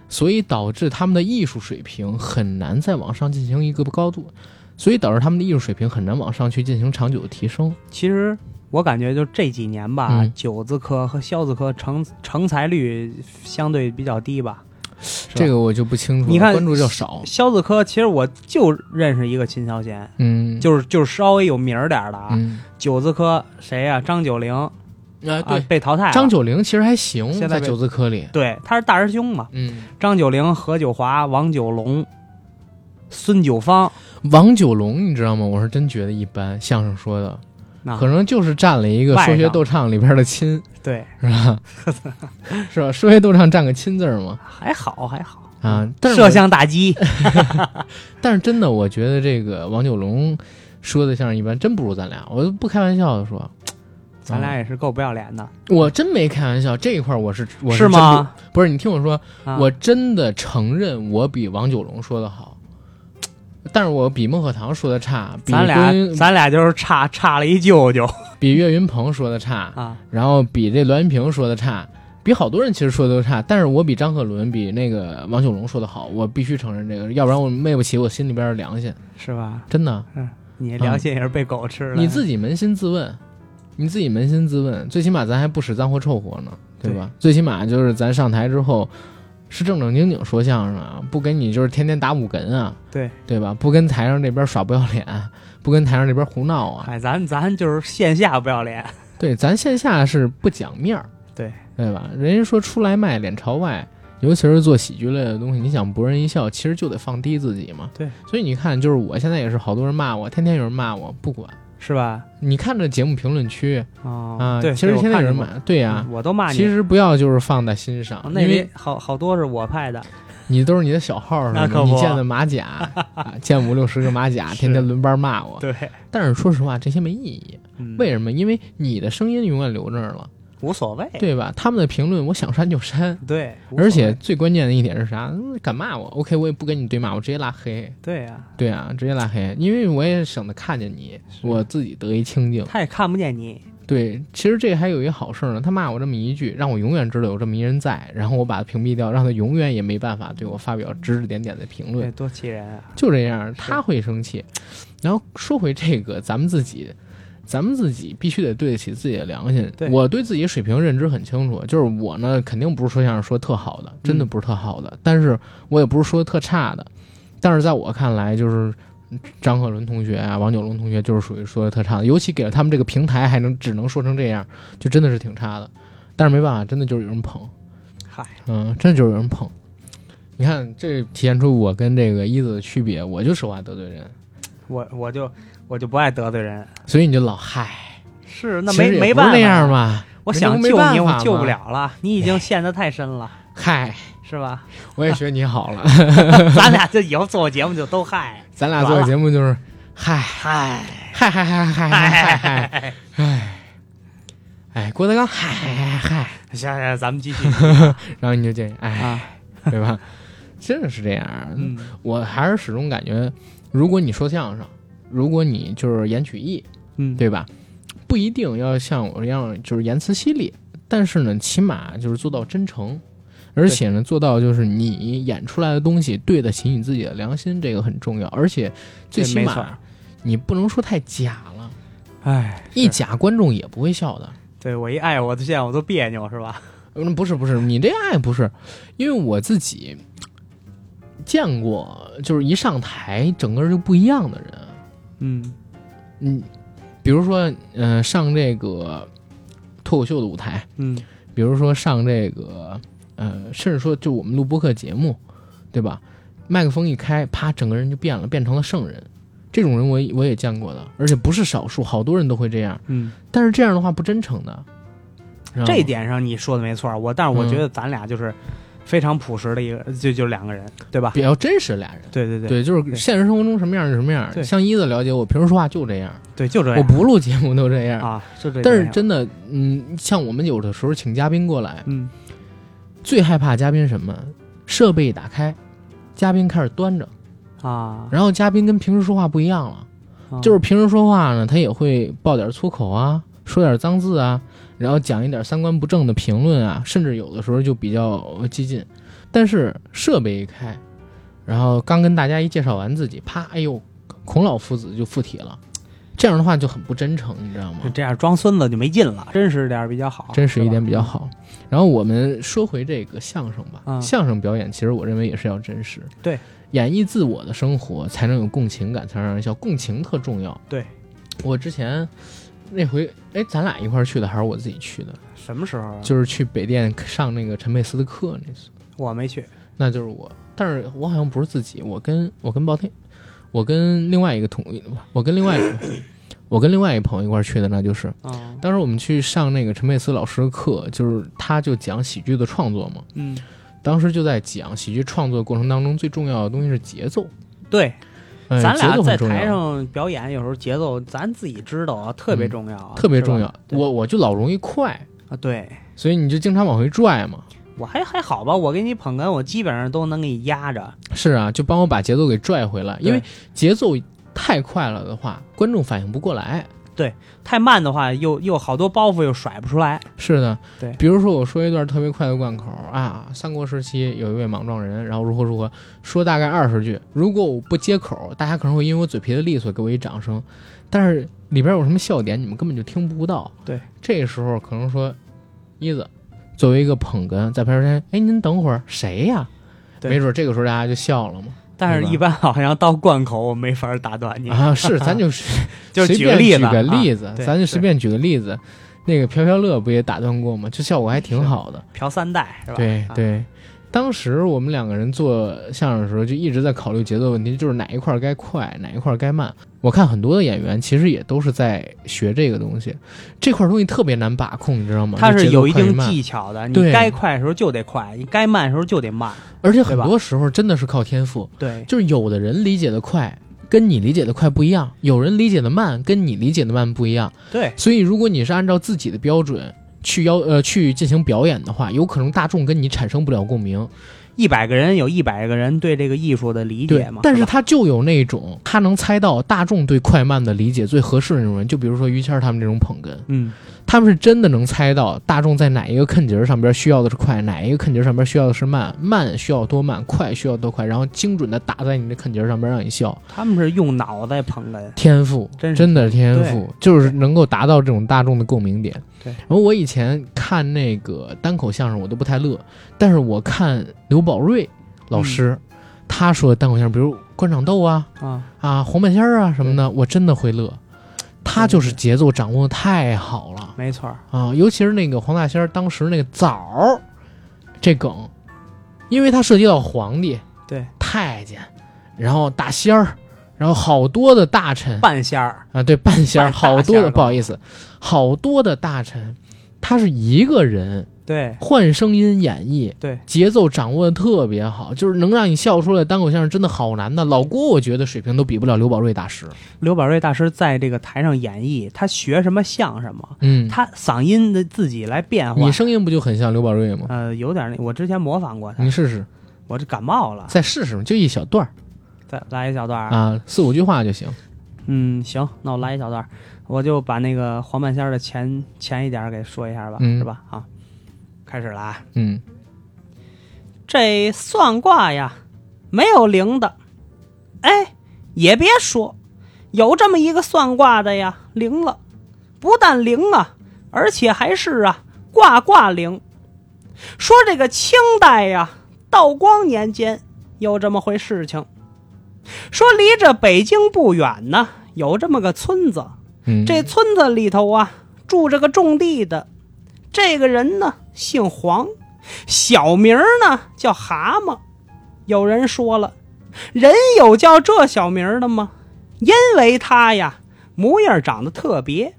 A: 所以导致他们的艺术水平很难再往上进行一个高度，所以导致他们的艺术水平很难往上去进行长久的提升。
B: 其实我感觉就这几年吧，
A: 嗯
B: 九字科和肖字科成成才率相对比较低吧。是吧
A: 这个我就不清楚了，
B: 你看
A: 关注就少。
B: 肖字科，其实我就认识一个秦霄贤，
A: 嗯，
B: 就是就是稍微有名儿点儿的啊。
A: 嗯
B: 九字科谁呀、张九龄啊
A: 啊对，
B: 被淘汰了。
A: 张九龄其实还行，
B: 现在
A: 在
B: 被
A: 九字科里，
B: 对，他是大师兄嘛。
A: 嗯，
B: 张九龄、何九华、王九龙、孙九芳，
A: 王九龙你知道吗？我是真觉得一般，相声说的
B: 那
A: 可能就是占了一个
B: 外
A: 说学
B: 甥
A: 逗唱里边的亲，
B: 对
A: 是吧？是吧？说学逗唱占个亲字儿嘛。
B: 还好还好。
A: 啊，但是
B: 摄
A: 我嗯
B: 像打击，
A: 但是真的，我觉得这个王九龙说的相声一般，真不如咱俩。我都不开玩笑的说，嗯
B: 咱俩也是够不要脸的，
A: 我真没开玩笑。这一块儿我是我
B: 是
A: 真不
B: 吗？
A: 不是，你听我说，
B: 啊
A: 我真的承认我比王九龙说的好。但是我比孟鹤堂说的差，比
B: 咱俩
A: 关
B: 咱俩就是差差了一舅舅
A: 比岳云鹏说的差，
B: 啊，
A: 然后比这栾云平说的差，比好多人其实说的都差，但是我比张鹤伦、比那个王九龙说的好，我必须承认这个，要不然我昧不起我心里边的良心，
B: 是吧？
A: 真的。
B: 你良心也是被狗吃了，
A: 嗯你自己扪心自问，你自己扪心自问，最起码咱还不使脏活臭活呢，对吧？最起码就是咱上台之后是正正经经说相声啊，不跟你就是天天打五哏啊，
B: 对
A: 对吧？不跟台上这边耍不要脸，不跟台上这边胡闹啊，
B: 哎，咱咱就是线下不要脸，
A: 对，咱线下是不讲面儿，
B: 对
A: 对吧？人家说出来卖，脸朝外，尤其是做喜剧类的东西，你想博人一笑，其实就得放低自己嘛。
B: 对，
A: 所以你看，就是我现在也是好多人骂我，天天有人骂我，不管。
B: 是吧？
A: 你看这节目评论区
B: 哦，
A: 啊，
B: 对，
A: 其实
B: 对
A: 天天有人，
B: 我看见
A: 骂，对呀、
B: 过嗯我都骂你，
A: 其实不要就是放在心上，
B: 哦
A: 因
B: 那
A: 为
B: 里好好多是我派的，
A: 你都是你的小号上
B: 那
A: 的，
B: 可不
A: 你建的马甲 啊，建五六十个马甲，
B: 是
A: 天天轮班骂我。
B: 对，
A: 但是说实话，这些没意义。
B: 嗯
A: 为什么？因为你的声音永远留这儿了，
B: 无所谓，
A: 对吧？他们的评论我想删就删，
B: 对，哎无所谓
A: 而且最关键的一点是啥？嗯敢骂我，OK，我也不跟你对骂，我直接拉黑。
B: 对呀，
A: 对啊，直接拉黑，因为我也省得看见你，我自己得一清 净。
B: 他也看不见你，
A: 对，其实这还有一好事呢，他骂我这么一句，让我永远知道有这么一人在，然后我把他屏蔽掉，让他永远也没办法对我发表指指点点的评
B: 对，
A: 论，
B: 多气人啊！
A: 就这样，他会生气。然后说回这个，咱们自己，咱们自己必须得对得起自己的良心
B: 对。
A: 我对自己水平认知很清楚，就是我呢，肯定不是说相声说特好的，真的不是特好的，但是我也不是说特差的，但是在我看来就是。张鹤伦同学啊，王九龙同学就是属于说的特差的，尤其给了他们这个平台，还能只能说成这样，就真的是挺差的。但是没办法，真的就是有人捧，
B: 嗨，
A: 嗯，真的就是有人捧。你看，这体现出我跟这个一子的区别，我就手法得罪人，
B: 我我就我就不爱得罪人，
A: 所以你就老嗨，
B: 是那
A: 其实
B: 没
A: 也
B: 没
A: 不是
B: 办法
A: 那样嘛，
B: 我
A: 人
B: 想
A: 都没
B: 救
A: 办
B: 你，我
A: 法
B: 救
A: 嘛哎
B: 不了了，你已经陷得太深了，
A: 嗨，
B: 是吧？
A: 我也学你好 了，
B: 咱俩这以后做节目就都嗨
A: 咱俩做
B: 完
A: 个
B: 了
A: 节目就是嗨
B: 嗨，
A: 嗨嗨嗨嗨嗨嗨嗨，哎哎，郭德纲嗨嗨嗨，
B: 行行，咱们继 续
A: 然后你就这哎，
B: 啊，
A: 对吧？真的是这样，
B: 嗯，
A: 我还是始终感觉，如果你说相声，如果你就是言曲艺，
B: 嗯，
A: 对吧？不一定要像我一样就是言辞犀利，但是呢，起码就是做到真诚，而且呢，做到就是你演出来的东西对得起你自己的良心，这个很重要。而且最
B: 对
A: 起
B: 没错
A: 码你不能说太假了，
B: 哎，
A: 一假观众也不会笑的。
B: 对我一爱我都现在我都别扭是吧？
A: 嗯，不是不是，你这爱不是，因为我自己见过，就是一上台整个人就不一样的人。
B: 嗯，
A: 嗯，比如说，嗯、上这个脱口秀的舞台，
B: 嗯，
A: 比如说上这个，呃，甚至说就我们录播客节目，对吧？麦克风一开，啪，整个人就变了，变成了圣人。这种人我也我也见过的，而且不是少数，好多人都会这样。
B: 嗯，
A: 但是这样的话不真诚的，知道吗
B: 这一点上你说的没错儿，我但是我
A: 嗯
B: 觉得咱俩就是非常朴实的一个，就就两个人，对吧？
A: 比较真实，俩人。
B: 对对对
A: 对，就是现实生活中什么样就什么样。
B: 对
A: 像一子了解我，平时说话就这样，
B: 对，就这
A: 我
B: 样
A: 不录节目都这样。
B: 啊，就这样。
A: 但是真的，嗯，像我们有的时候请嘉宾过来，
B: 嗯，
A: 最害怕嘉宾什么？设备一打开，嘉宾开始端着，
B: 啊，
A: 然后嘉宾跟平时说话不一样了，
B: 啊
A: 就是平时说话呢，他也会爆点粗口啊，说点脏字啊，然后讲一点三观不正的评论啊，甚至有的时候就比较呃激进。但是设备一开，然后刚跟大家一介绍完自己，啪，哎呦，孔老夫子就附体了，这样的话就很不真诚，你知道吗
B: 就？这样装孙子就没劲了，真实点儿比较好，
A: 真实一
B: 吧
A: 点比较。好。然后我们说回这个相声吧，
B: 嗯
A: 相声表演其实我认为也是要真实，
B: 对，
A: 演绎自我的生活才能有共情感，才能让人笑，共情特重要。
B: 对，
A: 我之前那回，哎，咱俩一块儿去的还是我自己去的？
B: 什么时候啊？
A: 就是去北电上那个陈佩斯的课那次，
B: 我没去，
A: 那就是我，但是我好像不是自己，我跟我跟包天，我跟另外一个同，我跟另外一个我跟另外一个朋友一块儿去的，那就是。
B: 嗯
A: 当时我们去上那个陈佩斯老师的课，就是他就讲喜剧的创作嘛。
B: 嗯，
A: 当时就在讲喜剧创作过程当中最重要的东西是节奏，
B: 对，
A: 哎
B: 咱
A: 节
B: 俩
A: 奏
B: 在
A: 很重
B: 台
A: 要，
B: 上表演，有时候节奏咱自己知道啊，特别
A: 嗯
B: 重要啊，
A: 特别
B: 是吧
A: 重要。
B: 对
A: 我我就老容易快，
B: 啊，对，
A: 所以你就经常往回拽嘛。
B: 我还还好吧，我给你捧哏，我基本上都能给你压着。
A: 是啊，就帮我把节奏给拽回来，因为
B: 对
A: 节奏太快了的话，观众反应不过来。
B: 太慢的话，又又好多包袱又甩不出来。
A: 是的，
B: 对
A: 比如说我说一段特别快的贯口啊，三国时期有一位莽撞人，然后如何如何，说大概二十句，如果我不接口，大家可能会因为我嘴皮子利索给我一掌声，但是里边有什么笑点，你们根本就听不到。
B: 对，
A: 这时候可能说，一子作为一个捧哏，在旁边说，哎，您等会儿谁呀？
B: 对
A: 没准这个时候大家就笑了嘛。
B: 但是，
A: 明白
B: 一般好像到贯口，我没法打断你。
A: 啊，是，咱就是
B: 就是
A: 随
B: 举个
A: 便
B: 例子
A: 举个
B: 啊
A: 例子，
B: 对
A: 咱就随便举个例子。那个飘飘乐不也打断过吗？这效果还挺
B: 是
A: 好的。
B: 嫖啊三代是吧？
A: 对
B: 啊，
A: 对，当时我们两个人做相声的时候，就一直在考虑节奏问题，就是哪一块儿该快，哪一块儿该慢。我看很多的演员其实也都是在学这个东西，这块儿东西特别难把控，你知道吗？
B: 它
A: 就是节奏
B: 有一
A: 快与
B: 定
A: 慢，
B: 技巧的。
A: 对
B: 你该快的时候就得快，你该慢的时候就得慢。
A: 而且
B: 对
A: 很
B: 吧
A: 多时候真的是靠天赋。
B: 对，
A: 就是有的人理解的快，跟你理解的快不一样；有人理解的慢，跟你理解的慢不一样。
B: 对，
A: 所以，如果你是按照自己的标准去要呃去进行表演的话，有可能大众跟你产生不了共鸣。
B: 一百个人有一百个人对这个艺术的理
A: 对
B: 解嘛。，
A: 但是
B: 吧
A: 他就有那种他能猜到大众对快慢的理解最合适的那种人，就比如说于谦儿他们这种捧哏，
B: 嗯，
A: 他们是真的能猜到大众在哪一个坎节儿上边需要的是快，哪一个坎节儿上边需要的是慢，慢需要多慢，快需要多快，然后精准的打在你的坎节儿上边让你笑。
B: 他们是用脑袋捧哏。
A: 天赋，
B: 真是
A: 的是天赋，就是能够达到这种大众的共鸣点。
B: 对
A: 然后我以前看那个单口相声，我都不太乐，但是我看刘宝瑞老
B: 嗯
A: 师，他说的单口相声，比如官场斗啊
B: 啊，
A: 啊黄半仙儿啊什么的，我真的会乐。他就是节奏掌握的太好了
B: 没错儿，
A: 啊，尤其是那个黄大仙儿当时那个枣儿这梗，因为它涉及到皇帝、
B: 对，
A: 太监，然后大仙儿，然后好多的大臣，
B: 半仙儿，
A: 啊，对，半仙儿
B: 半大
A: 好多
B: 仙儿啊
A: 的，
B: 吧
A: 不好意思，好多的大臣，他是一个人
B: 对
A: 换声音演绎，
B: 对，
A: 节奏掌握的特别好，就是能让你笑出来。单口相声真的好难的，老郭我觉得水平都比不了刘宝瑞大师。
B: 刘宝瑞大师在这个台上演绎，他学什么像什么，
A: 嗯，
B: 他嗓音的自己来变化
A: 你。声音不就很像刘宝瑞吗？
B: 呃，有点那，我之前模仿过他
A: 你，试试，
B: 我这感冒了，
A: 再试试，就一小段儿
B: 再来一小段儿。
A: 啊，四五句话就行。
B: 嗯，行，那我来一小段儿，我就把那个黄半仙儿的前前一点儿给说一下吧，
A: 嗯
B: 是吧？啊，开始了啊。
A: 嗯，
B: 这算卦呀，没有灵的。哎，也别说，有这么一个算卦的呀，灵了，不但灵啊，而且还是啊，卦卦灵。说这个清代呀，道光年间有这么回事情。说离这北京不远呢，有这么个村子，
A: 嗯
B: 这村子里头啊，住着个种地的，这个人呢姓黄，小名儿呢叫蛤蟆。有人说了，人有叫这小名儿的吗？因为他呀，模样长得特别，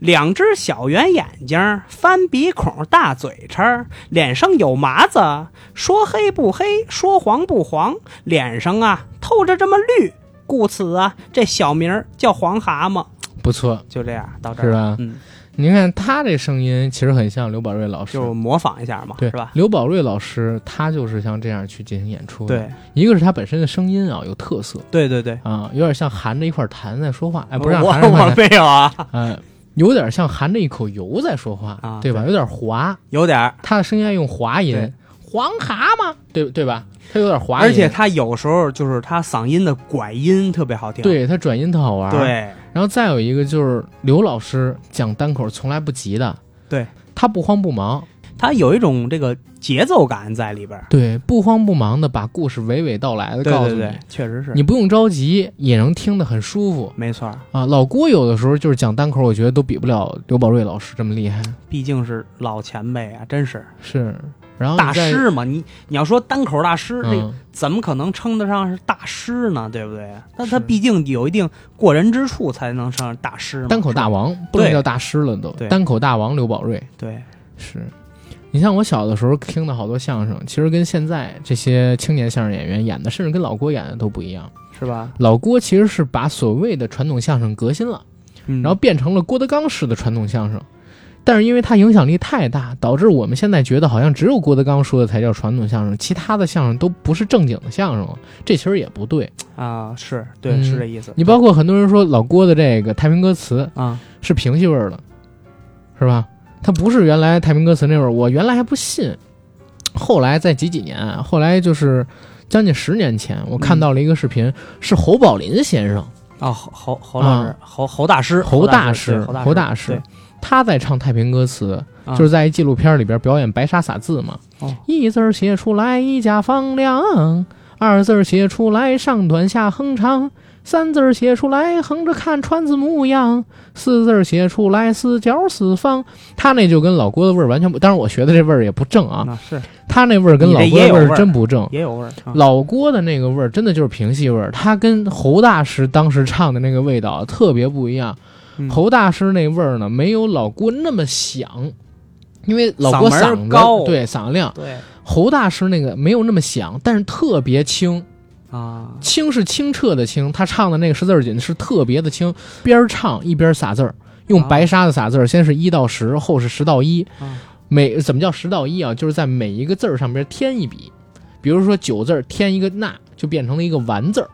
B: 两只小圆眼睛儿，翻鼻孔，大嘴叉儿，脸上有麻子，说黑不黑，说黄不黄，脸上啊透着这么绿，故此啊，这小名儿叫黄蛤蟆。
A: 不错，
B: 就这样到这
A: 是
B: 儿
A: 啊吧？
B: 嗯，
A: 你看他这声音其实很像刘宝瑞老师，
B: 就是模仿一下嘛，
A: 对
B: 是吧？
A: 刘宝瑞老师他就是像这样去进行演出的。
B: 对
A: 一个是他本身的声音啊有特色
B: 对对对，
A: 啊，有点像含着一块痰在说话，哎，不是
B: 我
A: 含着一块
B: 我
A: 痰，
B: 没有啊，
A: 呃，有点像含着一口油在说话，
B: 啊
A: 对吧？有点滑，
B: 有点儿，
A: 他的声音爱用滑音
B: 对，
A: 黄蛤蟆，对对吧？他有点滑音，
B: 而且他有时候就是他嗓音的拐音特别好听，
A: 对他转音特好玩。，
B: 对
A: 然后再有一个就是刘老师讲单口从来不急的，
B: 对
A: 他不慌不忙，
B: 他有一种这个节奏感在里边儿，
A: 对，不慌不忙的把故事娓娓道来的
B: 对
A: 告诉
B: 对
A: 你，
B: 对，确实是
A: 你，不用着急也能听得很舒服。
B: 没错儿，
A: 啊，老郭有的时候就是讲单口，我觉得都比不了刘宝瑞老师这么厉害。
B: 毕竟是老前辈啊，真是
A: 是，然后你
B: 大
A: 再，
B: 师嘛，你你要说单口大师，这
A: 嗯，
B: 怎么可能称得上是大师呢？对不对？但他
A: 是
B: 毕竟有一定过人之处，才能称上大师嘛，
A: 单口大
B: 是吧
A: 王不能
B: 对
A: 叫大师了都，
B: 对
A: 单口大王刘宝瑞
B: 对，
A: 是。你像我小的时候听的好多相声，其实跟现在这些青年相声演员演的，甚至跟老郭演的都不一样。
B: 是吧？
A: 老郭其实是把所谓的传统相声革新了，
B: 嗯
A: 然后变成了郭德纲式的传统相声。但是因为它影响力太大，导致我们现在觉得好像只有郭德纲说的才叫传统相声，其他的相声都不是正经的相声了。这其实也不对。
B: 啊，是对，
A: 嗯
B: 是这意思。
A: 你包括很多人说老郭的这个太平歌词
B: 啊，
A: 是平戏味儿的，是吧？它不是原来太平歌词那味儿。我原来还不信，后来在几几年啊，后来就是将近十年前，我看到了一个视频，是侯宝林先生。
B: 啊，侯侯侯老师，侯侯大师，
A: 侯大
B: 师，
A: 师
B: 对，
A: 侯
B: 侯
A: 大师，他在唱太平歌词，
B: 啊
A: 就是在一纪录片里边表演白沙撒字嘛。
B: 哦
A: 一字儿写出来一家房梁，二字儿写出来上短下横长，三字儿写出来横着看川字模样，四字儿写出来四角四方。他那就跟老郭的味儿完全不，当然我学的这味儿也不正啊，
B: 啊，是
A: 他那味儿跟老郭
B: 你这也
A: 的
B: 有
A: 味
B: 味儿
A: 儿真不正。
B: 也有味儿啊
A: 老郭的那个味儿真的就是平戏味儿，他跟侯大师当时唱的那个味道特别不一样。
B: 嗯
A: 侯大师那味儿呢，没有老郭那么响，因为老郭
B: 嗓门儿
A: 子
B: 高
A: 对嗓子亮。
B: 对
A: 侯大师那个没有那么响，但是特别轻，
B: 啊，
A: 轻是清澈的清，他唱的那个十字儿锦是特别的轻，边儿唱一边儿撒字儿，用
B: 啊
A: 白沙子撒字儿，先是一到十，后是十到一
B: 啊，
A: 每怎么叫十到一啊？就是在每一个字儿上边添一笔，比如说九字儿添一个那，就变成了一个完字儿；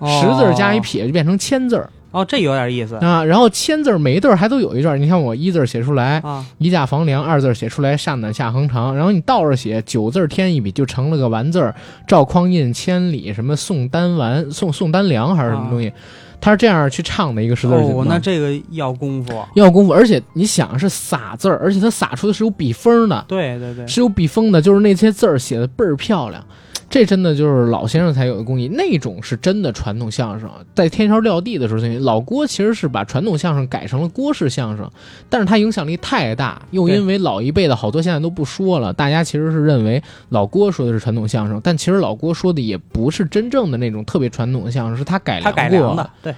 A: 十字儿加一
B: 哦
A: 撇就变成千字儿
B: 哦，这有点意思
A: 啊。然后千字儿每一字儿还都有一段儿，你看我一字儿写出来
B: 啊
A: 一架房梁，二字儿写出来上短下横长，然后你倒着写，九字儿添一笔就成了个完字儿。赵匡胤千里什么宋丹丸宋宋丹梁还是什么东西，他是这样去唱的一个十字儿锦
B: 啊
A: 嗯
B: 哦，
A: 吗
B: 那这个要功夫，
A: 要功夫，而且你想是撒字儿，而且他撒出的是有笔锋的，
B: 对对对，
A: 是有笔锋的，就是那些字儿写的倍儿漂亮。这真的就是老先生才有的工艺，那种是真的传统相声。在天朝撂地的时候，老郭其实是把传统相声改成了郭氏相声，但是他影响力太大，又因为老一辈的好多现在都不说了，大家其实是认为老郭说的是传统相声，但其实老郭说的也不是真正的那种特别传统的相声，是他改良
B: 他
A: 过
B: 改良的，啊对，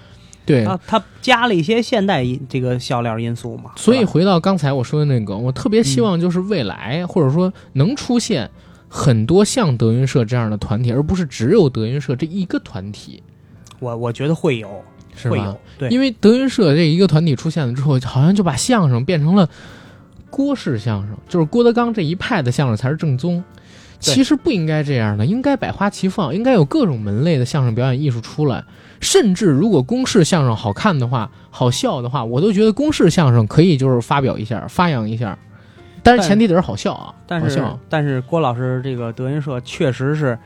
A: 对，
B: 他他加了一些现代因这个笑料因素嘛，
A: 所以
B: 是吧
A: 回到刚才我说的那个，我特别希望就是未来、或者说能出现很多像德云社这样的团体，而不是只有德云社这一个团体，
B: 我我觉得会有
A: 是
B: 会
A: 吧
B: 有？，对，
A: 因为德云社这一个团体出现了之后，好像就把相声变成了郭氏相声，就是郭德纲这一派的相声才是正宗。
B: 对
A: 其实不应该这样的，应该百花齐放，应该有各种门类的相声表演艺术出来。甚至如果公式相声好看的话、好笑的话，我都觉得公式相声可以就是发表一下、发扬一下，但是
B: 但
A: 前提得是好笑啊，
B: 但
A: 好
B: 是
A: 笑。
B: 但是郭老师这个德云社确实是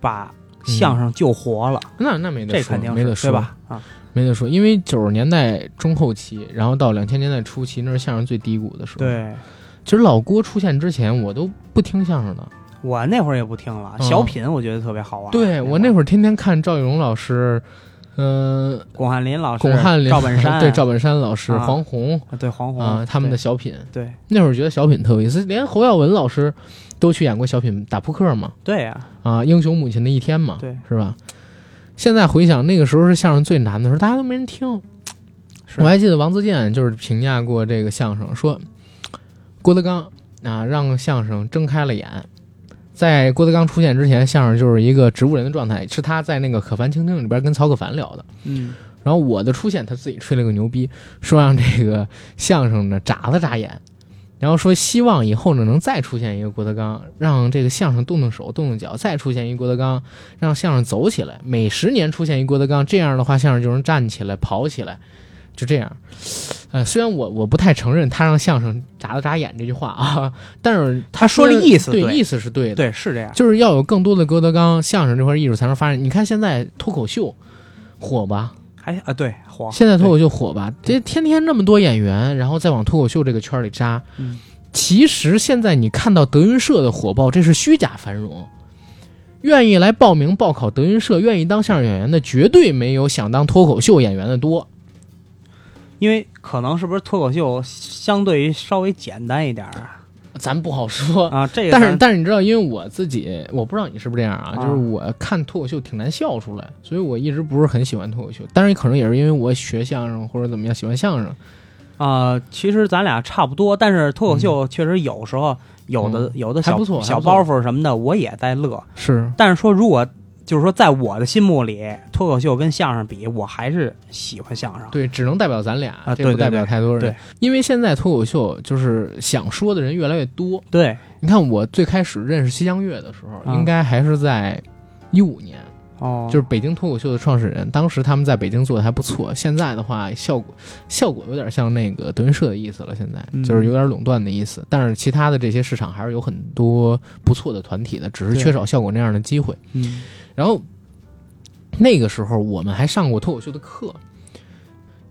B: 把
A: 嗯
B: 相声救活了，
A: 那那没得
B: 这
A: 说，
B: 肯定
A: 没得
B: 是对
A: 说，
B: 吧？啊，
A: 没得说，因为九十年代中后期，然后到两千年代初期，那是相声最低谷的时候。
B: 对
A: 其实老郭出现之前，我都不听相声的。
B: 我那会儿也不听了，
A: 嗯
B: 小品我觉得特别好玩，
A: 对我那
B: 那
A: 会儿天天看赵玉龙老师，嗯、
B: 儿巩汉林老师、
A: 巩汉林、
B: 啊赵本山，
A: 对赵本山老师、
B: 啊
A: 黄宏
B: 啊对黄宏
A: 啊、他们的
B: 对
A: 小品，
B: 对
A: 那会儿觉得小品特有意思，连侯耀文老师都去演过小品，打扑克嘛，
B: 对呀，
A: 啊，英雄母亲的一天嘛，
B: 对
A: 是吧？现在回想那个时候是相声最难的时候，大家都没人听。
B: 是
A: 我还记得王自健就是评价过这个相声，说郭德纲啊让相声睁开了眼。在郭德纲出现之前，相声就是一个植物人的状态，是他在那个《可凡倾听》里边跟曹可凡聊的。
B: 嗯
A: 然后我的出现，他自己吹了个牛逼，说让这个相声呢眨了眨眼，然后说希望以后呢能再出现一个郭德纲，让这个相声动动手动动脚，再出现一个郭德纲，让相声走起来，每十年出现一个郭德纲，这样的话相声就能站起来跑起来，就这样。呃，虽然我我不太承认他让相声眨了眨眼这句话啊， 但是他
B: 说的意思
A: 对
B: 对
A: 意思是对的，
B: 对是这样，
A: 就是要有更多的郭德纲相声这块艺术才能发展。你看现在脱口秀火吧，
B: 还啊对黄
A: 现在脱
B: 对
A: 口秀火吧，这天天那么多演员，然后再往脱口秀这个圈儿里扎。
B: 嗯
A: 其实现在你看到德云社的火爆，这是虚假繁荣。愿意来报名报考德云社，愿意当相声演员的，绝对没有想当脱口秀演员的多。
B: 因为可能是不是脱口秀相对于稍微简单一点儿啊
A: 咱不好说，
B: 啊？ 这
A: 呃
B: 个
A: 但
B: 咱
A: 是但是你知道，因为我自己，我不知道你是不是这样啊，
B: 啊
A: 就是我看脱口秀挺难笑出来，所以我一直不是很喜欢脱口秀。当然，可能也是因为我学相声或者怎么样喜欢相声。
B: 啊、其实咱俩差不多，但是脱口秀确实有时候有的、有的
A: 嗯还
B: 小
A: 不错还
B: 小
A: 不错
B: 包袱什么的，我也在乐。
A: 是，
B: 但是说如果就是说，在我的心目里，脱口秀跟相声比，我还是喜欢相声。
A: 对，只能代表咱俩，
B: 啊
A: 这不
B: 对对
A: 代表太多人。
B: 对
A: 因为现在脱口秀就是想说的人越来越多。
B: 对，
A: 你看，我最开始认识西江月的时候，
B: 啊
A: 应该还是在一五年，
B: 哦，
A: 就是北京脱口秀的创始人。当时他们在北京做的还不错，现在的话效果效果有点像那个德云社的意思了，现在
B: 嗯
A: 就是有点垄断的意思。但是其他的这些市场还是有很多不错的团体的，只是
B: 对
A: 缺少效果那样的机会。
B: 嗯
A: 然后那个时候我们还上过脱口秀的课，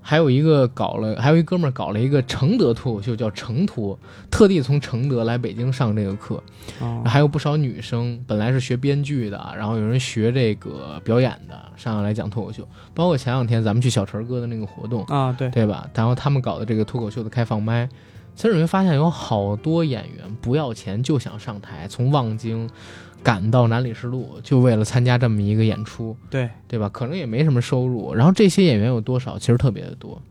A: 还有一个搞了，还有一哥们儿搞了一个承德脱口秀，叫承脱，特地从承德来北京上这个课。
B: 哦
A: 还有不少女生本来是学编剧的，然后有人学这个表演的，上来讲脱口秀。包括前两天咱们去小陈儿哥的那个活动，
B: 啊，对，
A: 对吧？然后他们搞的这个脱口秀的开放麦，其实你会发现有好多演员不啊要钱就想上台，从望京赶到南礼士路，就为了参加这么一个演出，
B: 对
A: 对吧？可能也没什么收入，然后这些演员有多少？其实特别的多。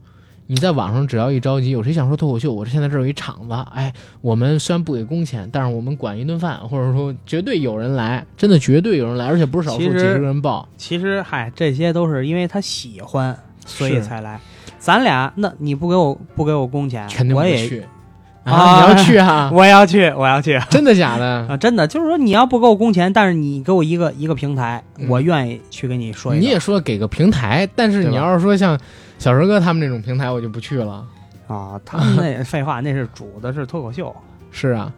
A: 你在网上只要一着急，有谁想说脱口秀？我这现在这儿有一场子，哎，我们虽然不给工钱，但是我们管一顿饭，或者说绝对有人来，真的绝对有人来，而且不是少数，
B: 其
A: 几
B: 实
A: 十个人报。
B: 其实嗨，这些都是因为他喜欢，所以
A: 是
B: 才来。咱俩，那你不给我不给我工钱
A: 肯，定
B: 我
A: 不
B: 也
A: 去
B: 啊
A: 你要去啊？
B: 我也要去，我要去
A: 真的假的？
B: 啊！真的就是说，你要不给我工钱，但是你给我一个一个平台，
A: 嗯
B: 我愿意去跟你说一
A: 你
B: 个
A: 也说给个平台，但是
B: 对吧
A: 你要是说像小蛇哥他们这种平台，我就不去了。
B: 啊。他们那 废话，那是主的是脱口秀，
A: 是啊，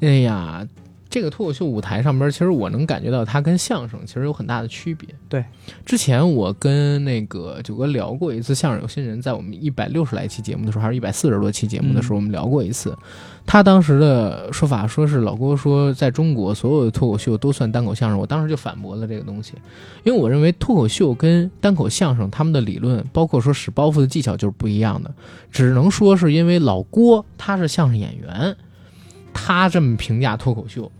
A: 哎呀，这个脱口秀舞台上边，其实我能感觉到它跟相声其实有很大的区别。
B: 对，
A: 之前我跟那个九哥聊过一次，相声有新人在我们一百六十来期节目的时候，还是一百四十多期节目的时候，
B: 嗯
A: 我们聊过一次。他当时的说法说是老郭说，在中国所有的脱口秀都算单口相声，我当时就反驳了这个东西，因为我认为脱口秀跟单口相声他们的理论，包括说使包袱的技巧就是不一样的。只能说是因为老郭他是相声演员，他这么评价脱口秀，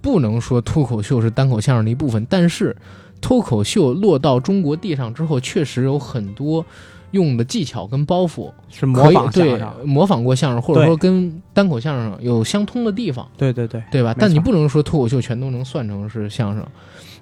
A: 不能说脱口秀是单口相声的一部分。但是，脱口秀落到中国地上之后，确实有很多用的技巧跟包袱
B: 是模
A: 可以
B: 仿相
A: 对
B: 声。啊
A: 模仿过相声，或者
B: 对
A: 说跟单口相声有相通的地方，
B: 对对对，
A: 对吧
B: 没？错
A: 但你不能说脱口秀全都能算成是相声。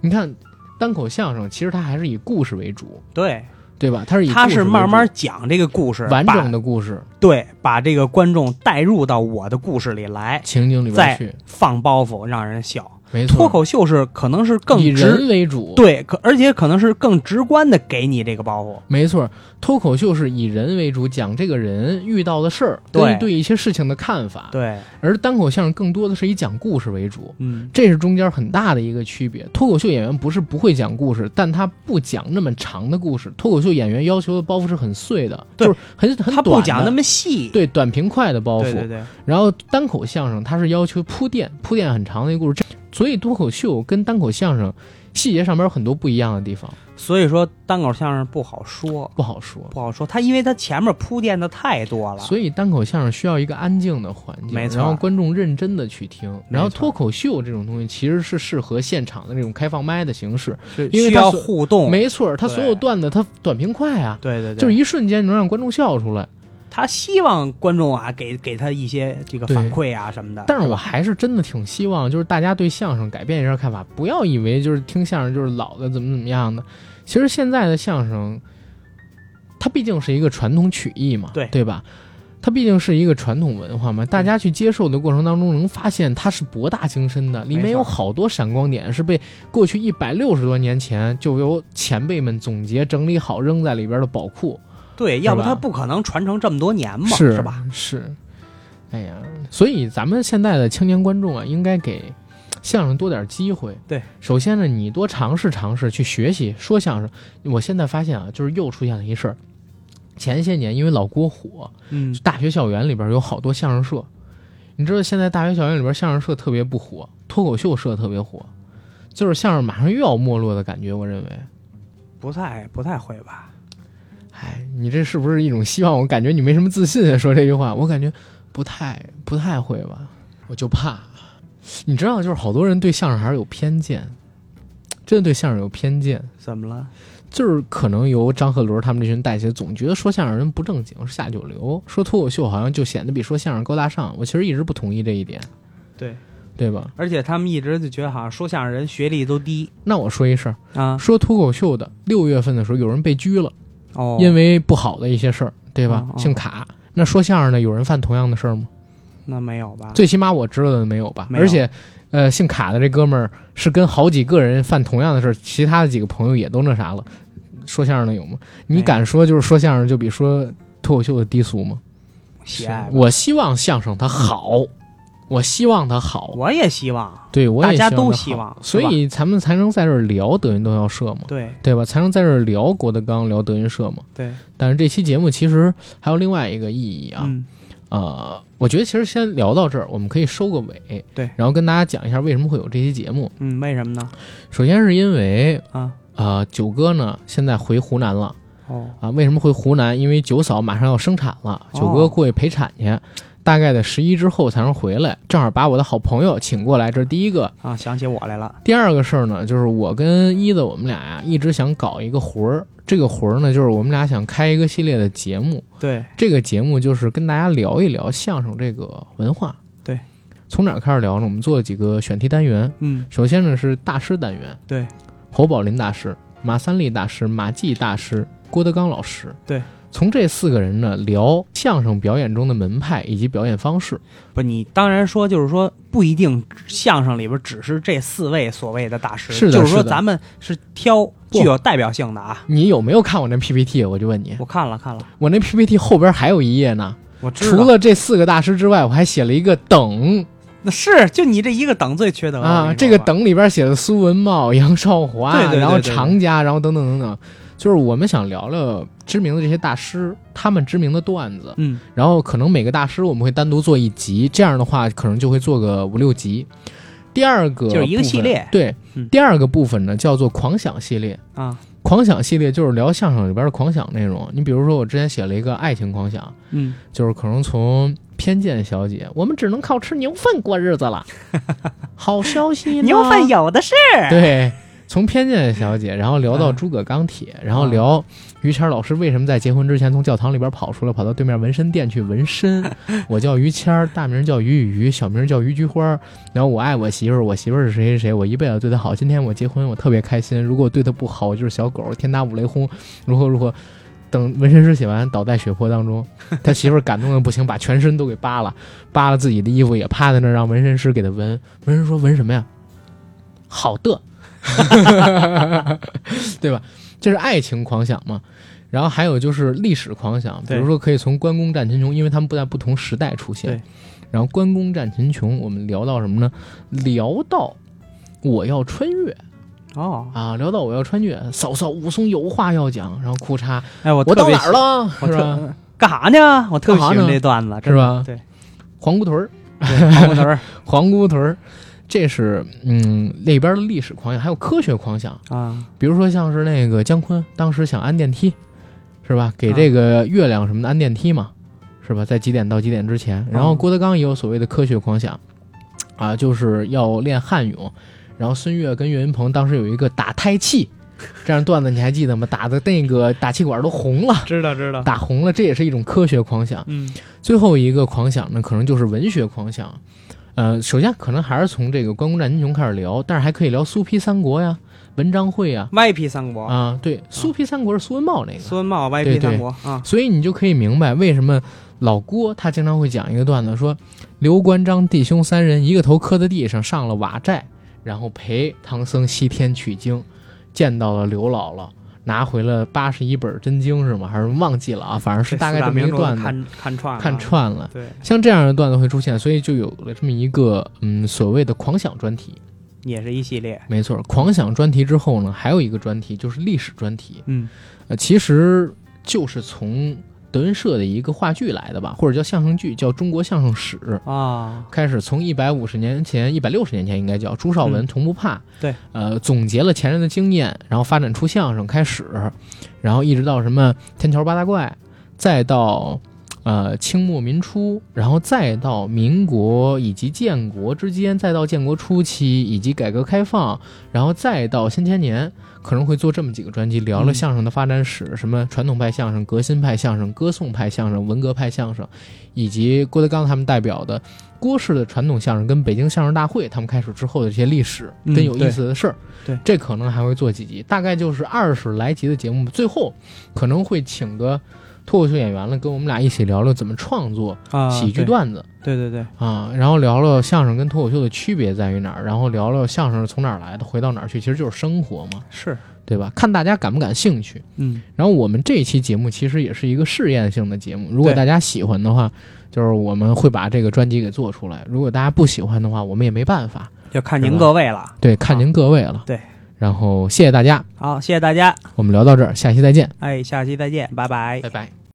A: 你看，单口相声其实它还是以故事为主，
B: 对，
A: 对吧？它是以
B: 他
A: 故事
B: 是
A: 为
B: 慢
A: 主
B: 慢讲这个故事，
A: 完整
B: 的
A: 的故事
B: 对，把这个观众带入到我的故事里来，
A: 情景里边
B: 在
A: 去，
B: 放包袱让人笑。
A: 没错。
B: 脱口秀是可能是更
A: 以
B: 直，
A: 嗯人为主，，
B: 对，可而且可能是更直观的给你这个包袱。
A: 没错，脱口秀是以人为主，讲这个人遇到的事儿，
B: 对
A: 跟对一些事情的看法，，
B: 对，
A: 而单口相声更多的是以讲故事为主。
B: 嗯，
A: 这是中间很大的一个区别。脱口秀演员不是不会讲故事，但他不讲那么长的故事。脱口秀演员要求的包袱是很碎的，
B: 对
A: 就是很很短
B: 他不讲那
A: 的
B: 么细，
A: 对短平快的包袱。
B: 对对对，
A: 然后单口相声它是要求铺垫，铺垫很长的一个故事，所以脱口秀跟单口相声细节上面有很多不一样的地方，
B: 所以说单口相声不好说，
A: 不好说。
B: 不好说，他因为他前面铺垫的太多了。
A: 所以单口相声需要一个安静的环境，
B: 没错
A: 然后观众认真的去听。然后
B: 没错
A: 脱口秀这种东西其实是适合现场的这种开放麦的形式，
B: 是
A: 因为
B: 需
A: 他
B: 要
A: 所
B: 互动，
A: 没错儿，它所有段子它短平快啊，
B: 对对对，
A: 就是一瞬间能让观众笑出来。
B: 他希望观众啊给给他一些这个
A: 对
B: 反馈啊什么的。
A: 但是我还是真的挺希望，就是大家对相声改变一下看法，不要以为就是听相声就是老的怎么怎么样的。其实现在的相声，它毕竟是一个传统曲艺嘛，
B: 对嗯
A: 对吧？它毕竟是一个传统文化嘛，大家去接受的过程当中，能发现它是博大精深的，里面
B: 没错
A: 有好多闪光点是被过去一百六十多年前就由前辈们总结整理好扔在里边的宝库。
B: 对，要不
A: 吧
B: 他不可能传承这么多年嘛，
A: 是
B: 是吧？？
A: 是，哎呀，所以咱们现在的青年观众啊，应该给相声多点机会。
B: 对，
A: 首先呢，你多尝试尝试去学习说相声。我现在发现啊，就是又出现了一事儿。前些年因为老郭火，
B: 嗯，
A: 大学校园里边有好多相声社。你知道现在大学校园里边相声社特别不火，脱口秀社特别火，就是相声马上又要没落的感觉。我认为，
B: 不太不太会吧？
A: 哎，你这是不是一种希望？我感觉你没什么自信，说这句话，我感觉不太不太会吧，我就怕。你知道，就是好多人对相声还是有偏见，真的对相声有偏见，
B: 怎么了？
A: 就是可能由张鹤伦他们这群带起的，总觉得说相声人不正经，是下九流，说脱口秀好像就显得比说相声高大上。我其实一直不同意这一点，
B: 对，
A: 对吧？
B: 而且他们一直就觉得好像说相声人学历都低
A: 那我说一事儿，
B: 啊，
A: 说脱口秀的，六月份的时候有人被拘了，
B: 哦，
A: 因为不好的一些事儿，对吧
B: 哦？哦
A: 姓卡。那说相声的有人犯同样的事儿吗？
B: 那没有吧？
A: 最起码我知道的没有吧。
B: 没有
A: 而且，呃，姓卡的这哥们儿是跟好几个人犯同样的事儿，其他的几个朋友也都那啥了。说相声的有吗？
B: 没
A: 你
B: 有
A: 敢说就是说相声就比说脱口秀的低俗吗？
B: 喜爱吧，
A: 我希望相声它好，我希望它好，
B: 我也希望，
A: 对我也
B: 大家都
A: 希望它好，
B: 希
A: 所
B: 望
A: 以咱们才能在这儿聊德云都要社嘛，
B: 对
A: 对吧？才能在这儿聊郭德纲、聊德云社嘛。
B: 对，
A: 但是这期节目其实还有另外一个意义啊，
B: 嗯，
A: 呃，我觉得其实先聊到这儿，我们可以收个尾，
B: 对
A: 然后跟大家讲一下为什么会有这期节目。
B: 嗯，为什么呢？
A: 首先是因为
B: 啊，
A: 呃，九哥呢现在回湖南了
B: 哦，
A: 啊，为什么回湖南？因为九嫂马上要生产了，
B: 哦
A: 九哥过去陪产去。大概在十一之后才能回来，正好把我的好朋友请过来，这是第一个。
B: 啊，想起我来了，
A: 第二个事儿呢，就是我跟一子我们俩呀、一直想搞一个活儿，这个活儿呢，就是我们俩想开一个系列的节目，
B: 对，
A: 这个节目就是跟大家聊一聊相声这个文化。
B: 对，
A: 从哪儿开始聊呢？我们做了几个选题单元，
B: 嗯，
A: 首先呢是大师单元，
B: 对，
A: 侯宝林大师、马三立大师、马季大师、郭德纲老师。
B: 对，
A: 从这四个人呢聊相声表演中的门派以及表演方式。
B: 不，你当然说就是说不一定相声里边只是这四位所谓的大师，
A: 是的
B: 就是说
A: 是的
B: 咱们是挑具有代表性的啊。
A: 你有没有看我那 PPT？我就啊问你，
B: 我看了看了，
A: 我那 PPT 后边还有一页呢。
B: 我知
A: 除
B: 道
A: 了这四个大师之外，我还写了一个等
B: 那是就你这一个等最缺德了
A: 啊，这个，等里边写的苏文茂、杨少华，
B: 对对对
A: 然后
B: 对对
A: 常家，然后等等等等，就是我们想聊聊知名的这些大师，他们知名的段子
B: 我，跟你说吧
A: 然后可能每个大师我们会单独做一集，这样的话可能就会做个五六集。第二个
B: 就是一个
A: 部分
B: 系列
A: 对
B: 嗯，
A: 第二个部分呢叫做狂想系列。
B: 嗯啊，
A: 狂想系列就是聊相声里边的狂想内容。你比如说，我之前写了一个爱情狂想，
B: 嗯，
A: 就是可能从偏见小姐，我们只能靠吃牛粪过日子 了。好消息呢，
B: 牛粪有的是，
A: 对，从偏见小姐，然后聊到诸葛钢铁，然后聊于谦儿老师为什么在结婚之前从教堂里边跑出来，跑到对面纹身店去纹身。我叫于谦儿，大名叫于雨雨，小名叫于菊花儿。然后我爱我媳妇儿，我媳妇儿是谁谁谁，我一辈子对她好。今天我结婚，我特别开心。如果对她不好，我就是小狗，天打五雷轰，如何如何。等纹身师写完，倒在血泊当中，他媳妇儿感动的不行，把全身都给扒了，扒了自己的衣服也趴在那儿让纹身师给他纹。纹身师说纹什么呀？好的， 对吧？这是爱情狂想嘛。然后还有就是历史狂想，比
B: 对
A: 如说可以从关公战秦琼，因为他们不在不同时代出现
B: 对。
A: 然后关公战秦琼，我们聊到什么呢？聊到我要穿越
B: 哦，
A: 啊，聊到我要穿越，嫂嫂，武松有话要讲。然后裤衩，
B: 哎，我
A: 我
B: 我
A: 到哪儿？了？
B: 我
A: 是吧？
B: 特干啥呢？我特别喜
A: 干
B: 欢
A: 啥呢
B: 这段子，
A: 是吧
B: 真的
A: 皇姑屯儿，
B: 对，黄瓜屯儿
A: 皇姑屯儿，这是嗯那边的历史狂想，还有科学狂想。
B: 啊，
A: 比如说像是那个姜昆当时想安电梯，是吧？给这个月亮什么的安电梯嘛，是吧？在几点到几点之前。然后
B: 嗯
A: 郭德纲也有所谓的科学狂想，啊，就是要练汉勇。然后孙越跟岳云鹏当时有一个打胎气，这样段子你还记得吗？打的那个打气管都红了，
B: 知道知道，
A: 打红了，这也是一种科学狂想。
B: 嗯，
A: 最后一个狂想呢，可能就是文学狂想。呃，首先可能还是从这个关公战秦琼开始聊，但是还可以聊苏批三国呀、文章会呀，
B: 歪批三国，
A: 啊，对，苏皮三国是苏文茂那个，
B: 苏文茂歪
A: 对
B: 批
A: 对
B: 三国啊，
A: 所以你就可以明白为什么老郭他经常会讲一个段子，说刘关张弟兄三人一个头磕在地上，上了瓦寨，然后陪唐僧西天取经，见到了刘姥姥，拿回了八十一本真经是吗？还是忘记了啊？反 正是
B: 这
A: 大
B: 四
A: 概这么一
B: 名
A: 个
B: 著
A: 段子，
B: 看看串了啊
A: 看串了。
B: 对，
A: 像这样的段子会出现，所以就有了这么一个嗯所谓的狂想专题。
B: 也是一系列，
A: 没错，狂想专题之后呢，还有一个专题就是历史专题。
B: 嗯，
A: 呃，其实就是从德云社的一个话剧来的吧，或者叫相声剧，叫《中国相声史》。
B: 啊，
A: 开始从一百五十年前、一百六十年前应该叫朱绍文、
B: 嗯
A: 童不怕，
B: 对，
A: 呃，总结了前人的经验，然后发展出相声开始，然后一直到什么天桥八大怪，再到呃清末民初，然后再到民国以及建国之间，再到建国初期以及改革开放，然后再到新千年，可能会做这么几个专辑，聊了
B: 嗯
A: 相声的发展史，什么传统派相声、革新派相声、歌颂派相声、文革派相声，以及郭德纲他们代表的郭氏的传统相声跟北京相声大会他们开始之后的这些历史
B: 嗯
A: 跟有意思的事儿、
B: 对对
A: 这可能还会做几集，大概就是二十来集的节目，最后可能会请个脱口秀演员了，跟我们俩一起聊聊怎么创作
B: 啊，
A: 喜剧
B: 对，
A: 段子。
B: 对对对，
A: 啊，然后聊聊相声跟脱口秀的区别在于哪儿，然后聊聊相声从哪儿来的，回到哪儿去，其实就是生活嘛，
B: 是，
A: 对吧？看大家感不感兴趣。
B: 嗯，
A: 然后我们这一期节目其实也是一个试验性的节目，如果
B: 对
A: 大家喜欢的话，就是我们会把这个专辑给做出来；如果大家不喜欢的话，我们也没办法，
B: 就看
A: 是
B: 您
A: 吧
B: 各位了。
A: 对，看
B: 啊
A: 您各位了。
B: 对，
A: 然后谢谢大家，
B: 好，谢谢大家，
A: 我们聊到这儿，下期再见，
B: 哎，下期再见，拜拜。
A: 拜拜。